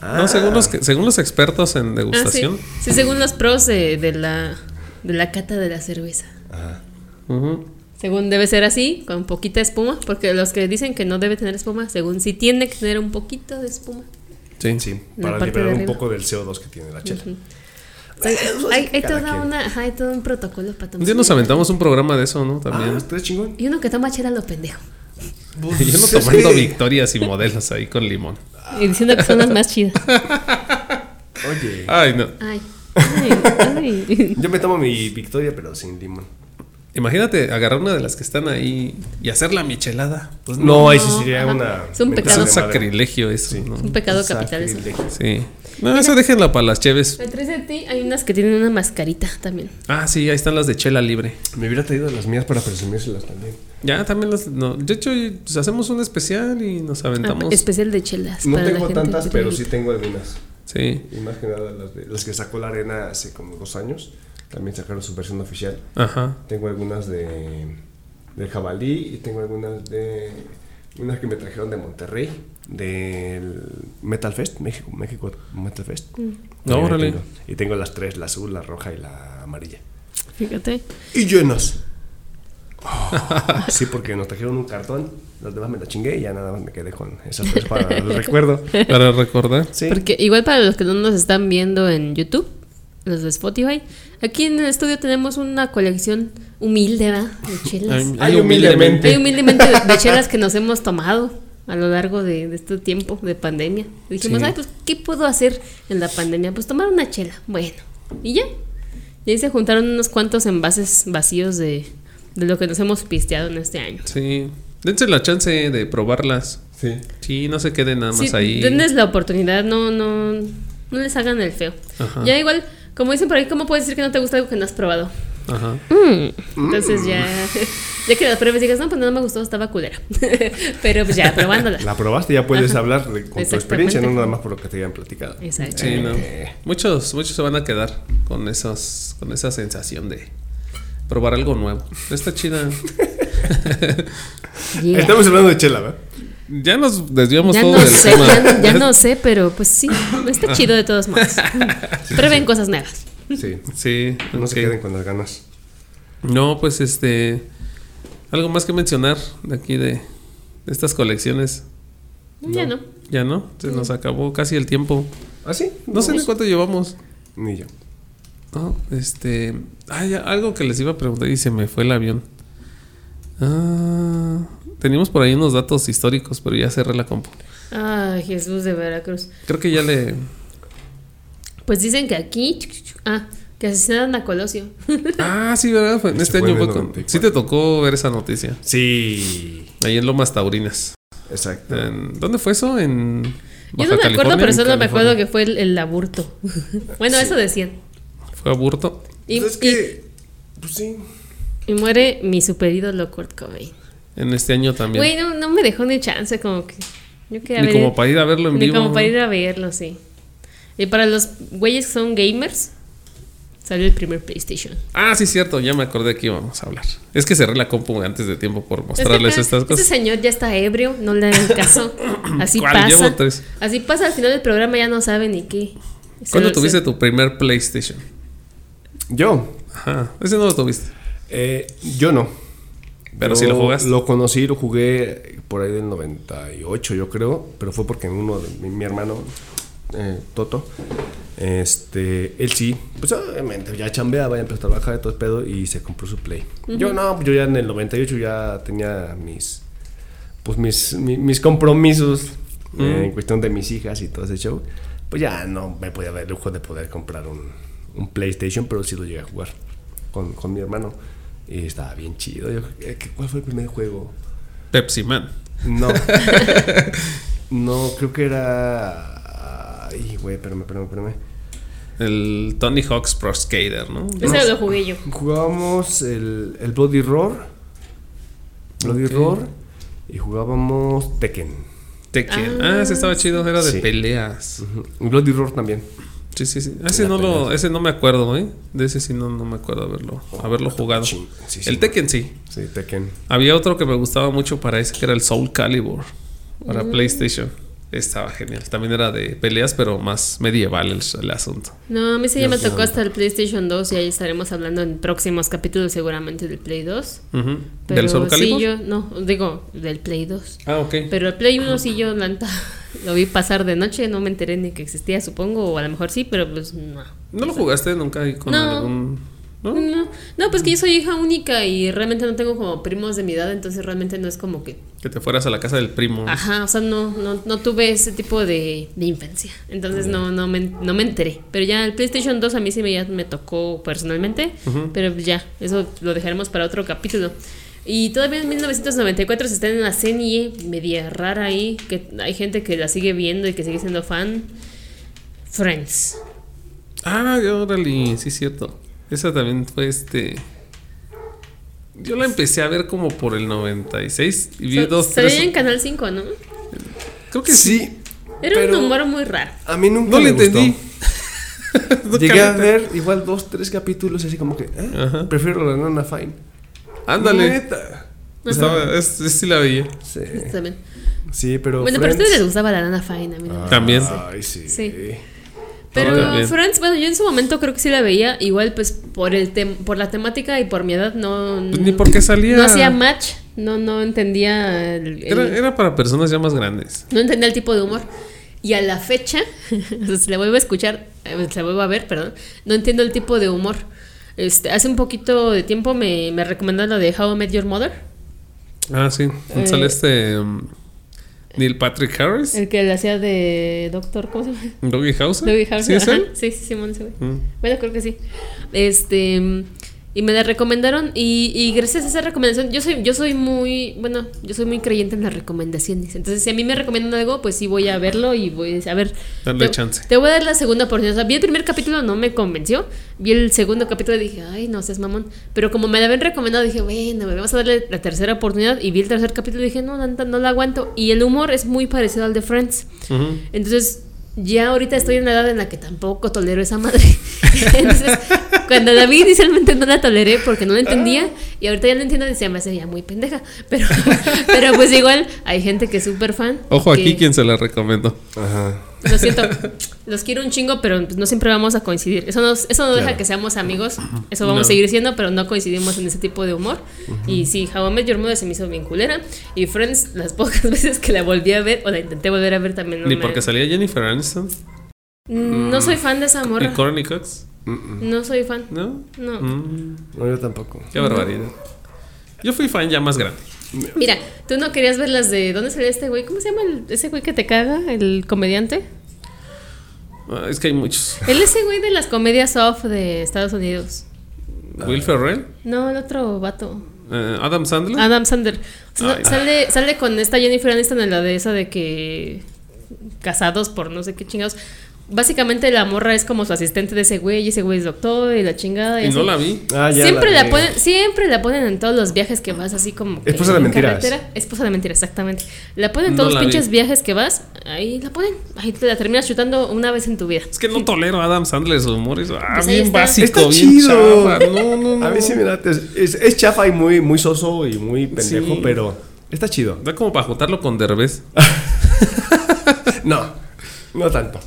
[SPEAKER 3] Ah,
[SPEAKER 1] No, según los, que- según los expertos en
[SPEAKER 2] Ah, sí.
[SPEAKER 1] degustación.
[SPEAKER 2] Sí, según los pros de, de la, de la cata de la cerveza.
[SPEAKER 1] Ujú.
[SPEAKER 2] Según debe ser así, con poquita espuma, porque los que dicen que no debe tener espuma, según sí tiene que tener un poquito de espuma.
[SPEAKER 1] Sí,
[SPEAKER 3] Sí,
[SPEAKER 2] La
[SPEAKER 3] para
[SPEAKER 2] parte de
[SPEAKER 3] liberar un
[SPEAKER 2] arriba.
[SPEAKER 3] poco del CO2 que tiene la chela.
[SPEAKER 2] O sea, hay, hay
[SPEAKER 3] pues, cada
[SPEAKER 2] toda
[SPEAKER 3] quien.
[SPEAKER 2] una, ajá, hay todo un protocolo para
[SPEAKER 1] Un
[SPEAKER 2] tomar.
[SPEAKER 1] día nos aventamos un programa de eso, ¿no?
[SPEAKER 3] Ah,
[SPEAKER 1] También.
[SPEAKER 3] ¿está chingón?
[SPEAKER 2] Y uno que toma chela lo pendejo.
[SPEAKER 1] Yo no
[SPEAKER 3] Pues es
[SPEAKER 1] tomando
[SPEAKER 3] que-
[SPEAKER 1] victorias y modelos ahí con limón.
[SPEAKER 2] Y diciendo que son las más chidas.
[SPEAKER 3] Oye,
[SPEAKER 1] Ay, no.
[SPEAKER 2] Ay, ay, ay.
[SPEAKER 3] yo me tomo mi victoria, pero sin limón.
[SPEAKER 1] Imagínate agarrar una de las que están ahí y hacer la michelada. Pues no.
[SPEAKER 3] No, ahí sí
[SPEAKER 2] No,
[SPEAKER 3] sería
[SPEAKER 2] ajá.
[SPEAKER 3] una.
[SPEAKER 2] Es un
[SPEAKER 3] mentada
[SPEAKER 1] Es
[SPEAKER 2] pecado.
[SPEAKER 1] un
[SPEAKER 3] de madre.
[SPEAKER 1] sacrilegio eso, ¿no?
[SPEAKER 2] Un pecado capital eso.
[SPEAKER 3] Sacrilegio.
[SPEAKER 1] Sí. No, esa déjenla para las cheves.
[SPEAKER 2] Detrás de ti hay unas que tienen una mascarita también.
[SPEAKER 1] Ah, sí, ahí están las de chela libre.
[SPEAKER 3] Me hubiera traído las mías para presumírselas también.
[SPEAKER 1] Ya, también las... no, De hecho, pues, hacemos un especial y nos
[SPEAKER 2] Ah,
[SPEAKER 1] aventamos.
[SPEAKER 2] especial de chelas.
[SPEAKER 3] No
[SPEAKER 2] para la
[SPEAKER 3] tengo
[SPEAKER 2] gente
[SPEAKER 3] tantas,
[SPEAKER 2] que
[SPEAKER 3] pero
[SPEAKER 2] le
[SPEAKER 3] sí
[SPEAKER 2] gusta.
[SPEAKER 3] tengo algunas.
[SPEAKER 1] Sí.
[SPEAKER 3] Y más que nada las, de- las que sacó la arena hace como dos años. También sacaron su versión oficial.
[SPEAKER 1] Ajá.
[SPEAKER 3] Tengo algunas de, de jabalí y tengo algunas de unas que me trajeron de Monterrey, del Metal Fest, México, México Metal Fest.
[SPEAKER 2] Mm.
[SPEAKER 1] No,
[SPEAKER 3] Ahí
[SPEAKER 1] órale.
[SPEAKER 3] tengo. Y tengo las tres, la azul, la roja y la amarilla.
[SPEAKER 2] Fíjate.
[SPEAKER 3] Y llenas. Oh, sí, porque nos trajeron un cartón, las demás me la chingué y ya nada más me quedé con esas tres para el recuerdo.
[SPEAKER 1] Para recordar.
[SPEAKER 3] Sí.
[SPEAKER 2] Porque igual para los que no nos están viendo en YouTube, los de Spotify, aquí en el estudio tenemos una colección humilde, ¿verdad? De chelas.
[SPEAKER 1] Ay,
[SPEAKER 3] Ay, humildemente.
[SPEAKER 2] Hay humildemente de chelas que nos hemos tomado a lo largo de, de este tiempo de pandemia. Dijimos,
[SPEAKER 1] Sí.
[SPEAKER 2] ay, pues, ¿qué puedo hacer en la pandemia? Pues tomar una chela. Bueno, y ya. Y ahí se juntaron unos cuantos envases vacíos de, de lo que nos hemos pisteado en este año.
[SPEAKER 1] Sí. Dense la chance de probarlas.
[SPEAKER 3] Sí.
[SPEAKER 1] Sí, no se queden nada más
[SPEAKER 2] Sí,
[SPEAKER 1] ahí.
[SPEAKER 2] denles la oportunidad, no, no, no les hagan el feo.
[SPEAKER 1] Ajá.
[SPEAKER 2] Ya igual, como dicen por ahí, ¿cómo puedes decir que no te gusta algo que no has probado?
[SPEAKER 1] Ajá. Mm.
[SPEAKER 2] Entonces ya, ya que la pruebas digas, no, pues no me gustó, estaba culera. Pero pues ya, probándola.
[SPEAKER 3] La probaste, ya puedes hablar de- con tu
[SPEAKER 2] Exactamente.
[SPEAKER 3] experiencia, no nada más por lo que te hayan platicado.
[SPEAKER 2] Exacto.
[SPEAKER 1] Sí, no.
[SPEAKER 3] Eh.
[SPEAKER 1] Muchos, muchos se van a quedar con esos, con esa sensación de probar algo nuevo. Está chida.
[SPEAKER 2] Yeah.
[SPEAKER 3] Estamos hablando de chela, ¿verdad?
[SPEAKER 1] ya nos desviamos
[SPEAKER 2] Ya
[SPEAKER 1] todo
[SPEAKER 2] no
[SPEAKER 1] del
[SPEAKER 2] sé,
[SPEAKER 1] tema.
[SPEAKER 2] ya, ya no sé, pero pues sí, está chido de todos modos. Prueben cosas nuevas.
[SPEAKER 3] Sí.
[SPEAKER 1] Sí,
[SPEAKER 3] No se
[SPEAKER 1] ok.
[SPEAKER 3] queden con las ganas.
[SPEAKER 1] No, pues este. Algo más que mencionar de aquí de, de estas colecciones.
[SPEAKER 2] Ya no.
[SPEAKER 1] Ya no, se nos acabó casi el tiempo.
[SPEAKER 3] ¿Ah, sí?
[SPEAKER 1] No sé de cuánto llevamos.
[SPEAKER 3] Ni yo.
[SPEAKER 1] No, este. Ay, algo que les iba a preguntar y se me fue el avión. Ah, teníamos por ahí unos datos históricos, pero ya cerré la compu.
[SPEAKER 2] Ay, Jesús de Veracruz.
[SPEAKER 1] Creo que ya le.
[SPEAKER 2] Pues dicen que aquí, ah, que asesinaron a Colosio.
[SPEAKER 1] Ah, sí, ¿verdad? Fue- en
[SPEAKER 3] Ese
[SPEAKER 1] este
[SPEAKER 3] fue
[SPEAKER 1] año
[SPEAKER 3] en el
[SPEAKER 1] fue con.
[SPEAKER 3] 94.
[SPEAKER 1] Sí, te tocó ver esa noticia.
[SPEAKER 3] Sí.
[SPEAKER 1] Ahí en Lomas Taurinas.
[SPEAKER 3] Exacto.
[SPEAKER 1] En- ¿Dónde fue eso? En.
[SPEAKER 2] Yo
[SPEAKER 1] Baja
[SPEAKER 2] no me acuerdo,
[SPEAKER 1] California,
[SPEAKER 2] pero
[SPEAKER 1] en
[SPEAKER 2] solo me
[SPEAKER 1] California.
[SPEAKER 2] acuerdo que fue el, el aburto. bueno, eso decían.
[SPEAKER 1] Fue aburto.
[SPEAKER 2] Y,
[SPEAKER 3] Pues es que. Pues sí.
[SPEAKER 2] y- y muere mi super ídolo Kurt Cobain.
[SPEAKER 1] En este año también.
[SPEAKER 2] Güey, no, no me dejó ni chance, como que. Yo quería
[SPEAKER 1] Ni
[SPEAKER 2] ver-
[SPEAKER 1] como para ir a verlo en
[SPEAKER 2] ni
[SPEAKER 1] vivo.
[SPEAKER 2] como para ir a verlo, sí. Y para los güeyes que son gamers, salió el primer PlayStation.
[SPEAKER 1] Ah, sí, cierto, ya me acordé que íbamos a hablar. Es que cerré la compu antes de tiempo por
[SPEAKER 2] Es que
[SPEAKER 1] mostrarles
[SPEAKER 2] acá,
[SPEAKER 1] estas cosas.
[SPEAKER 2] Este señor ya está ebrio, no le hagan caso. Así
[SPEAKER 1] ¿Cuál?
[SPEAKER 2] pasa.
[SPEAKER 1] Llevo tres.
[SPEAKER 2] Así pasa al final del programa, ya no sabe ni qué. Se
[SPEAKER 1] ¿Cuándo
[SPEAKER 2] lo-
[SPEAKER 1] tuviste
[SPEAKER 2] se-
[SPEAKER 1] tu primer PlayStation?
[SPEAKER 3] Yo.
[SPEAKER 1] Ajá, ese no lo tuviste.
[SPEAKER 3] eh, yo no.
[SPEAKER 1] Pero
[SPEAKER 3] Yo
[SPEAKER 1] sí lo jugaste.
[SPEAKER 3] Lo conocí, lo jugué por ahí del 98, yo creo. Pero fue porque uno de mi, mi hermano, eh, Toto, este, él sí, pues obviamente ya chambeaba, ya empezó a trabajar de todo el pedo y se compró su Play. Yo no, yo ya en el 98 ya tenía mis pues mis, mi- mis compromisos eh, en cuestión de mis hijas y todo ese show, pues ya no me podía dar el lujo de poder comprar un, un PlayStation, pero sí lo llegué a jugar con, con mi hermano. Y estaba bien chido. Yo, eh, ¿qué- ¿Cuál fue el primer juego?
[SPEAKER 1] Pepsi Man.
[SPEAKER 3] No. no, creo que era... Ay, güey, espérame, espérame, espérame.
[SPEAKER 1] el Tony Hawk's Pro Skater, ¿no?
[SPEAKER 2] Ese lo jugué yo.
[SPEAKER 3] Jugábamos el, el Bloody Roar. Bloody
[SPEAKER 1] Ok.
[SPEAKER 3] Roar. Y jugábamos Tekken.
[SPEAKER 1] Tekken. Ah, ese estaba chido, era de
[SPEAKER 3] Sí.
[SPEAKER 1] peleas.
[SPEAKER 3] Bloody Roar también.
[SPEAKER 1] Sí, sí, sí. Ese no lo, ese no me acuerdo, ¿eh? De ese sí no, no me acuerdo haberlo, haberlo jugado.
[SPEAKER 3] Chin. Sí, sí.
[SPEAKER 1] El Tekken sí.
[SPEAKER 3] Sí, Tekken.
[SPEAKER 1] Había otro que me gustaba mucho para ese que era el Soul Calibur para
[SPEAKER 2] Mm.
[SPEAKER 1] PlayStation. Estaba genial. También era de peleas, pero más medieval el, el asunto.
[SPEAKER 2] No, a mí sí ya me
[SPEAKER 3] Dios
[SPEAKER 2] tocó
[SPEAKER 3] santo.
[SPEAKER 2] hasta el PlayStation 2 y ahí estaremos hablando en próximos capítulos seguramente del Play 2.
[SPEAKER 1] Ujú.
[SPEAKER 2] Pero
[SPEAKER 1] ¿Del Soul
[SPEAKER 2] sí
[SPEAKER 1] Calibur?
[SPEAKER 2] yo, no, digo, del Play 2.
[SPEAKER 1] Ah, ok.
[SPEAKER 2] Pero el Play 1 sí yo la neta, lo vi pasar de noche, no me enteré ni que existía, supongo, o a lo mejor sí, pero pues no.
[SPEAKER 1] ¿No lo jugaste nunca ahí con
[SPEAKER 2] No.
[SPEAKER 1] algún.? ¿no?
[SPEAKER 2] No, no, pues que yo soy hija única y realmente no tengo como primos de mi edad, entonces realmente no es como que
[SPEAKER 1] Que te fueras a la casa del primo.
[SPEAKER 2] Ajá, o sea, no, no, no tuve ese tipo de, de infancia. Entonces no, no, me, no me enteré. Pero ya el PlayStation 2 a mí sí me, ya me tocó personalmente. Pero ya, eso lo dejaremos para otro capítulo. Y todavía en 1994 se está en la serie media rara ahí, que hay gente que la sigue viendo y que sigue siendo fan. Friends.
[SPEAKER 1] Ah, órale, sí, cierto. Esa también fue este. Yo la empecé a ver como por el 96 y vi
[SPEAKER 2] Se-
[SPEAKER 1] dos,
[SPEAKER 2] se veía
[SPEAKER 1] tres.
[SPEAKER 2] en Canal 5, ¿no?
[SPEAKER 1] Creo que sí.
[SPEAKER 3] Sí,
[SPEAKER 2] Era
[SPEAKER 3] Pero-
[SPEAKER 2] un humor muy raro.
[SPEAKER 3] a mí nunca
[SPEAKER 1] No
[SPEAKER 3] me
[SPEAKER 1] le
[SPEAKER 3] gustó.
[SPEAKER 1] entendí. Nunca
[SPEAKER 3] Llegué
[SPEAKER 1] le
[SPEAKER 3] a
[SPEAKER 1] entendí.
[SPEAKER 3] ver igual dos, tres capítulos así como que ¿eh?
[SPEAKER 1] Ajá.
[SPEAKER 3] prefiero la nana Fine.
[SPEAKER 1] Ándale.
[SPEAKER 3] Neta.
[SPEAKER 1] Estaba, es, es- sí la veía.
[SPEAKER 3] Sí,
[SPEAKER 2] También.
[SPEAKER 3] sí, Eh, pero
[SPEAKER 2] Bueno, pero a ustedes les
[SPEAKER 3] Friends-
[SPEAKER 2] gustaba la Nana Fine, a mí no.
[SPEAKER 3] Ah,
[SPEAKER 1] También.
[SPEAKER 3] Ay, sí.
[SPEAKER 2] Sí.
[SPEAKER 1] Ah,
[SPEAKER 2] Pero
[SPEAKER 1] también.
[SPEAKER 2] Friends, bueno, yo en su momento creo que sí la veía, igual pues por el tem- por la temática y por mi edad no
[SPEAKER 1] Pues ni por qué salía.
[SPEAKER 2] Mm. no hacía match, no no entendía el- el-
[SPEAKER 1] Era, era para personas ya más grandes.
[SPEAKER 2] no entendía el tipo de humor. Y a la fecha, o sea, si la vuelvo a escuchar, eh, si la vuelvo a ver, perdón, no entiendo el tipo de humor. Este, hace un poquito de tiempo me, me recomendaron lo de How I Met Your Mother,
[SPEAKER 1] Ah, sí.
[SPEAKER 2] Eh.
[SPEAKER 1] Sale este. mm, Neil Patrick Harris.
[SPEAKER 2] el que le hacía de doctor, ¿cómo se llama?
[SPEAKER 1] Doggy House.
[SPEAKER 2] Doggy House,
[SPEAKER 1] ¿Sí es
[SPEAKER 2] ajá.
[SPEAKER 1] él?
[SPEAKER 2] Sí, sí, Simón, ese güey.
[SPEAKER 1] Mm.
[SPEAKER 2] Bueno, creo que sí. Este. Y me la recomendaron. Y, y gracias a esa recomendación, yo soy, yo soy muy. Bueno, yo soy muy creyente en las recomendaciones. Entonces, si a mí me recomiendan algo, pues sí voy a verlo y voy a ver.
[SPEAKER 1] Darle
[SPEAKER 2] te,
[SPEAKER 1] chance.
[SPEAKER 2] Te voy a dar la segunda oportunidad. O sea, vi el primer capítulo, no me convenció. Vi el segundo capítulo y dije, ay, no seas mamón. Pero como me la habían recomendado, dije, bueno, vamos a darle la tercera oportunidad. Y vi el tercer capítulo y dije, no, no, no la aguanto. Y el humor es muy parecido al de Friends.
[SPEAKER 1] Ujú.
[SPEAKER 2] Entonces, ya ahorita estoy en una edad en la que tampoco tolero esa madre. Entonces, cuando la vi inicialmente no la toleré porque no la entendía y ahorita ya la entiendo y se me hace ya muy pendeja. Pero, pero pues igual hay gente que es súper fan.
[SPEAKER 1] Ojo aquí
[SPEAKER 2] que-
[SPEAKER 1] quien se la recomendó.
[SPEAKER 3] Ajá.
[SPEAKER 2] Lo siento, los quiero un chingo, pero pues, no siempre vamos a coincidir. Eso, nos, eso no deja
[SPEAKER 3] Claro.
[SPEAKER 2] que seamos amigos. Eso vamos
[SPEAKER 1] No.
[SPEAKER 2] a seguir siendo, pero no coincidimos en ese tipo de humor. Y sí, How I Met Your Mother se me hizo bien culera. Y Friends, las pocas veces que la volví a ver o la intenté volver a ver también. No,
[SPEAKER 1] Ni
[SPEAKER 2] me-
[SPEAKER 1] porque salía Jennifer Aniston
[SPEAKER 2] Mm, no soy fan de esa
[SPEAKER 1] y
[SPEAKER 2] morra.
[SPEAKER 1] Courtney Cox.
[SPEAKER 2] No soy fan.
[SPEAKER 1] ¿No?
[SPEAKER 2] No.
[SPEAKER 1] Mm,
[SPEAKER 3] No, yo tampoco.
[SPEAKER 1] qué barbaridad. Yo fui fan ya más grande.
[SPEAKER 2] Mira, tú no querías ver las de. ¿Dónde salió este güey? ¿Cómo se llama el- ese güey que te caga? ¿El comediante?
[SPEAKER 1] Ah, es que hay muchos.
[SPEAKER 2] Él ese güey de las comedias off de Estados Unidos.
[SPEAKER 1] Will Ferrell,
[SPEAKER 2] No, el otro vato.
[SPEAKER 1] eh, Adam Sandler.
[SPEAKER 2] Adam Sandler. O sea,
[SPEAKER 1] Ay.
[SPEAKER 2] sale, sale con esta Jennifer Aniston en la de esa de que. casados por no sé qué chingados. Básicamente la morra es como su asistente de ese güey, y ese güey es doctor, y la chingada. Y,
[SPEAKER 1] y no
[SPEAKER 2] así.
[SPEAKER 1] la vi.
[SPEAKER 3] Ah, ya
[SPEAKER 2] siempre la,
[SPEAKER 3] vi.
[SPEAKER 2] ponen, siempre la ponen en todos los viajes que vas, así como que
[SPEAKER 3] Esposa de
[SPEAKER 2] en
[SPEAKER 3] mentiras.
[SPEAKER 2] carretera. Esposa de mentira, exactamente. La ponen en
[SPEAKER 1] No
[SPEAKER 2] todos
[SPEAKER 1] la
[SPEAKER 2] los pinches
[SPEAKER 1] vi.
[SPEAKER 2] viajes que vas, ahí la ponen, ahí te la terminas chutando una vez en tu vida.
[SPEAKER 3] Pues
[SPEAKER 1] Es que no tolero a Adam Sandler, su humor es ah,
[SPEAKER 2] Pues ahí
[SPEAKER 1] bien
[SPEAKER 2] está.
[SPEAKER 1] básico,
[SPEAKER 3] Está
[SPEAKER 1] bien
[SPEAKER 3] chido.
[SPEAKER 1] chafa. No, no, no.
[SPEAKER 3] A mí sí me late. Es, es- es chafa y muy, muy soso y muy pendejo,
[SPEAKER 1] Sí.
[SPEAKER 3] pero está chido.
[SPEAKER 1] Da como para juntarlo con Derbez.
[SPEAKER 3] No, no tanto.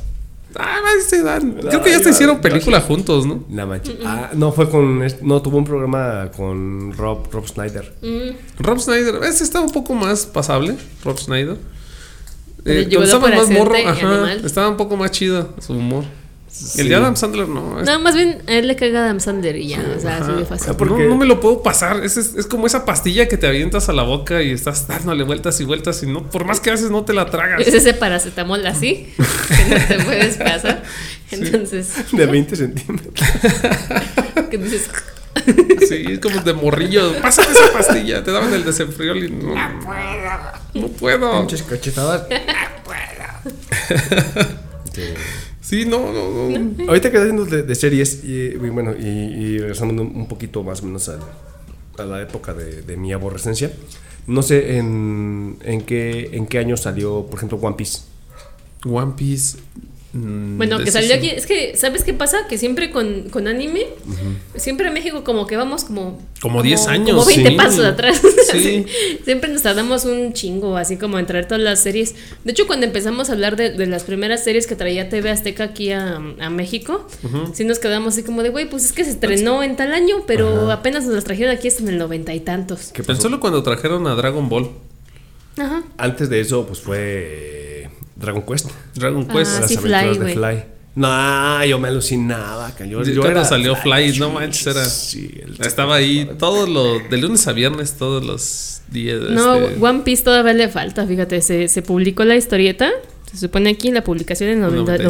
[SPEAKER 1] Ah, ahí se dan. Creo que ya
[SPEAKER 3] Ay,
[SPEAKER 1] se hicieron
[SPEAKER 3] ay,
[SPEAKER 1] película juntos, ¿no?
[SPEAKER 3] La mancha. Ah, no fue con. es- No tuvo un programa con Rob, Rob Snyder.
[SPEAKER 1] Rob Snyder, ese estaba un poco más pasable, Rob Snyder.
[SPEAKER 2] Pero
[SPEAKER 1] Eh,
[SPEAKER 2] llegó
[SPEAKER 1] cuando estaba
[SPEAKER 2] por
[SPEAKER 1] más morro,
[SPEAKER 2] accidente,
[SPEAKER 1] ajá,
[SPEAKER 2] animal.
[SPEAKER 1] estaba un poco más chido su humor. El de Adam Sandler no. es-
[SPEAKER 2] No, más bien a él le caga Adam Sandler y ya, o sea, así de fácil.
[SPEAKER 3] Ah, por- porque-
[SPEAKER 1] no, no me lo puedo pasar. Es, es, es como esa pastilla que te avientas a la boca y estás dándole vueltas y vueltas y no, por más que haces, no te la tragas.
[SPEAKER 2] Es ese paracetamol así, que no te puedes pasar. Entonces,
[SPEAKER 3] De 20 centímetros.
[SPEAKER 2] que dices,
[SPEAKER 1] Sí, es como de morrillo. Pásame esa pastilla. Te daban el desenfriol y no. No puedo.
[SPEAKER 3] Muchas cachetadas.
[SPEAKER 1] Sí, Sí, no, no, no.
[SPEAKER 3] Este, Ahorita que hablando de, de series, y, y bueno, y, y regresando un poquito más o menos al- a, la época de, de mi aborrecencia, no sé en, en, qué, en qué año salió, por ejemplo, One Piece.
[SPEAKER 1] One Piece. mm,
[SPEAKER 2] Bueno,
[SPEAKER 1] de
[SPEAKER 2] que
[SPEAKER 1] eso
[SPEAKER 2] salió
[SPEAKER 1] sí.
[SPEAKER 2] aquí. Es que, ¿sabes qué pasa? Que siempre con, con anime, siempre en México como que vamos como...
[SPEAKER 1] Como 10 años,
[SPEAKER 2] Como 20
[SPEAKER 1] sí.
[SPEAKER 2] pasos atrás.
[SPEAKER 1] Sí.
[SPEAKER 2] siempre nos tardamos un chingo, así como en traer todas las series. De hecho, cuando empezamos a hablar de, de las primeras series que traía TV Azteca aquí a, a México, sí nos quedamos así como de, güey, pues es que se estrenó en tal año, pero apenas nos las trajeron aquí hasta en el noventa y tantos.
[SPEAKER 3] ¿Qué
[SPEAKER 1] Tan
[SPEAKER 3] pasó?
[SPEAKER 1] solo cuando trajeron a Dragon Ball.
[SPEAKER 2] Ajá.
[SPEAKER 3] Antes de eso, pues fue eh, Dragon Quest.
[SPEAKER 1] Dragon
[SPEAKER 2] Ah,
[SPEAKER 1] Quest.
[SPEAKER 2] sí.
[SPEAKER 3] las
[SPEAKER 2] Fly,
[SPEAKER 3] aventuras de
[SPEAKER 2] güey.
[SPEAKER 3] Fly. No, yo me alucinaba. que Yo,
[SPEAKER 1] Yo
[SPEAKER 3] yo
[SPEAKER 1] cuando
[SPEAKER 3] era
[SPEAKER 1] salió Fly, no
[SPEAKER 3] sí,
[SPEAKER 1] manches, era- Ah,
[SPEAKER 3] sí, el-
[SPEAKER 1] Estaba ahí todos los. De lunes a viernes, todos los días.
[SPEAKER 2] No,
[SPEAKER 1] este,
[SPEAKER 2] One Piece todavía le falta, fíjate, se, se publicó la historieta, se supone aquí la publicación en noventa-
[SPEAKER 1] 96.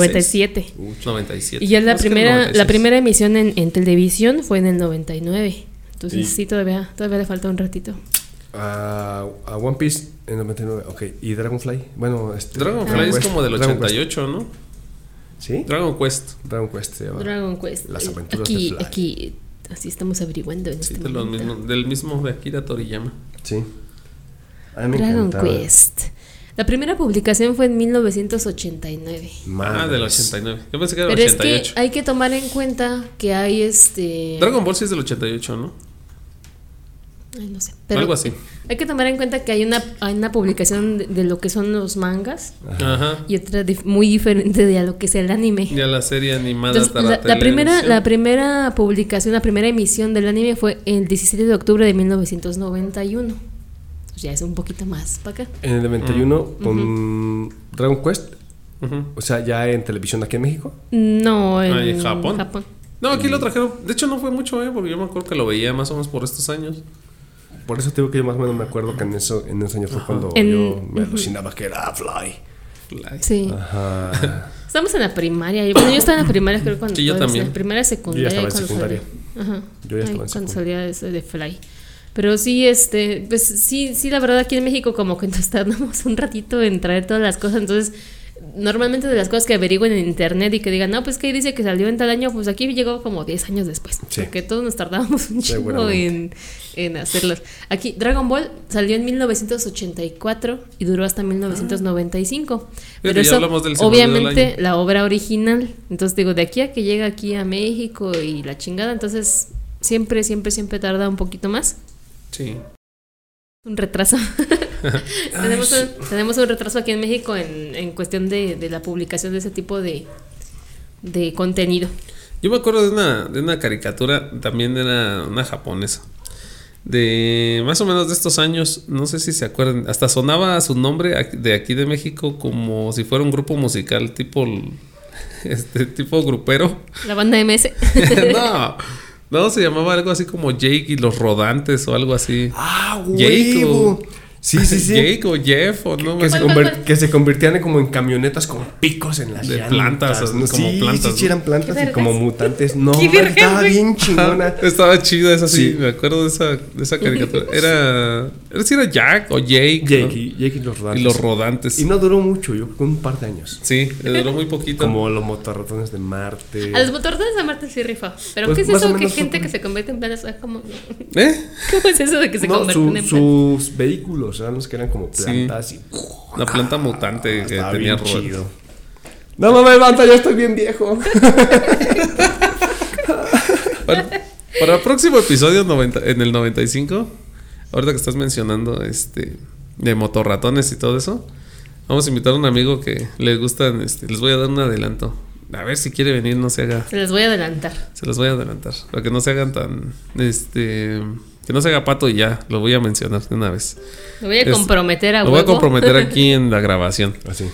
[SPEAKER 2] 97.
[SPEAKER 1] 97.
[SPEAKER 2] Y ya la
[SPEAKER 1] Más que
[SPEAKER 2] primera,
[SPEAKER 1] 96.
[SPEAKER 2] la primera emisión en, en televisión fue en el 99. Entonces
[SPEAKER 3] Y-
[SPEAKER 2] sí, todavía, todavía le falta un ratito.
[SPEAKER 3] A, a One Piece en 99, ok. ¿Y Dragonfly? Bueno, este.
[SPEAKER 1] Dragonfly es
[SPEAKER 3] Quest,
[SPEAKER 1] como del
[SPEAKER 3] Dragon Quest.
[SPEAKER 1] 88, ¿no?
[SPEAKER 3] ¿Sí?
[SPEAKER 1] Dragon Quest.
[SPEAKER 3] Dragon Quest
[SPEAKER 1] Ah,
[SPEAKER 3] se llama.
[SPEAKER 2] Dragon Quest.
[SPEAKER 3] Las
[SPEAKER 2] Eh,
[SPEAKER 3] aventuras
[SPEAKER 2] aquí,
[SPEAKER 3] de Fly.
[SPEAKER 2] aquí, así estamos averiguando en
[SPEAKER 1] Sí,
[SPEAKER 2] este
[SPEAKER 1] de los
[SPEAKER 2] momento.
[SPEAKER 1] mismos- del mismo de Akira Toriyama.
[SPEAKER 3] Sí. A mí me
[SPEAKER 2] Dragon
[SPEAKER 3] encantaba.
[SPEAKER 2] Quest. La primera publicación fue en 1989.
[SPEAKER 1] Ah, del
[SPEAKER 3] Madres.
[SPEAKER 1] 89. Yo pensé que era
[SPEAKER 2] Pero
[SPEAKER 1] del
[SPEAKER 2] es que
[SPEAKER 1] 88.
[SPEAKER 2] hay que tomar en cuenta que hay este...
[SPEAKER 1] Dragon Ball sí es del 88, ¿no?
[SPEAKER 2] Ay, no sé. Pero
[SPEAKER 1] Algo así.
[SPEAKER 2] Hay que tomar en cuenta que hay una, hay una publicación de, de lo que son los mangas
[SPEAKER 1] Ajá.
[SPEAKER 2] y otra dif- muy diferente de a lo que es el anime.
[SPEAKER 1] Ya la serie animada.
[SPEAKER 2] Entonces,
[SPEAKER 1] para
[SPEAKER 2] la, la primera,
[SPEAKER 1] televisión.
[SPEAKER 2] la primera publicación, la primera emisión del anime fue el 17 de octubre de 1991. Pues ya es un poquito más para acá.
[SPEAKER 3] En el 91,
[SPEAKER 2] Mm,
[SPEAKER 3] con Dragon Quest,
[SPEAKER 1] Ujú.
[SPEAKER 3] o sea, ya en televisión aquí en México.
[SPEAKER 2] No, en
[SPEAKER 1] Ah, ¿en Japón? No, aquí lo trajeron. De hecho, no fue mucho, ¿eh? Porque yo me acuerdo que lo veía más o menos por estos años.
[SPEAKER 3] Por eso te digo que yo más o menos me acuerdo que en, eso, en ese año fue cuando
[SPEAKER 2] En-
[SPEAKER 3] yo me alucinaba que era Fly.
[SPEAKER 1] Fly.
[SPEAKER 2] Sí.
[SPEAKER 3] Ajá.
[SPEAKER 2] Estamos en la primaria. Yo, bueno, yo estaba en la primaria, creo, cuando.
[SPEAKER 1] Sí, yo
[SPEAKER 2] todavía
[SPEAKER 1] también.
[SPEAKER 2] estaba En la primaria secundaria.
[SPEAKER 3] Yo ya estaba en
[SPEAKER 2] cuando
[SPEAKER 3] secundaria.
[SPEAKER 2] salía. Ajá.
[SPEAKER 3] Yo ya estaba en
[SPEAKER 2] Ay, Cuando
[SPEAKER 3] secundaria.
[SPEAKER 2] salía eso de Fly. Pero sí, este, pues sí, sí, la verdad aquí en México como que nos tardamos un ratito en traer todas las cosas, entonces normalmente de las cosas que averiguo en internet y que digan, no, pues que dice que salió en tal año, pues aquí llegó como 10 años después,
[SPEAKER 3] Sí.
[SPEAKER 2] porque todos nos tardábamos un chingo
[SPEAKER 3] Seguramente.
[SPEAKER 2] en, en hacerlas. Aquí Dragon Ball salió en 1984 y duró hasta 1995, pero
[SPEAKER 1] ya
[SPEAKER 2] eso
[SPEAKER 1] hablamos del segundo del
[SPEAKER 2] obviamente
[SPEAKER 1] año.
[SPEAKER 2] la obra original. Entonces digo, de aquí a que llega aquí a México y la chingada, entonces siempre, siempre, siempre tarda un poquito más.
[SPEAKER 1] Sí.
[SPEAKER 2] Un retraso. tenemos, un, tenemos un retraso aquí en México en, en cuestión de, de la publicación de ese tipo de, de contenido.
[SPEAKER 1] Yo me acuerdo de una, de una caricatura, también era una japonesa. De más o menos de estos años, no sé si se acuerdan, hasta sonaba su nombre ac- de aquí de México como si fuera un grupo musical tipo l- este tipo grupero.
[SPEAKER 2] La banda MS.
[SPEAKER 1] no, no se llamaba algo así como Jake y los rodantes o algo así.
[SPEAKER 3] ¡Ah,
[SPEAKER 1] Jake
[SPEAKER 3] huevo!
[SPEAKER 1] o-
[SPEAKER 3] Sí, sí, sí.
[SPEAKER 1] Jake o Jeff o no
[SPEAKER 3] que,
[SPEAKER 1] me
[SPEAKER 3] se
[SPEAKER 1] acuerdo.
[SPEAKER 3] conver- que se convertían en como en camionetas con picos en las
[SPEAKER 1] De
[SPEAKER 3] llantas,
[SPEAKER 1] plantas,
[SPEAKER 3] ¿no?
[SPEAKER 1] como
[SPEAKER 3] sí,
[SPEAKER 1] plantas,
[SPEAKER 3] sí, sí,
[SPEAKER 1] ¿no?
[SPEAKER 3] eran plantas
[SPEAKER 2] ¿Qué
[SPEAKER 3] y como
[SPEAKER 2] vergas?
[SPEAKER 3] mutantes. No,
[SPEAKER 2] ¿Qué
[SPEAKER 3] madre,
[SPEAKER 2] vergas,
[SPEAKER 3] estaba
[SPEAKER 2] güey?
[SPEAKER 3] bien chingona.
[SPEAKER 1] Estaba chida esa sí,
[SPEAKER 3] Sí.
[SPEAKER 1] me acuerdo de esa, de esa caricatura. Era, era si era Jack o Jake,
[SPEAKER 3] Jake,
[SPEAKER 1] ¿no?
[SPEAKER 3] y, Jake y los
[SPEAKER 1] y
[SPEAKER 3] rodantes.
[SPEAKER 1] los rodantes.
[SPEAKER 3] Y no duró mucho, yo creo que un par de años.
[SPEAKER 1] Sí, le duró muy poquito.
[SPEAKER 3] Como los motorratones de Marte.
[SPEAKER 2] A los motorrones de Marte sí rifa. Pero
[SPEAKER 3] Pues,
[SPEAKER 2] ¿qué es
[SPEAKER 3] más o
[SPEAKER 2] eso que
[SPEAKER 3] menos
[SPEAKER 2] gente
[SPEAKER 3] son-
[SPEAKER 2] que se convierte en planes? Ah, ¿Cómo,
[SPEAKER 1] ¿Eh?
[SPEAKER 2] ¿Cómo es eso de que se
[SPEAKER 3] no,
[SPEAKER 2] convierten
[SPEAKER 3] su-
[SPEAKER 2] en planes?
[SPEAKER 3] sus vehículos eran los que eran como plantas y
[SPEAKER 1] La planta mutante que
[SPEAKER 3] estaba
[SPEAKER 1] tenía
[SPEAKER 3] bien
[SPEAKER 1] rodantes.
[SPEAKER 3] chido. No mames, Banta, ya estoy bien viejo.
[SPEAKER 1] Bueno, para el próximo episodio 90 en el 95, ahorita que estás mencionando este de motorratones y todo eso, vamos a invitar a un amigo que le gustan, este, les voy a dar un adelanto. A ver si quiere venir, no se haga,
[SPEAKER 2] Se les voy a adelantar.
[SPEAKER 1] se los voy a adelantar, para que no se hagan tan este que no se haga pato y ya, lo voy a mencionar de una vez.
[SPEAKER 2] Me voy a
[SPEAKER 1] Es-
[SPEAKER 2] comprometer a
[SPEAKER 1] Lo voy a
[SPEAKER 2] huevo.
[SPEAKER 1] comprometer aquí en la grabación.
[SPEAKER 3] Así.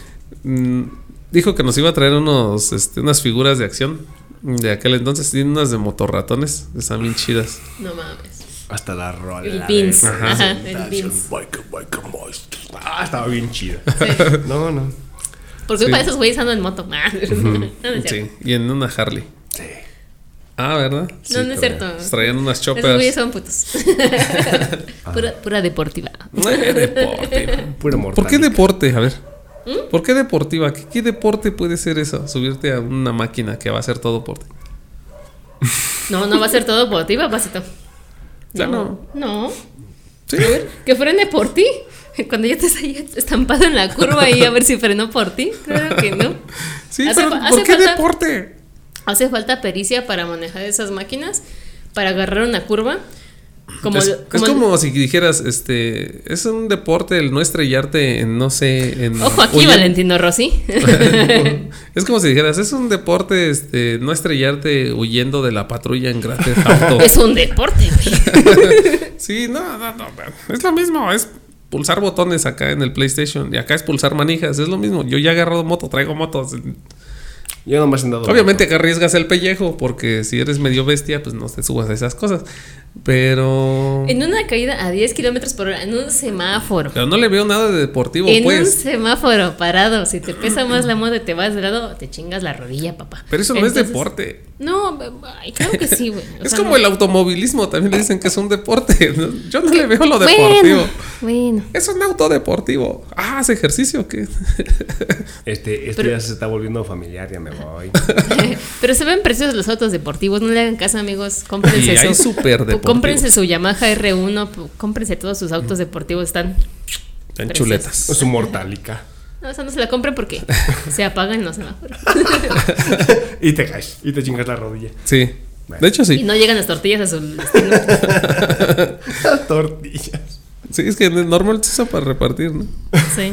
[SPEAKER 1] Mm, dijo que nos iba a traer unos, este, unas figuras de acción de aquel entonces. Tiene unas de motorratones, están bien chidas.
[SPEAKER 2] No mames.
[SPEAKER 3] Hasta la rola.
[SPEAKER 2] El
[SPEAKER 3] de
[SPEAKER 2] Vince,
[SPEAKER 3] Presentación,
[SPEAKER 2] ajá, el Vince.
[SPEAKER 3] Bike, bike, bike. Ah, estaba bien chido. No, no.
[SPEAKER 2] Porque para esos güeyes andan en moto. Ah, no, no es cierto.
[SPEAKER 1] Sí, y en una Harley. Ah, ¿verdad?
[SPEAKER 2] No, no es cierto.
[SPEAKER 1] Nos Traían unas
[SPEAKER 2] Ah. Esos
[SPEAKER 1] choppers.
[SPEAKER 2] güeyes son putos. pura, pura deportiva.
[SPEAKER 1] Eh, deporte.
[SPEAKER 3] Puro mortal.
[SPEAKER 1] ¿Por qué deporte? A ver.
[SPEAKER 2] ¿Mm?
[SPEAKER 1] ¿Por qué deportiva? ¿Qué, qué deporte puede ser eso? Subirte a una máquina que va a hacer todo por ti.
[SPEAKER 2] No, no va a ser todo por ti, papacito.
[SPEAKER 1] Ya
[SPEAKER 2] No, no.
[SPEAKER 1] Sí.
[SPEAKER 2] Que frene por ti. Cuando ya estés ahí estampado en la curva y a ver si frenó por ti. Claro que no.
[SPEAKER 1] Sí,
[SPEAKER 2] Hace
[SPEAKER 1] pero
[SPEAKER 2] fa-
[SPEAKER 1] ¿por
[SPEAKER 2] hace
[SPEAKER 1] qué
[SPEAKER 2] falta-
[SPEAKER 1] deporte?
[SPEAKER 2] Hace falta pericia para manejar esas máquinas, para agarrar una curva. Como,
[SPEAKER 1] es, es como si dijeras, este, es un deporte el no estrellarte en, no sé, en...
[SPEAKER 2] Ojo aquí,
[SPEAKER 1] huyen-
[SPEAKER 2] Valentino Rossi.
[SPEAKER 1] es como si dijeras, es un deporte, este, no estrellarte huyendo de la patrulla en Grand Theft Auto.
[SPEAKER 2] es un deporte, güey.
[SPEAKER 1] Sí, no, no, no, es lo mismo, es pulsar botones acá en el PlayStation y acá es pulsar manijas, es lo mismo. Yo ya he agarrado moto, traigo motos.
[SPEAKER 3] Yo no me han dado.
[SPEAKER 1] Obviamente que arriesgas el pellejo porque si eres medio bestia, pues no te subas a esas cosas. Pero...
[SPEAKER 2] En una caída a 10 kilómetros por hora, en un semáforo.
[SPEAKER 1] Pero no le veo nada de deportivo,
[SPEAKER 2] En un
[SPEAKER 1] pues.
[SPEAKER 2] semáforo parado, si te pesa más la moto y te vas de lado, te chingas la rodilla, papá.
[SPEAKER 1] Pero eso no es
[SPEAKER 2] Entonces-
[SPEAKER 1] deporte.
[SPEAKER 2] No, ay, claro que sí, güey. O
[SPEAKER 1] Es
[SPEAKER 2] sea,
[SPEAKER 1] como
[SPEAKER 2] no.
[SPEAKER 1] el automovilismo, también le dicen que es un deporte. ¿no? Yo no le veo lo
[SPEAKER 2] Bueno,
[SPEAKER 1] deportivo.
[SPEAKER 2] Bueno,
[SPEAKER 1] Es un auto deportivo. Ah, ¿hace ejercicio o qué?
[SPEAKER 3] Este, este
[SPEAKER 2] Pero-
[SPEAKER 3] ya se está volviendo familiar, ya me voy.
[SPEAKER 2] Pero se ven preciosos los autos deportivos, no le hagan caso, amigos. Cómprense
[SPEAKER 1] Y hay
[SPEAKER 2] su.
[SPEAKER 1] superdeportivos.
[SPEAKER 2] Cómprense su Yamaha R1, p- cómprense todos sus autos deportivos, están.
[SPEAKER 1] En
[SPEAKER 2] Precioso.
[SPEAKER 1] chuletas.
[SPEAKER 3] Su mortálica.
[SPEAKER 2] No, o sea, no se la compren porque se apagan los semáforos.
[SPEAKER 3] y te caes. Y te chingas la rodilla.
[SPEAKER 1] Sí. De hecho,
[SPEAKER 2] Y
[SPEAKER 1] sí.
[SPEAKER 2] no llegan las tortillas a su destino.
[SPEAKER 3] Tortillas.
[SPEAKER 1] Sí, es que normal se usa para repartir, ¿no?
[SPEAKER 2] Sí.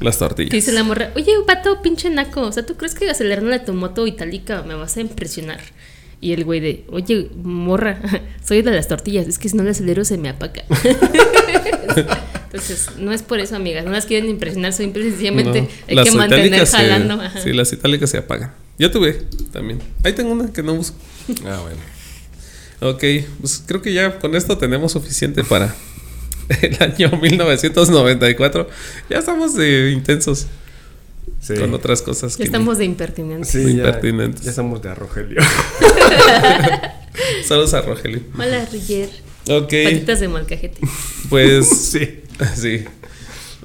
[SPEAKER 1] Las
[SPEAKER 2] Te
[SPEAKER 1] tortillas.
[SPEAKER 2] dice la morra, oye, vato, pinche naco, o sea, ¿tú crees que acelerándole tu moto itálica me vas a impresionar? Y el güey de, oye, morra, soy de las tortillas, es que si no le acelero se me apaga. Entonces, no es por eso, amigas, no las quieren impresionar, soy sencillamente
[SPEAKER 1] No,
[SPEAKER 2] hay que mantener
[SPEAKER 1] itálicas se-
[SPEAKER 2] jalando. ajá.
[SPEAKER 1] sí, las itálicas se apagan. Yo tuve también. Ahí tengo una que no busco.
[SPEAKER 3] Ah, bueno.
[SPEAKER 1] Ok, pues creo que ya con esto tenemos suficiente para el año 1994. Ya estamos de intensos
[SPEAKER 3] Sí.
[SPEAKER 1] con otras cosas.
[SPEAKER 2] Ya
[SPEAKER 1] que
[SPEAKER 2] estamos de impertinencia.
[SPEAKER 3] Sí,
[SPEAKER 1] Muy
[SPEAKER 3] ya,
[SPEAKER 1] pertinentes.
[SPEAKER 3] ya estamos de Rogelio.
[SPEAKER 1] ni- Saludos a Rogelio.
[SPEAKER 2] Hola, Riller.
[SPEAKER 1] Ok,
[SPEAKER 2] Patitas de molcajete.
[SPEAKER 1] pues
[SPEAKER 3] sí.
[SPEAKER 1] sí.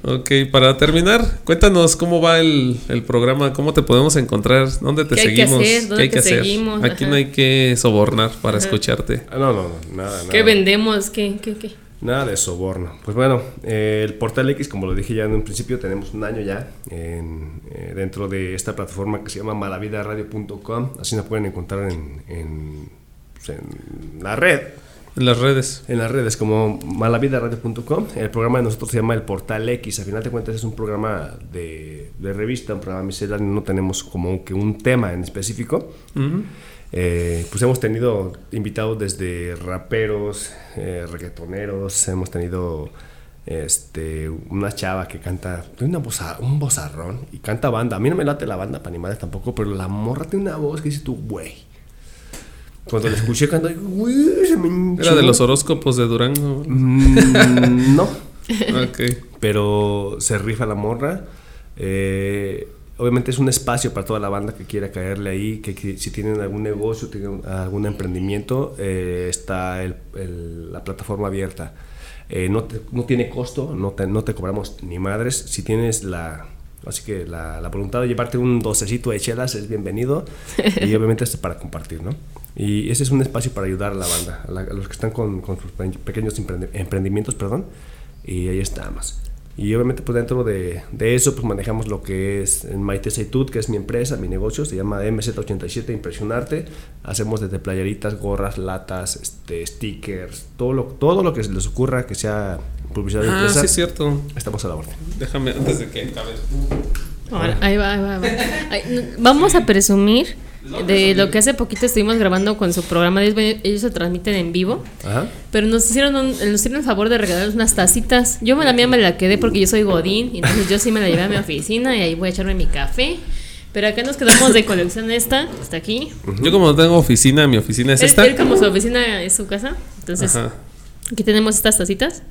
[SPEAKER 1] Ok, para terminar, cuéntanos cómo va el, el programa, cómo te podemos encontrar, dónde te
[SPEAKER 2] ¿Qué hay que
[SPEAKER 1] seguimos,
[SPEAKER 2] hacer? ¿Dónde te seguimos?
[SPEAKER 1] Aquí
[SPEAKER 2] Ajá.
[SPEAKER 1] no hay que sobornar para escucharte.
[SPEAKER 3] Ah, No, no, no, nada, nada.
[SPEAKER 2] ¿Qué vendemos? ¿Qué, qué, qué?
[SPEAKER 3] Nada de soborno. Pues bueno, eh, el Portal X, como lo dije ya en un principio, tenemos un año ya en, eh, dentro de esta plataforma que se llama malavidaradio.com. Así nos pueden encontrar en, en, pues, en la red.
[SPEAKER 1] En las redes.
[SPEAKER 3] En las redes como malavidaradio.com. El programa de nosotros se llama El Portal X. A final de cuentas es un programa de, de revista, un programa misceláneo. No tenemos como que un tema en específico. Eh, pues hemos tenido invitados desde raperos, eh, reggaetoneros, hemos tenido este, una chava que canta, tiene una voza- un vozarrón y canta banda. A mí no me late la banda para animales tampoco, pero la morra tiene una voz que dices tú, güey. Cuando la escuché cantar, güey, se me
[SPEAKER 1] Era de
[SPEAKER 3] hinchó.
[SPEAKER 1] los horóscopos de Durango.
[SPEAKER 3] Mm, no,
[SPEAKER 1] Ok.
[SPEAKER 3] pero se rifa la morra. Eh, obviamente es un espacio para toda la banda que quiera caerle ahí, que, qui- si tienen algún negocio, tienen algún emprendimiento, eh, está el- el- la plataforma abierta. Eh, no, te- no tiene costo, no te, no te cobramos ni madres. Si tienes la... Así que la, la voluntad de llevarte un docecito de chelas es bienvenido y obviamente es para compartir, ¿no? Y ese es un espacio para ayudar a la banda, a, la- a los que están con, con sus pe- pequeños emprendi- emprendimientos, perdón, y ahí estamos. Y obviamente pues dentro de, de eso pues manejamos lo que es en Maite Seitud, que es mi empresa, mi negocio, se llama MZ87 Impresionarte. Hacemos desde playeritas, gorras, latas, este, stickers, todo lo, todo lo que se les ocurra que sea publicidad de
[SPEAKER 1] Ah,
[SPEAKER 3] empresa.
[SPEAKER 1] sí, es cierto.
[SPEAKER 3] Estamos a la orden.
[SPEAKER 1] Déjame antes de que acabe.
[SPEAKER 2] Ahora, ahí va, ahí va, ahí va. Ay, no, vamos a presumir de lo que hace poquito estuvimos grabando con su programa. Ellos, ellos se transmiten en vivo.
[SPEAKER 3] Ajá.
[SPEAKER 2] Pero nos hicieron, un- nos hicieron el favor de regalarnos unas tacitas. Yo me la mía me la quedé porque yo soy Godín. y Entonces yo sí me la llevé a mi oficina y ahí voy a echarme mi café. Pero acá nos quedamos de colección esta. Está aquí.
[SPEAKER 1] Yo como no tengo oficina, mi oficina es
[SPEAKER 2] Él-
[SPEAKER 1] esta.
[SPEAKER 2] él como su oficina es su casa. Entonces
[SPEAKER 1] Ajá.
[SPEAKER 2] Aquí tenemos estas tacitas.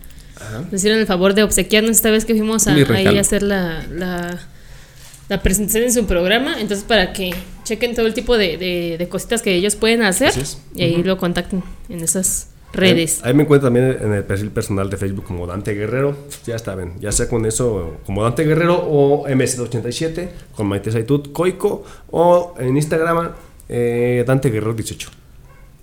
[SPEAKER 2] Nos hicieron el favor de obsequiarnos esta vez que fuimos a,
[SPEAKER 1] Mi
[SPEAKER 2] ahí
[SPEAKER 1] regalo.
[SPEAKER 2] a hacer la, la, la presentación en su programa. Entonces, para que chequen todo el tipo de, de- de cositas que ellos pueden hacer
[SPEAKER 3] Así es.
[SPEAKER 2] y ahí lo contacten en esas redes.
[SPEAKER 3] Ahí, ahí me encuentro también en el perfil personal de Facebook como Dante Guerrero. Ya saben, ya sea con eso, como Dante Guerrero o MC87, con Maite Saitud, Coico, o en Instagram, eh, Dante Guerrero 18.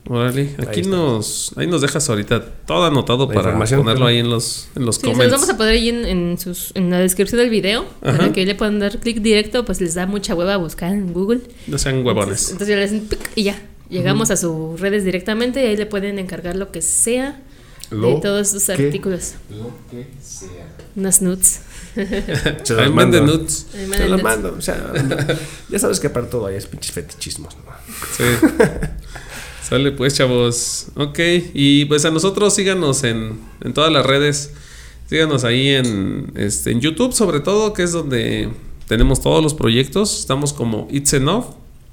[SPEAKER 1] Órale, aquí
[SPEAKER 3] está.
[SPEAKER 1] nos, ahí nos dejas ahorita todo anotado
[SPEAKER 3] La
[SPEAKER 1] para
[SPEAKER 3] información.
[SPEAKER 1] ponerlo ahí en los, en los
[SPEAKER 2] Sí, se los
[SPEAKER 1] comments.
[SPEAKER 2] vamos a poner ahí en, en sus, en la descripción del video
[SPEAKER 1] Ajá.
[SPEAKER 2] para que le puedan dar clic directo, pues les da mucha hueva buscar en Google.
[SPEAKER 1] No sean
[SPEAKER 2] Entonces,
[SPEAKER 1] huevones.
[SPEAKER 2] entonces ya le hacen pic y ya. Llegamos a sus redes directamente y ahí le pueden encargar lo que sea
[SPEAKER 3] Lo
[SPEAKER 2] de todos sus
[SPEAKER 3] que-
[SPEAKER 2] artículos.
[SPEAKER 4] Lo que sea.
[SPEAKER 2] Unas nudes.
[SPEAKER 3] Se
[SPEAKER 1] Ahí
[SPEAKER 3] los
[SPEAKER 1] manden
[SPEAKER 3] mando.
[SPEAKER 1] nudes.
[SPEAKER 2] Ahí
[SPEAKER 3] Se
[SPEAKER 2] mandan
[SPEAKER 3] los
[SPEAKER 2] nudes.
[SPEAKER 3] mando. O sea, ya sabes que para todo hay es pinches fetichismos. ¿no?
[SPEAKER 1] Sí. Sale pues, chavos. Ok. Y pues a nosotros síganos en, en todas las redes. Síganos ahí en, este, en YouTube, sobre todo, que es donde tenemos todos los proyectos. Estamos como It's Enough.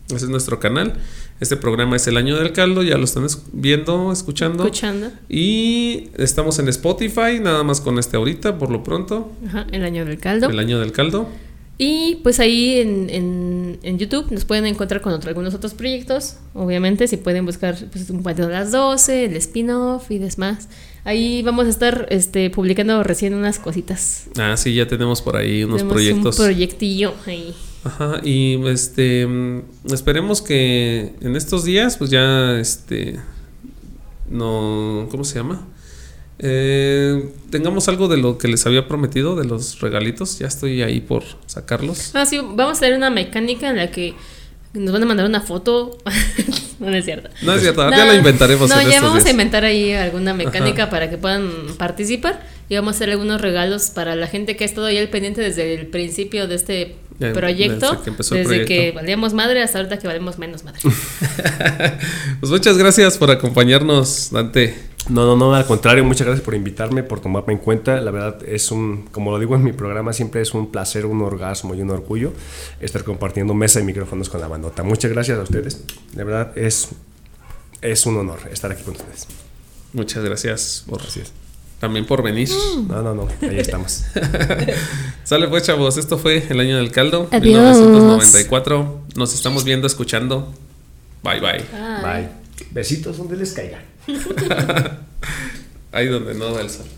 [SPEAKER 1] Ese es nuestro canal. Este programa es El Año del Caldo. Ya lo están es- viendo, escuchando.
[SPEAKER 2] Escuchando.
[SPEAKER 1] Y estamos en Spotify, nada más con este ahorita, por lo pronto.
[SPEAKER 2] Ajá, el año del caldo.
[SPEAKER 1] El Año del Caldo.
[SPEAKER 2] Y pues ahí en, en, en YouTube nos pueden encontrar con otro- algunos otros proyectos. Obviamente, si pueden buscar pues, un patio de las 12, el spin-off y demás. Ahí vamos a estar este, publicando recién unas cositas.
[SPEAKER 1] Ah, sí, ya tenemos por ahí unos
[SPEAKER 2] Tenemos
[SPEAKER 1] proyectos.
[SPEAKER 2] Un proyectillo ahí.
[SPEAKER 1] Ajá, y este mm, esperemos que en estos días, pues ya este no, ¿cómo se llama? Eh, tengamos algo de lo que les había prometido de los regalitos, ya estoy ahí por sacarlos.
[SPEAKER 2] Ah, sí, vamos a tener una mecánica en la que nos van a mandar una foto. no, no es cierto.
[SPEAKER 1] No es cierto,
[SPEAKER 2] No,
[SPEAKER 1] ya la inventaremos.
[SPEAKER 2] No,
[SPEAKER 1] en
[SPEAKER 2] ya
[SPEAKER 1] estos
[SPEAKER 2] vamos a
[SPEAKER 1] días.
[SPEAKER 2] inventar ahí alguna mecánica
[SPEAKER 1] Ajá.
[SPEAKER 2] para que puedan participar y vamos a hacer algunos regalos para la gente que ha estado ya al pendiente desde el principio de este
[SPEAKER 1] Ya,
[SPEAKER 2] proyecto,
[SPEAKER 1] desde que empezó el
[SPEAKER 2] desde que
[SPEAKER 1] proyecto.
[SPEAKER 2] valíamos madre hasta ahorita que valemos menos madre.
[SPEAKER 1] Pues muchas gracias por acompañarnos, Dante.
[SPEAKER 3] No, no, no, al contrario, muchas gracias por invitarme, por tomarme en cuenta. La verdad es un, como lo digo en mi programa, siempre es un placer, un orgasmo y un orgullo estar compartiendo mesa y micrófonos con la bandota. Muchas gracias a ustedes. La verdad es, es un honor estar aquí con ustedes.
[SPEAKER 1] Muchas gracias por
[SPEAKER 3] Gracias.
[SPEAKER 1] también por venir.
[SPEAKER 2] Mm.
[SPEAKER 3] No, no, no, ahí estamos.
[SPEAKER 1] Sale pues, chavos, esto fue el año del caldo,
[SPEAKER 2] Adiós.
[SPEAKER 1] 1994. Nos estamos viendo, escuchando. Bye bye.
[SPEAKER 3] Bye. Besitos donde les caigan.
[SPEAKER 1] Ahí donde no da el sol.